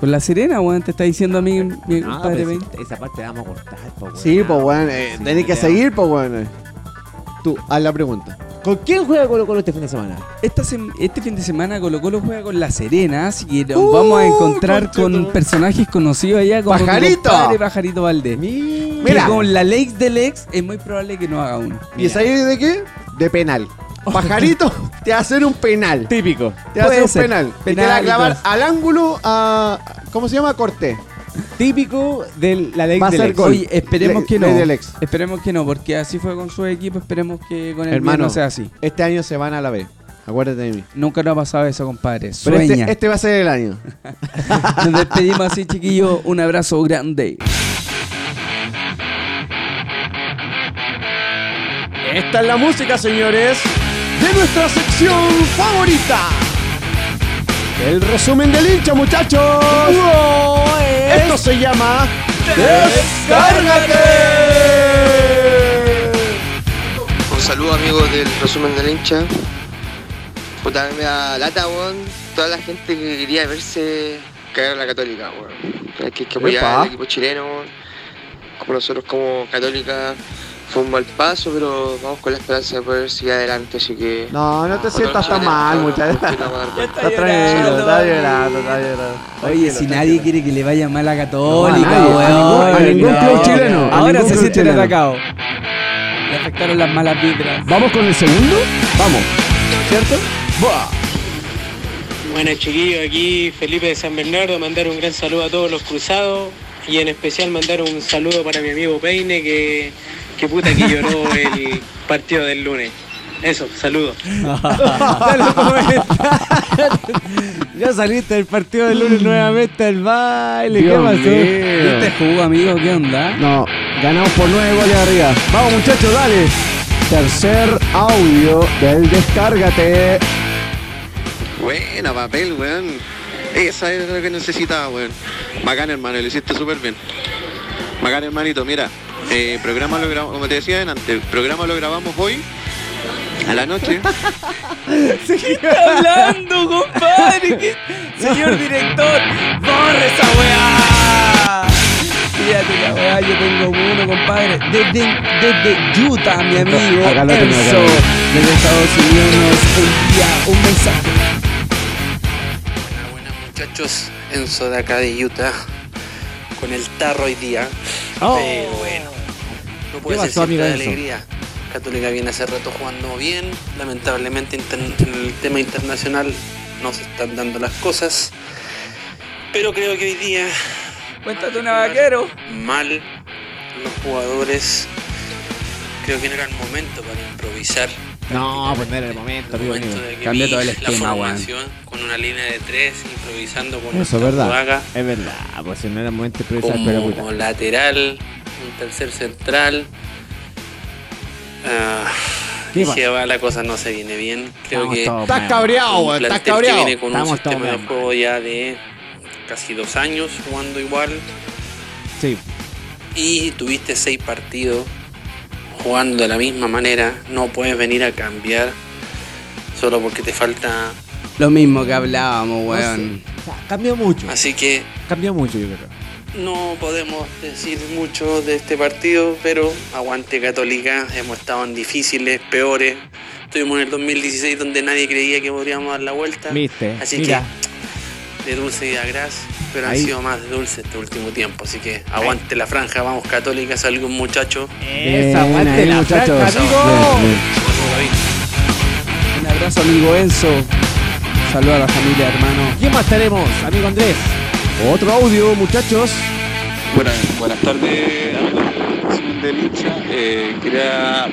C: Con la Serena, weón, te está diciendo a
E: Ah,
C: mí, mi
B: No,
C: compadre.
B: pero
C: ven.
B: si pues, esa parte la vamos a cortar, po, weón.
E: Sí, pues,
B: Ah,
E: weón. eh,
B: sí,
E: tenés que
B: ya.
E: seguir, pues, weón. Tú, haz la pregunta.
B: ¿Con quién juega Colo Colo este fin de semana?
C: Esta sem- este fin de semana Colo Colo juega con la Serena, así que nos
E: Uh,
C: vamos a encontrar con personajes conocidos allá como tu
E: ¡Pajarito!
C: compadre Pajarito Valdés. Que
E: Mira.
C: con la Lex del Ex es muy probable que no haga uno.
E: ¿Y sabes de qué? De penal. Pajarito te va a hacer un penal.
B: Típico.
E: Te va a
C: Puede
E: hacer un
C: ser.
E: penal. Y te
C: Penal
E: va a
C: y
E: clavar
C: todo.
E: al ángulo a. ¿Cómo se llama? Cortés.
B: Típico de la ley
E: Va a
B: del
E: ser
B: ex.
E: gol.
C: Oye, esperemos
E: Le-
C: que no.
E: ley del ex.
C: Esperemos que no, porque así fue con su equipo, esperemos que con el mío
E: Hermano.
C: no sea así.
E: Este año se van a la B. Acuérdate de mí.
C: Nunca nos ha pasado eso, compadre.
E: Pero
C: Sueña.
E: este, este va a ser el año.
C: Nos despedimos así, chiquillos. Un abrazo grande.
E: Esta es la música, señores, de nuestra sección favorita. El resumen del hincha, muchachos. Esto se llama Descárgate.
I: Un saludo amigos del resumen del hincha. Puta, a mí me da lata, weón. Toda la gente que quería verse caer en la católica, weón. Hay que, hay que apoyar
E: Epa.
I: al equipo chileno, weón. Como nosotros como católica fue un mal paso, pero vamos con la esperanza de poder seguir adelante, así que...
E: No, no te
I: Otro
E: sientas tan
I: chileno,
E: mal,
I: weón,
E: muchachos.
I: respira, weón.
E: Está tranquilo, está llorando, está llorando.
C: Oye, si nadie quiere que le vaya mal a Católica,
E: No, a
C: weón.
E: nadie, a ningún- a ningún
C: no.
E: club chileno, a
C: Ahora
E: ningún
C: se
E: club
C: sienten
E: chileno.
C: atacados. Le afectaron las malas vibras.
E: ¿Vamos con el segundo? Vamos. ¿Cierto?
J: Bueno chiquillos, aquí Felipe de San Bernardo, mandar un gran saludo a todos los cruzados y en especial mandar un saludo para mi amigo Peine que, que puta que lloró el partido del lunes. Eso, saludos.
B: Ya saliste del partido del lunes nuevamente al baile.
E: Dios
B: ¿Qué pasó?
E: mío.
C: ¿Viste jugó, amigo? ¿Qué onda?
E: No, ganamos por nueve goles arriba. Vamos muchachos, dale. Tercer audio del Descárgate.
I: Buena papel, weón. Esa era lo que necesitaba, weón. Bacán, hermano, lo hiciste súper bien. Bacán, hermanito, mira. eh, programa lo grabamos, como te decía antes, programa lo grabamos hoy, a la noche.
C: está hablando, compadre? ¿Qué- Señor director, borre esa weá. Fíjate la weá, yo tengo uno, compadre. Desde, desde Utah, mi amigo.
A: acá lo tengo, acá
C: Enzo,
A: lo tengo.
C: desde Estados Unidos nos envía un mensaje.
J: Buenas, buenas muchachos, Enzo de acá de Utah, con el tarro hoy día. Pero bueno, no puede
B: ¿Qué
J: ser
B: pasó,
J: siempre
B: amigo
J: de
B: Enzo?
J: alegría. Católica viene hace rato jugando bien, lamentablemente inter- en el tema internacional no se están dando las cosas, pero creo que hoy día
C: Cuéntate una vaquero.
J: mal los jugadores. Creo que no era el momento para improvisar.
B: No, pues no era el momento, amigo mío.
J: de que
C: Cambió
J: vi
C: todo el
J: la
C: esquema, weón.
J: formación Con una línea de tres, improvisando con
B: Eso es
J: Oscar
B: verdad.
J: Zuaga
B: Es verdad, pues si no era el momento de improvisar, pero
J: como
B: puta.
J: lateral, un tercer central. Ah,
B: ¿Qué
J: y
B: pasa?
J: si va la cosa no se viene bien. Creo
B: Estamos
J: que
B: todos
E: Estás
B: mal.
E: cabreado,
J: un
E: weón. Estás
J: plantel que
E: cabreado.
J: viene con un
B: Estamos
J: sistema
B: todos
J: de
B: mal.
J: juego ya de casi dos años jugando igual
B: Sí,
J: y tuviste seis partidos jugando de la misma manera. No puedes venir a cambiar solo porque te falta.
C: Lo mismo que hablábamos, weón.
B: cambió mucho.
J: Así que
B: Cambió mucho, yo creo.
J: No podemos decir mucho de este partido, pero aguante Católica, hemos estado en difíciles, peores. Estuvimos en el 2016 donde nadie creía que podríamos dar la vuelta.
B: Viste,
J: Así
B: mira.
J: que de dulce y a gras, pero
B: Ahí.
J: han sido más de dulce este último tiempo. Así que aguante la franja, vamos Católica, salga un muchacho.
B: Esa
A: Bien,
B: aguante
A: ahí,
B: la
A: muchachos.
B: franja,
A: Bien, bien.
J: Saludos, David.
C: Ah, Un abrazo, amigo Enzo. Saludos a la familia, hermano.
B: ¿Quién más tenemos, amigo Andrés?
A: Otro audio, muchachos.
K: Buenas, buenas tardes, amigos del resumen del hincha. Eh, quería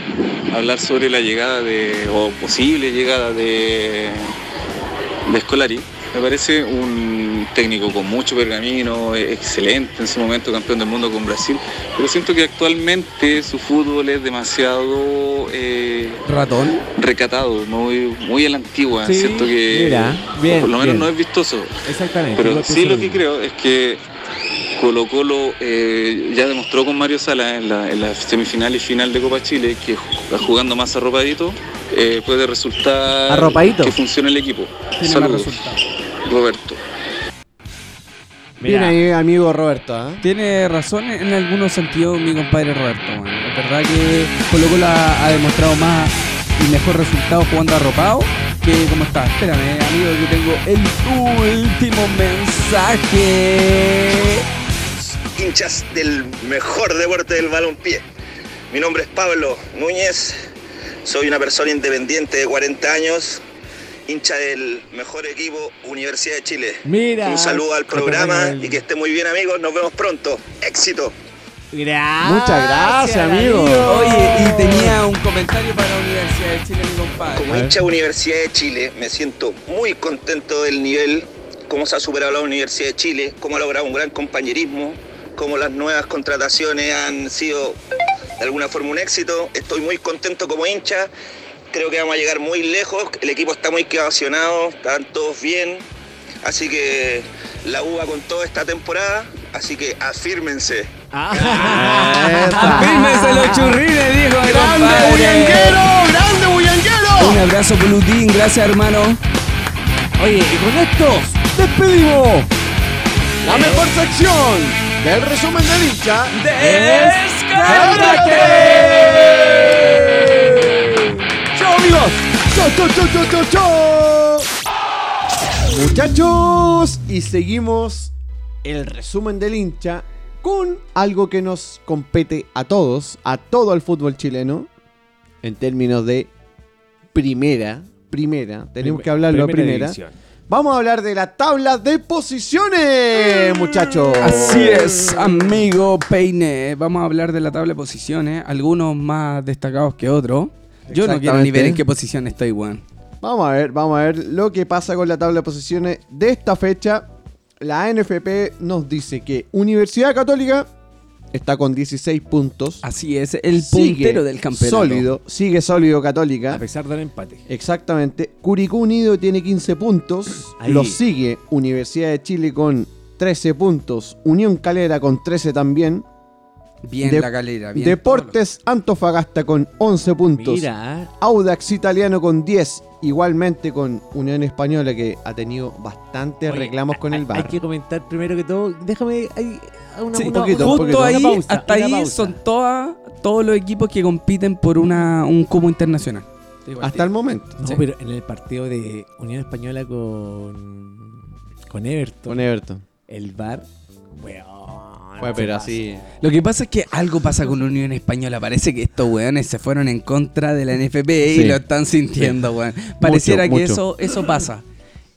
K: hablar sobre la llegada de, o posible llegada de, de Scolari. Me parece un técnico con mucho pergamino, eh, excelente en su momento, campeón del mundo con Brasil, pero siento que actualmente su fútbol es demasiado eh,
C: Ratón.
K: recatado, muy, muy a la antigua.
B: Sí,
K: siento Ah, que
B: mira, bien,
K: por lo menos
B: bien.
K: no es vistoso.
B: Exactamente.
K: Pero
B: igual
K: sí
B: tú,
K: lo que creo es que Colo Colo eh, ya demostró con Mario Sala en la, en la semifinal y final de Copa Chile que ju- jugando más arropadito eh, puede resultar
B: Arropadito.
K: que funcione el equipo.
C: Tiene más
K: Saludos,
C: resultados.
K: Roberto.
B: Mira,
A: Bien ahí, amigo Roberto. ¿ah?
E: ¿eh?
C: Tiene razón en algunos sentidos mi compadre Roberto, weón. Es verdad que Colo Colo ha, ha demostrado más y mejor resultado jugando arropado que como está. Espérame, amigo, que tengo el último mensaje.
L: hinchas del mejor deporte del balompié. Mi nombre es Pablo Núñez, soy una persona independiente de 40 años, hincha del mejor equipo Universidad de Chile.
B: mira.
L: Un saludo al
B: Otro
L: programa
B: año del-
L: y que esté muy bien amigos, nos vemos pronto. Éxito.
A: Muchas gracias, amigo.
C: Oye, y tenía un comentario para la Universidad de Chile, mi compadre.
L: Como hincha de Universidad de Chile, me siento muy contento del nivel, cómo se ha superado la Universidad de Chile, cómo ha logrado un gran compañerismo, cómo las nuevas contrataciones han sido de alguna forma un éxito. Estoy muy contento como hincha, creo que vamos a llegar muy lejos, el equipo está muy cohesionado, están todos bien, así que la UBA con toda esta temporada, así que afírmense.
C: Afírmese los churrines, dijo el compadre.
A: ¡Grande bullanguero!
C: Un abrazo, Pulutín. Gracias, hermano.
B: Oye, y con estos, despedimos.
A: La mejor sección del resumen de dicha. ¡Chao, amigos! ¡Chao, chao, chao, chao, chao, chao! Muchachos, y seguimos el resumen del hincha con algo que nos compete a todos, a todo el fútbol chileno, en términos de primera, primera, tenemos que hablarlo primera.
B: división.
A: Vamos a hablar de la tabla de posiciones, muchachos.
C: Mm. Así es, amigo Peine. Vamos a hablar de la tabla de posiciones, algunos más destacados que otros. Yo no quiero ni
A: Exactamente.
C: ver en qué posición estoy, weón.
A: Vamos a ver, vamos a ver lo que pasa con la tabla de posiciones de esta fecha. La ANFP nos dice que Universidad Católica
E: está con 16 puntos.
C: Así es, el
E: Sigue
C: puntero del campeonato.
E: Sólido, sigue sólido Católica.
B: A pesar del empate.
E: Exactamente. Curicó Unido tiene 15 puntos.
B: Ahí.
E: Los sigue Universidad de Chile con 13 puntos. Unión Calera con 13 también.
C: Bien
E: De-
C: la galera, bien.
E: Deportes Antofagasta con 11 puntos.
B: Mira,
E: Audax Italiano con 10. Igualmente con Unión Española que ha tenido bastantes
B: Oye,
E: reclamos con
B: hay,
E: el
B: hay
E: VAR.
B: que comentar primero que todo. Déjame hay una,
C: Sí,
B: una-
E: poquito,
B: una-
C: Justo
E: poquito.
B: una
C: ahí,
B: pausa,
C: hasta
B: una
C: ahí
B: pausa.
C: son todas, todos los equipos que compiten por una, un cubo internacional.
E: Hasta el momento.
B: No,
C: Sí.
B: pero en el partido de Unión Española con con Everton,
E: Con Everton.
B: el VAR, weón,
E: Fue, pero así.
C: Lo que pasa es que algo pasa con la Unión Española. Parece que estos weones se fueron en contra de la NFP y
E: Sí.
C: lo están sintiendo, weón. Pareciera
E: Mucho,
C: que
E: mucho.
C: eso eso pasa.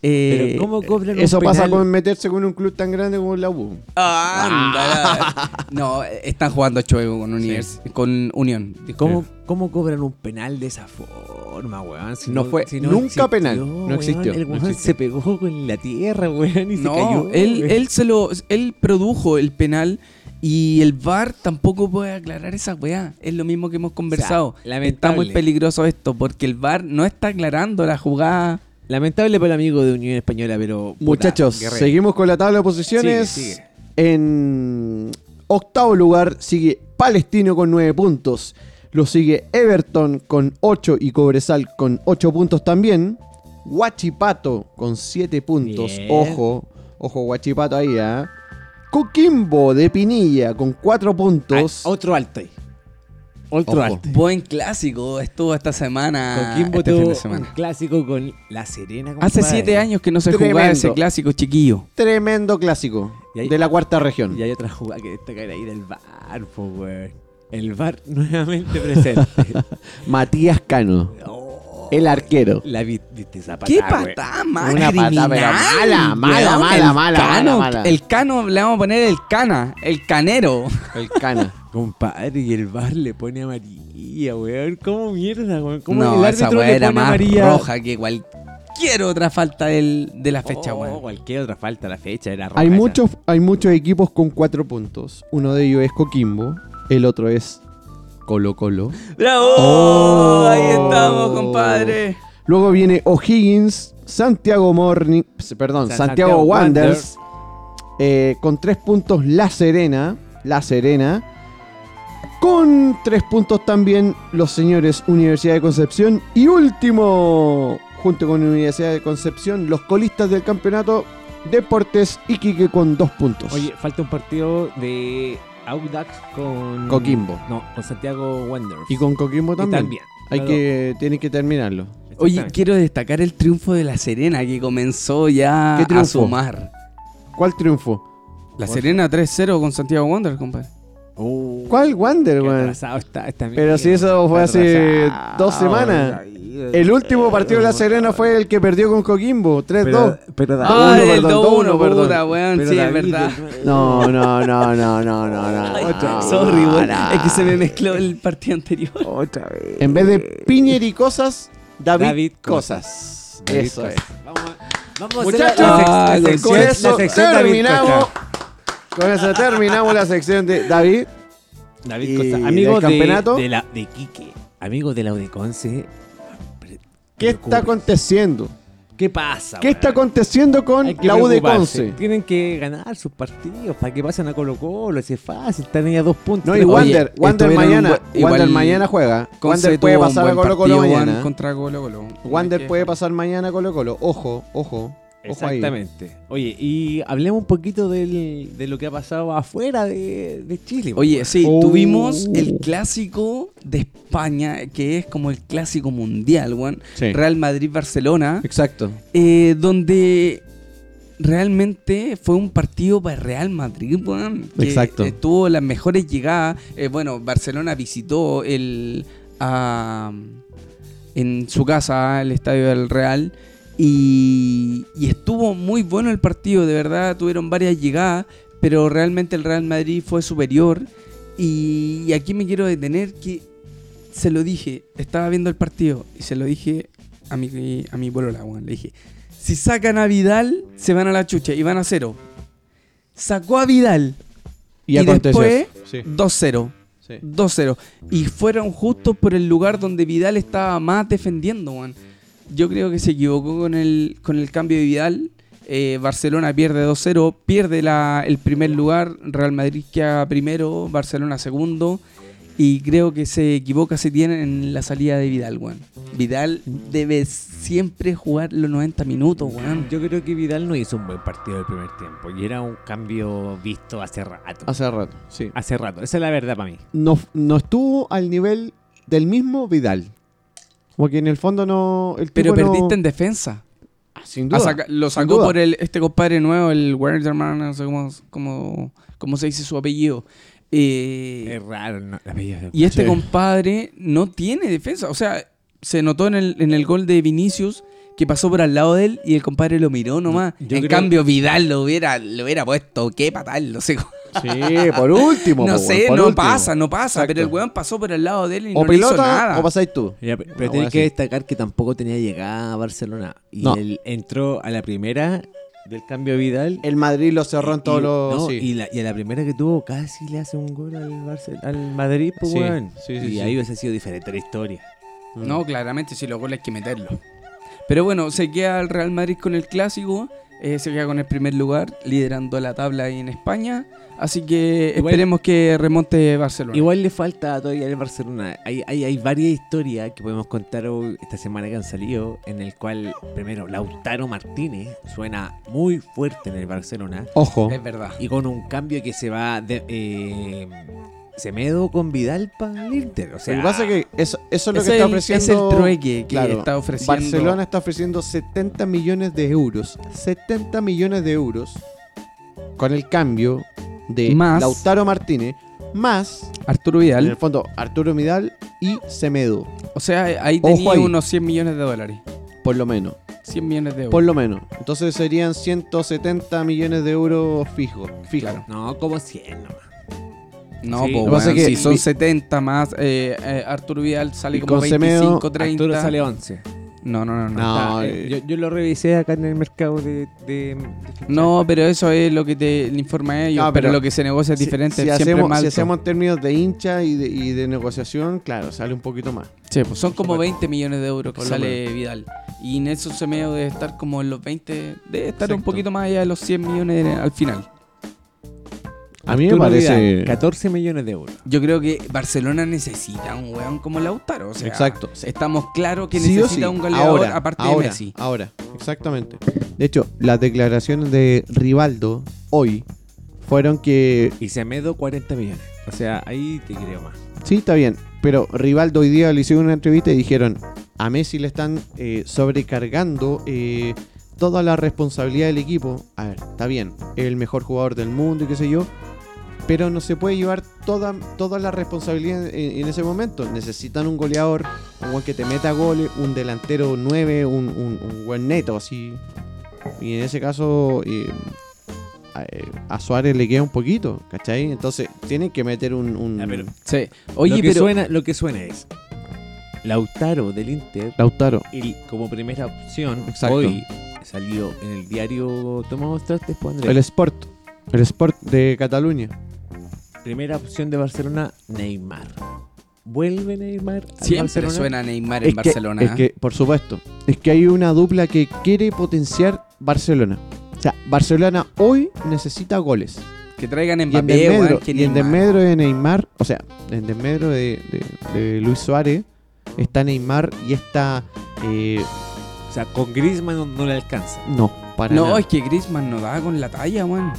C: Eh,
B: Pero ¿cómo cobran un
E: Eso pasa
B: penal?
E: con meterse con un club tan grande como la U.
C: anda. No, están jugando a chueco con, Univers- con Unión.
B: ¿Cómo, ¿Cómo cobran un penal de esa forma, weón? Si
E: No fue nunca penal, no
B: weón,
E: existió,
B: El
E: no
B: weón
E: existió.
B: se pegó con la tierra, weón, y
C: No,
B: se cayó.
C: Él,
B: weón.
C: él, se lo, él produjo el penal y el VAR tampoco puede aclarar esa weá. Es lo mismo que hemos conversado. Está
B: lamentable.
C: muy peligroso esto porque el VAR no está aclarando la jugada.
B: Lamentable para el amigo de Unión Española, pero. puta,
E: Muchachos,
B: guerrero.
E: seguimos con la tabla de posiciones.
B: Sigue, sigue.
E: En octavo lugar sigue Palestino con 9 puntos. Lo sigue Everton con 8 y Cobresal con 8 puntos también. Huachipato con 7 puntos.
B: Bien.
E: Ojo, ojo Huachipato ahí, ¿ah? Coquimbo de Pinilla con 4 puntos.
B: Ah, otro alto ahí. Otro
E: Ojo.
B: alto.
C: Buen clásico estuvo esta semana.
B: Coquimbo
C: este
B: tuvo
C: fin de
B: un
C: semana.
B: clásico con La Serena.
C: Hace
B: compadre.
C: siete años que no se jugaba
E: Tremendo.
C: ese clásico, chiquillo.
E: Tremendo clásico
B: Y ahí-
E: de la cuarta región.
B: Y hay otra jugada que destaca ahí del bar, po, weón. El bar nuevamente presente.
E: Matías Cano,
B: Oh,
E: el arquero.
B: la vi- viste esa patada,
C: ¡Qué
B: weón.
C: patada, más
E: Una patada, pero
C: criminal,
E: mala, mala,
C: weón!
E: mala,
C: El
E: mala,
C: cano,
E: mala, mala.
C: El cano, le vamos a poner el cana, el canero.
E: El Cana.
B: Compadre, y el bar le pone amarilla, weón. ¿Cómo mierda, weón? ¿Cómo
C: no,
B: el
C: esa
B: árbitro
C: weá
B: le
C: era
B: pone
C: más
B: amarilla?
C: roja que cualquier otra falta del- de la fecha,
B: Oh,
C: weón.
B: cualquier otra falta a la fecha era roja.
E: Hay
B: esa.
E: muchos, hay muchos equipos con cuatro puntos. Uno de ellos es Coquimbo, el otro es Colo Colo.
C: ¡Bravo!
E: Oh.
C: Ahí estamos, compadre.
E: Luego viene O'Higgins, Santiago Morning, perdón,
B: Sa-
E: Santiago,
B: Santiago
E: Wanderers, eh, con tres puntos La Serena, La Serena. Con tres puntos también los señores Universidad de Concepción. Y último, junto con Universidad de Concepción, los colistas del campeonato, Deportes Iquique con dos puntos.
B: Oye, falta un partido de Audax con.
E: Mm. Coquimbo.
B: No, con Santiago Wanderers.
E: Y con Coquimbo
B: Y
E: también. Hay
B: Claro,
E: que, tienen que terminarlo.
C: Oye,
B: exactamente.
C: quiero destacar el triunfo de La Serena que comenzó ya
E: ¿Qué
C: a
E: triunfo?
C: sumar.
E: ¿Cuál triunfo?
C: La Serena 3-0 con Santiago Wander, compadre.
B: Oh,
E: ¿Cuál
B: qué
E: Wander, weón?
B: atrasado está esta
E: Pero si
B: mierda,
E: eso fue
B: está
E: hace
B: atrasado.
E: dos semanas. El último partido de La Serena fue el que perdió con Coquimbo, 3-2.
B: Eh, Pero, pero David-
C: Ah,
E: uno,
C: el
E: perdón,
C: 2-1,
E: uno, perdón.
C: puta, weón.
B: pero
C: Sí, es
B: David,
C: verdad.
B: el-
E: No, no, no, no, no, no, no.
C: Ay,
E: no,
C: sorry,
E: no,
C: weón.
E: no.
C: Es que se me mezcló el partido anterior.
B: Otra vez.
E: En vez de
B: eh,
E: Piñer y cosas, David,
B: David
E: cosas.
B: David
E: eso
B: Cosas.
E: es.
B: Vamos a hacer
E: Muchachos,
B: la- la
C: Ah,
B: sec- la
C: con
B: sección- la
E: eso
B: sección David
E: terminamos.
B: Costa.
E: Con eso terminamos la sección de David.
B: David
E: y
B: Costa,
E: del
B: amigo de,
E: campeonato.
B: de la de Quique, amigo de la Udeconce.
E: ¿Qué está aconteciendo?
B: ¿Qué pasa?
E: ¿Qué está
B: weón?
E: aconteciendo con
B: Hay que
E: la U de
B: preocuparse.
E: Conce?
B: Tienen que ganar sus partidos para que pasen a Colo Colo. Si es fácil, están ahí a dos puntos.
E: No, y
B: Tres-
E: Wander,
C: Oye,
E: Wander
C: estuvieron
E: mañana,
C: bu- igual-
E: Wander mañana juega.
C: Conce
E: Wander puede
C: tuvo un
E: pasar a
C: buen
E: Colo Colo
C: partido, weón,
E: mañana.
C: Contra Colo Colo.
E: Wander
C: Hay que-
E: puede pasar mañana a Colo Colo. Ojo, ojo. Ojo ahí.
B: Exactamente. Oye, y hablemos un poquito del- de lo que ha pasado afuera de, de Chile.
C: Oye, sí,
E: Oh.
C: tuvimos el clásico de España, que es como el clásico mundial, weón.
E: Sí.
C: Real Madrid-Barcelona,
E: Exacto.
C: eh, donde realmente fue un partido para Real Madrid, weón. que,
E: Exacto.
C: eh, tuvo las mejores llegadas. Eh, bueno, Barcelona visitó el a- en su casa el estadio del Real. Y, y estuvo muy bueno el partido, de verdad, tuvieron varias llegadas, pero realmente el Real Madrid fue superior. Y, y aquí me quiero detener que se lo dije, estaba viendo el partido y se lo dije a mi, a mi polola, weón, le dije, si sacan a Vidal, se van a la chucha y van a cero. Sacó a Vidal
E: Y, aconteció.
C: después
E: Sí.
C: 2-0.
E: Sí.
C: 2-0. Y fueron justos por el lugar donde Vidal estaba más defendiendo, weón. Yo creo que se equivocó con el, con el cambio de Vidal. Eh, Barcelona pierde 2-0, pierde la- el primer lugar, Real Madrid queda primero, Barcelona segundo. Y creo que se equivoca se tiene en la salida de Vidal, weón. Vidal debe siempre jugar los 90 minutos, weón.
B: Yo creo que Vidal no hizo un buen partido el primer tiempo. Y era un cambio visto hace rato.
E: Hace rato, sí.
B: Hace rato. Esa es la verdad para mí.
E: No, no estuvo al nivel del mismo Vidal. Como que en el fondo no. El
C: Pero
E: tipo no-
C: perdiste en defensa.
E: Ah, sin
C: Ah,
E: duda.
C: saca- lo
E: sin
C: sacó
E: duda.
C: por el, este compadre nuevo, el Werderman, no sé cómo, cómo- cómo se dice su apellido. Eh,
B: Es raro. ¿no? La apellido de-
C: y este
E: Sí.
C: compadre no tiene defensa. O sea, se notó en el, en el gol de Vinicius que pasó por al lado de él y el compadre lo miró nomás.
B: Yo
C: en
B: creo-
C: cambio, Vidal lo hubiera, lo hubiera puesto. Qué patal, no sé. cómo-
E: Sí, por último.
C: no
E: po,
C: sé,
E: por
C: no
E: último.
C: pasa, no pasa.
E: Exacto.
C: Pero el weón pasó por al lado de él y
E: O
C: no le hizo nada.
E: pilota o pasáis tú.
B: Ya, pero
E: Una
B: tenés
E: wea
B: que
E: así.
B: destacar que tampoco tenía llegada a Barcelona. Y
E: No.
B: él entró a la primera del cambio Vidal.
E: El Madrid lo cerró en
B: y-
E: todos los.
B: no,
E: sí.
B: y, la- y a la primera que tuvo casi le hace un gol al, Barce- al Madrid, pues,
E: Sí,
B: weón.
E: sí, sí,
B: y
E: sí.
B: ahí hubiese sido diferente la historia.
C: No, claramente, si los goles hay que meterlos. Pero bueno, se queda el Real Madrid con el clásico, eh, se queda con el primer lugar, liderando la tabla ahí en España. Así que
B: Igual-
C: esperemos que remonte Barcelona.
B: Igual le falta todavía el Barcelona. Hay, hay, hay varias historias que podemos contar hoy, esta semana que han salido, en el cual, primero, Lautaro Martínez suena muy fuerte en el Barcelona.
E: Ojo.
C: Es verdad.
B: Y con un cambio que se va de, eh, Semedo con Vidal para el Inter. O sea,
E: lo que pasa es que eso, eso es lo
C: Es
E: que
C: el,
E: está ofreciendo.
C: es el trueque que
E: Claro.
C: está ofreciendo.
E: Barcelona está ofreciendo 70 millones de euros. 70 millones de euros con el cambio de
C: Más.
E: Lautaro Martínez, más,
C: Arturo
E: en
C: Vidal.
E: el fondo, Arturo Vidal y Semedo,
C: O sea, ahí
E: Ojo
C: tenía
E: ahí.
C: unos 100 millones de dólares.
E: por lo menos.
C: 100 millones de euros.
E: Por lo menos. Entonces serían 170 millones de euros fijos. Fijo.
C: Claro.
B: No, como 100 nomás.
C: No,
B: Sí.
C: po,
B: Lo que
E: pasa
C: weón,
E: es que
C: si son
E: mi-
C: 70 más, eh, eh, Arturo Vidal
E: Y
C: sale como
E: con Semedo,
C: 25, 30.
B: Arturo sale 11.
C: No, no, no, no.
E: No,
B: Está,
E: eh,
B: eh, yo, yo lo revisé acá en el mercado de... de- de-
C: No, pero eso es lo que te le informa a ellos.
E: No,
C: pero,
E: pero
C: lo que se negocia es
E: si-
C: diferente.
E: Si,
C: siempre
E: hacemos,
C: más
E: si
C: alto.
E: hacemos en términos de hincha y de, y de negociación, claro, sale un poquito más.
C: Sí, pues son como 20 millones de euros que
E: Por lo
C: sale Vidal. Y Nelson Semedo debe estar como en los 20, debe estar un
E: Exacto.
C: poquito más allá de los 100 millones de- al final.
E: A mí me
B: Arturo
E: parece.
B: Vidal, 14 millones de euros.
C: Yo creo que Barcelona necesita un weón como Lautaro. O sea,
E: Exacto.
C: Estamos claros que
E: Sí o
C: necesita
E: sí.
C: un goleador
E: Ahora,
C: aparte
E: ahora,
C: de Messi.
E: Ahora, exactamente. De hecho, las declaraciones de Rivaldo hoy fueron que
B: Y Semedo 40 millones. O sea, ahí te creo más.
E: sí, está bien, pero Rivaldo hoy día le hicieron una entrevista y dijeron a Messi le están eh, sobrecargando eh, toda la responsabilidad del equipo. A ver, está bien, es el mejor jugador del mundo y qué sé yo. Pero no se puede llevar toda, toda la responsabilidad en, en ese momento. Necesitan un goleador, un buen que te meta goles, un delantero 9, un, un, un buen neto, así. Y en ese caso, eh, a, eh, a Suárez le queda un poquito, ¿cachai? Entonces, tienen que meter un. un-
B: Ya, pero-
C: Sí.
B: lo,
C: Oye,
B: que
C: pero
B: suena, lo que suena es Lautaro del Inter
E: Lautaro.
B: y como primera opción
E: Exacto.
B: hoy salió en el diario Tomamos Trastes pues, Andrés.
E: El Sport. El Sport de Cataluña.
B: primera opción de Barcelona Neymar vuelve Neymar al
C: siempre
B: Barcelona?
C: suena Neymar en
E: que-
C: Barcelona. ¿eh?
E: es que, por supuesto, es que hay una dupla que quiere potenciar Barcelona. O sea, Barcelona hoy necesita goles.
C: que traigan
E: Y en
C: Mbappé,
E: desmedro,
C: weón, que
E: y en
C: Neymar.
E: desmedro de Neymar, o sea, en desmedro de, de- de Luis Suárez, está Neymar y está... eh,
B: o sea con Griezmann no, no le alcanza
E: no, para
C: No,
E: nada.
C: es que Griezmann no da con la talla, weón.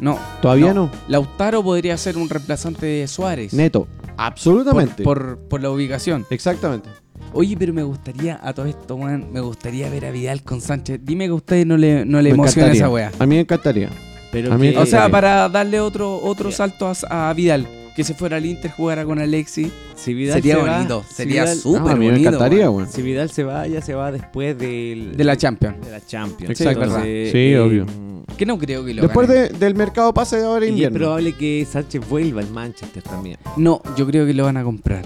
C: No,
E: Todavía no.
C: Lautaro podría ser un reemplazante de Suárez.
E: Neto.
C: por,
E: Absolutamente.
C: por, por la ubicación.
E: Exactamente.
C: Oye, pero me gustaría, a todo esto, weón, me gustaría ver a Vidal con Sánchez. Dime que a ustedes no le, no le
E: Me
C: emociona
E: encantaría.
C: esa Uh, weá.
E: A mí me encantaría.
B: pero
E: A mí-
B: que-
C: O sea,
E: Eh,
C: para darle otro, otro salto a, a Vidal, que se fuera al Inter, jugara con Alexis.
B: si Vidal
C: Ah, sería
B: se va-
C: bonito,
B: si
C: sería
B: Vidal-
C: súper
E: No, a mí me
C: bonito,
E: encantaría,
C: weón.
E: weón.
B: si Vidal se va ya se va después del
C: De la Champions.
B: de la Champions
E: Exacto.
B: Entonces, eh,
E: Sí, obvio.
C: Que no creo que lo
E: Después
C: ganen.
E: de- del mercado pase de ahora
B: y es
E: invierno.
B: probable que Sánchez vuelva al Manchester también
C: No, yo creo que lo van a comprar.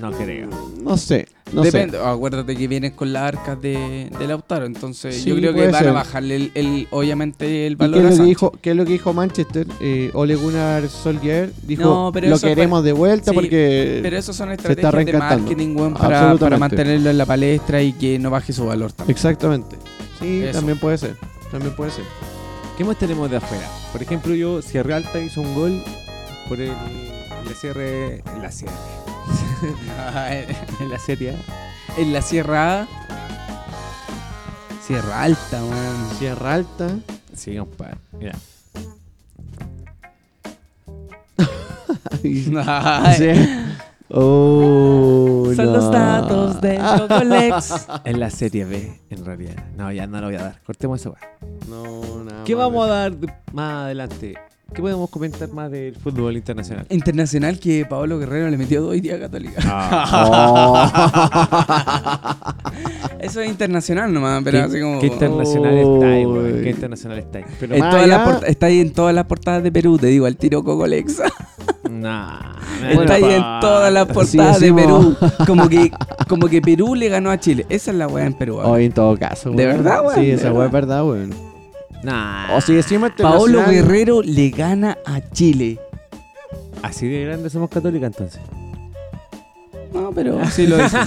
F: No creo.
E: No sé, no
C: Depende.
E: sé.
C: Acuérdate que vienen con las arcas de, de Lautaro, entonces
E: Sí,
C: yo creo que
E: puede
C: van a
E: ser.
C: bajarle el, el- obviamente el
E: ¿Y
C: valor a
E: qué, es lo que
C: Sancho.
E: dijo, qué es lo que dijo Manchester? Eh, Ole Gunnar Solskjaer dijo,
C: No, pero
E: lo
C: eso fue-
E: queremos de vuelta
C: Sí,
E: porque
C: Pero eso son
E: se está
C: estrategias de
E: reencantando.
C: marketing, weón, para,
E: Absolutamente.
C: para mantenerlo en la palestra y que no baje su valor también.
E: Exactamente. Sí,
C: Eso.
E: también puede ser. También puede ser.
B: ¿Qué más tenemos de afuera? Por ejemplo, yo, si Realta hizo un gol por el, la cierre. La cierre.
C: en la serie A. En la Sierra A. Sierra Alta, weón.
E: Sierra Alta.
B: Sí, compadre. Mira.
C: Ay.
E: Oh,
C: Son los datos de Cocolex.
B: En la serie B, en realidad. No, ya no lo voy a dar. Cortemos esa weá.
E: No, nada
B: ¿Qué
E: más.
B: vamos a dar de- más adelante? ¿Qué podemos comentar más del fútbol internacional?
C: Internacional que Paolo Guerrero le metió dos días a Católica. Ah. Eso es internacional nomás, pero
B: ¿Qué,
C: así como.
B: qué internacional está ahí, weón?
E: Uy.
B: ¿Qué internacional está ahí?
E: Pero
C: En
E: más
C: todas las
E: allá-
C: porta- está ahí en todas las portadas de Perú, te digo, al tiro Cocolex.
B: Nah.
E: Ah,
C: está ahí en todas las portadas de Perú.
E: decimos-
C: Como que, como que Perú le ganó a Chile. Esa es la weá en Perú. ahora.
E: Hoy en todo caso,
C: ¿De
E: weón.
C: verdad, weón?
E: Sí,
C: ¿De
E: esa weá es verdad, weón.
B: Nah.
E: O si decimos
C: Paolo
E: internacional-
C: Guerrero le gana a Chile.
B: Así de grande somos católicas entonces.
C: No, pero sí lo es.
B: Tú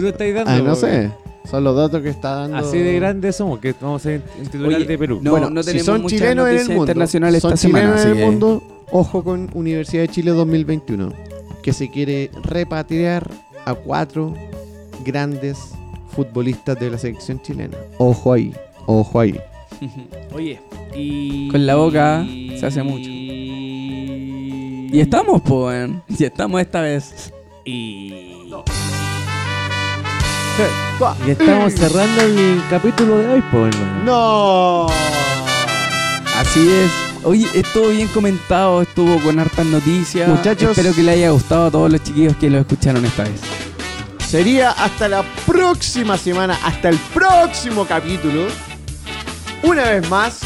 B: lo estás dando.
E: Ah, no
B: weón.
E: sé. Son los datos que está dando.
B: Así de grande somos que vamos a ser en titular
C: Oye,
B: de Perú.
C: no,
E: bueno,
C: tenemos
E: si son
C: muchas
E: chilenos en el
C: noticias
E: mundo,
C: internacionales
E: son
C: esta semana,
E: chilenos
C: así
E: en
B: eh.
E: el
C: que-
E: mundo, ojo con Universidad de Chile 2021, que se quiere repatriar a cuatro grandes futbolistas de la selección chilena. Ojo ahí, ojo ahí.
B: Oye, y.
C: Con la boca se hace mucho. Y estamos, po, weón. Y estamos esta vez.
B: Y. Y estamos cerrando el capítulo de hoy, pues, hermano.
E: ¡No!
C: Así es. Oye, estuvo bien comentado, estuvo con hartas noticias.
E: Muchachos.
C: Espero que le haya gustado a todos los chiquillos que lo escucharon esta vez.
E: Sería hasta la próxima semana, hasta el próximo capítulo, una vez más,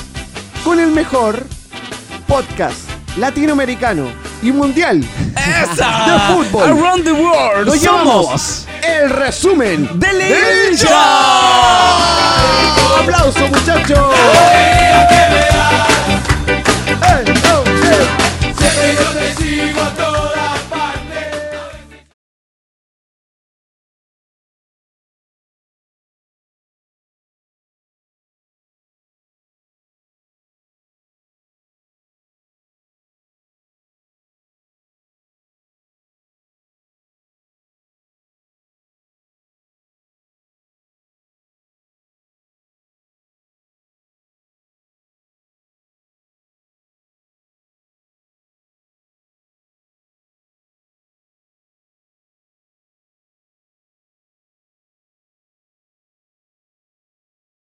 E: con el mejor podcast latinoamericano y mundial de fútbol.
C: Around the world.
E: Lo
C: somos
E: llamamos el resumen
C: de
E: del
C: Legion.
E: show. ¡Aplauso, muchachos!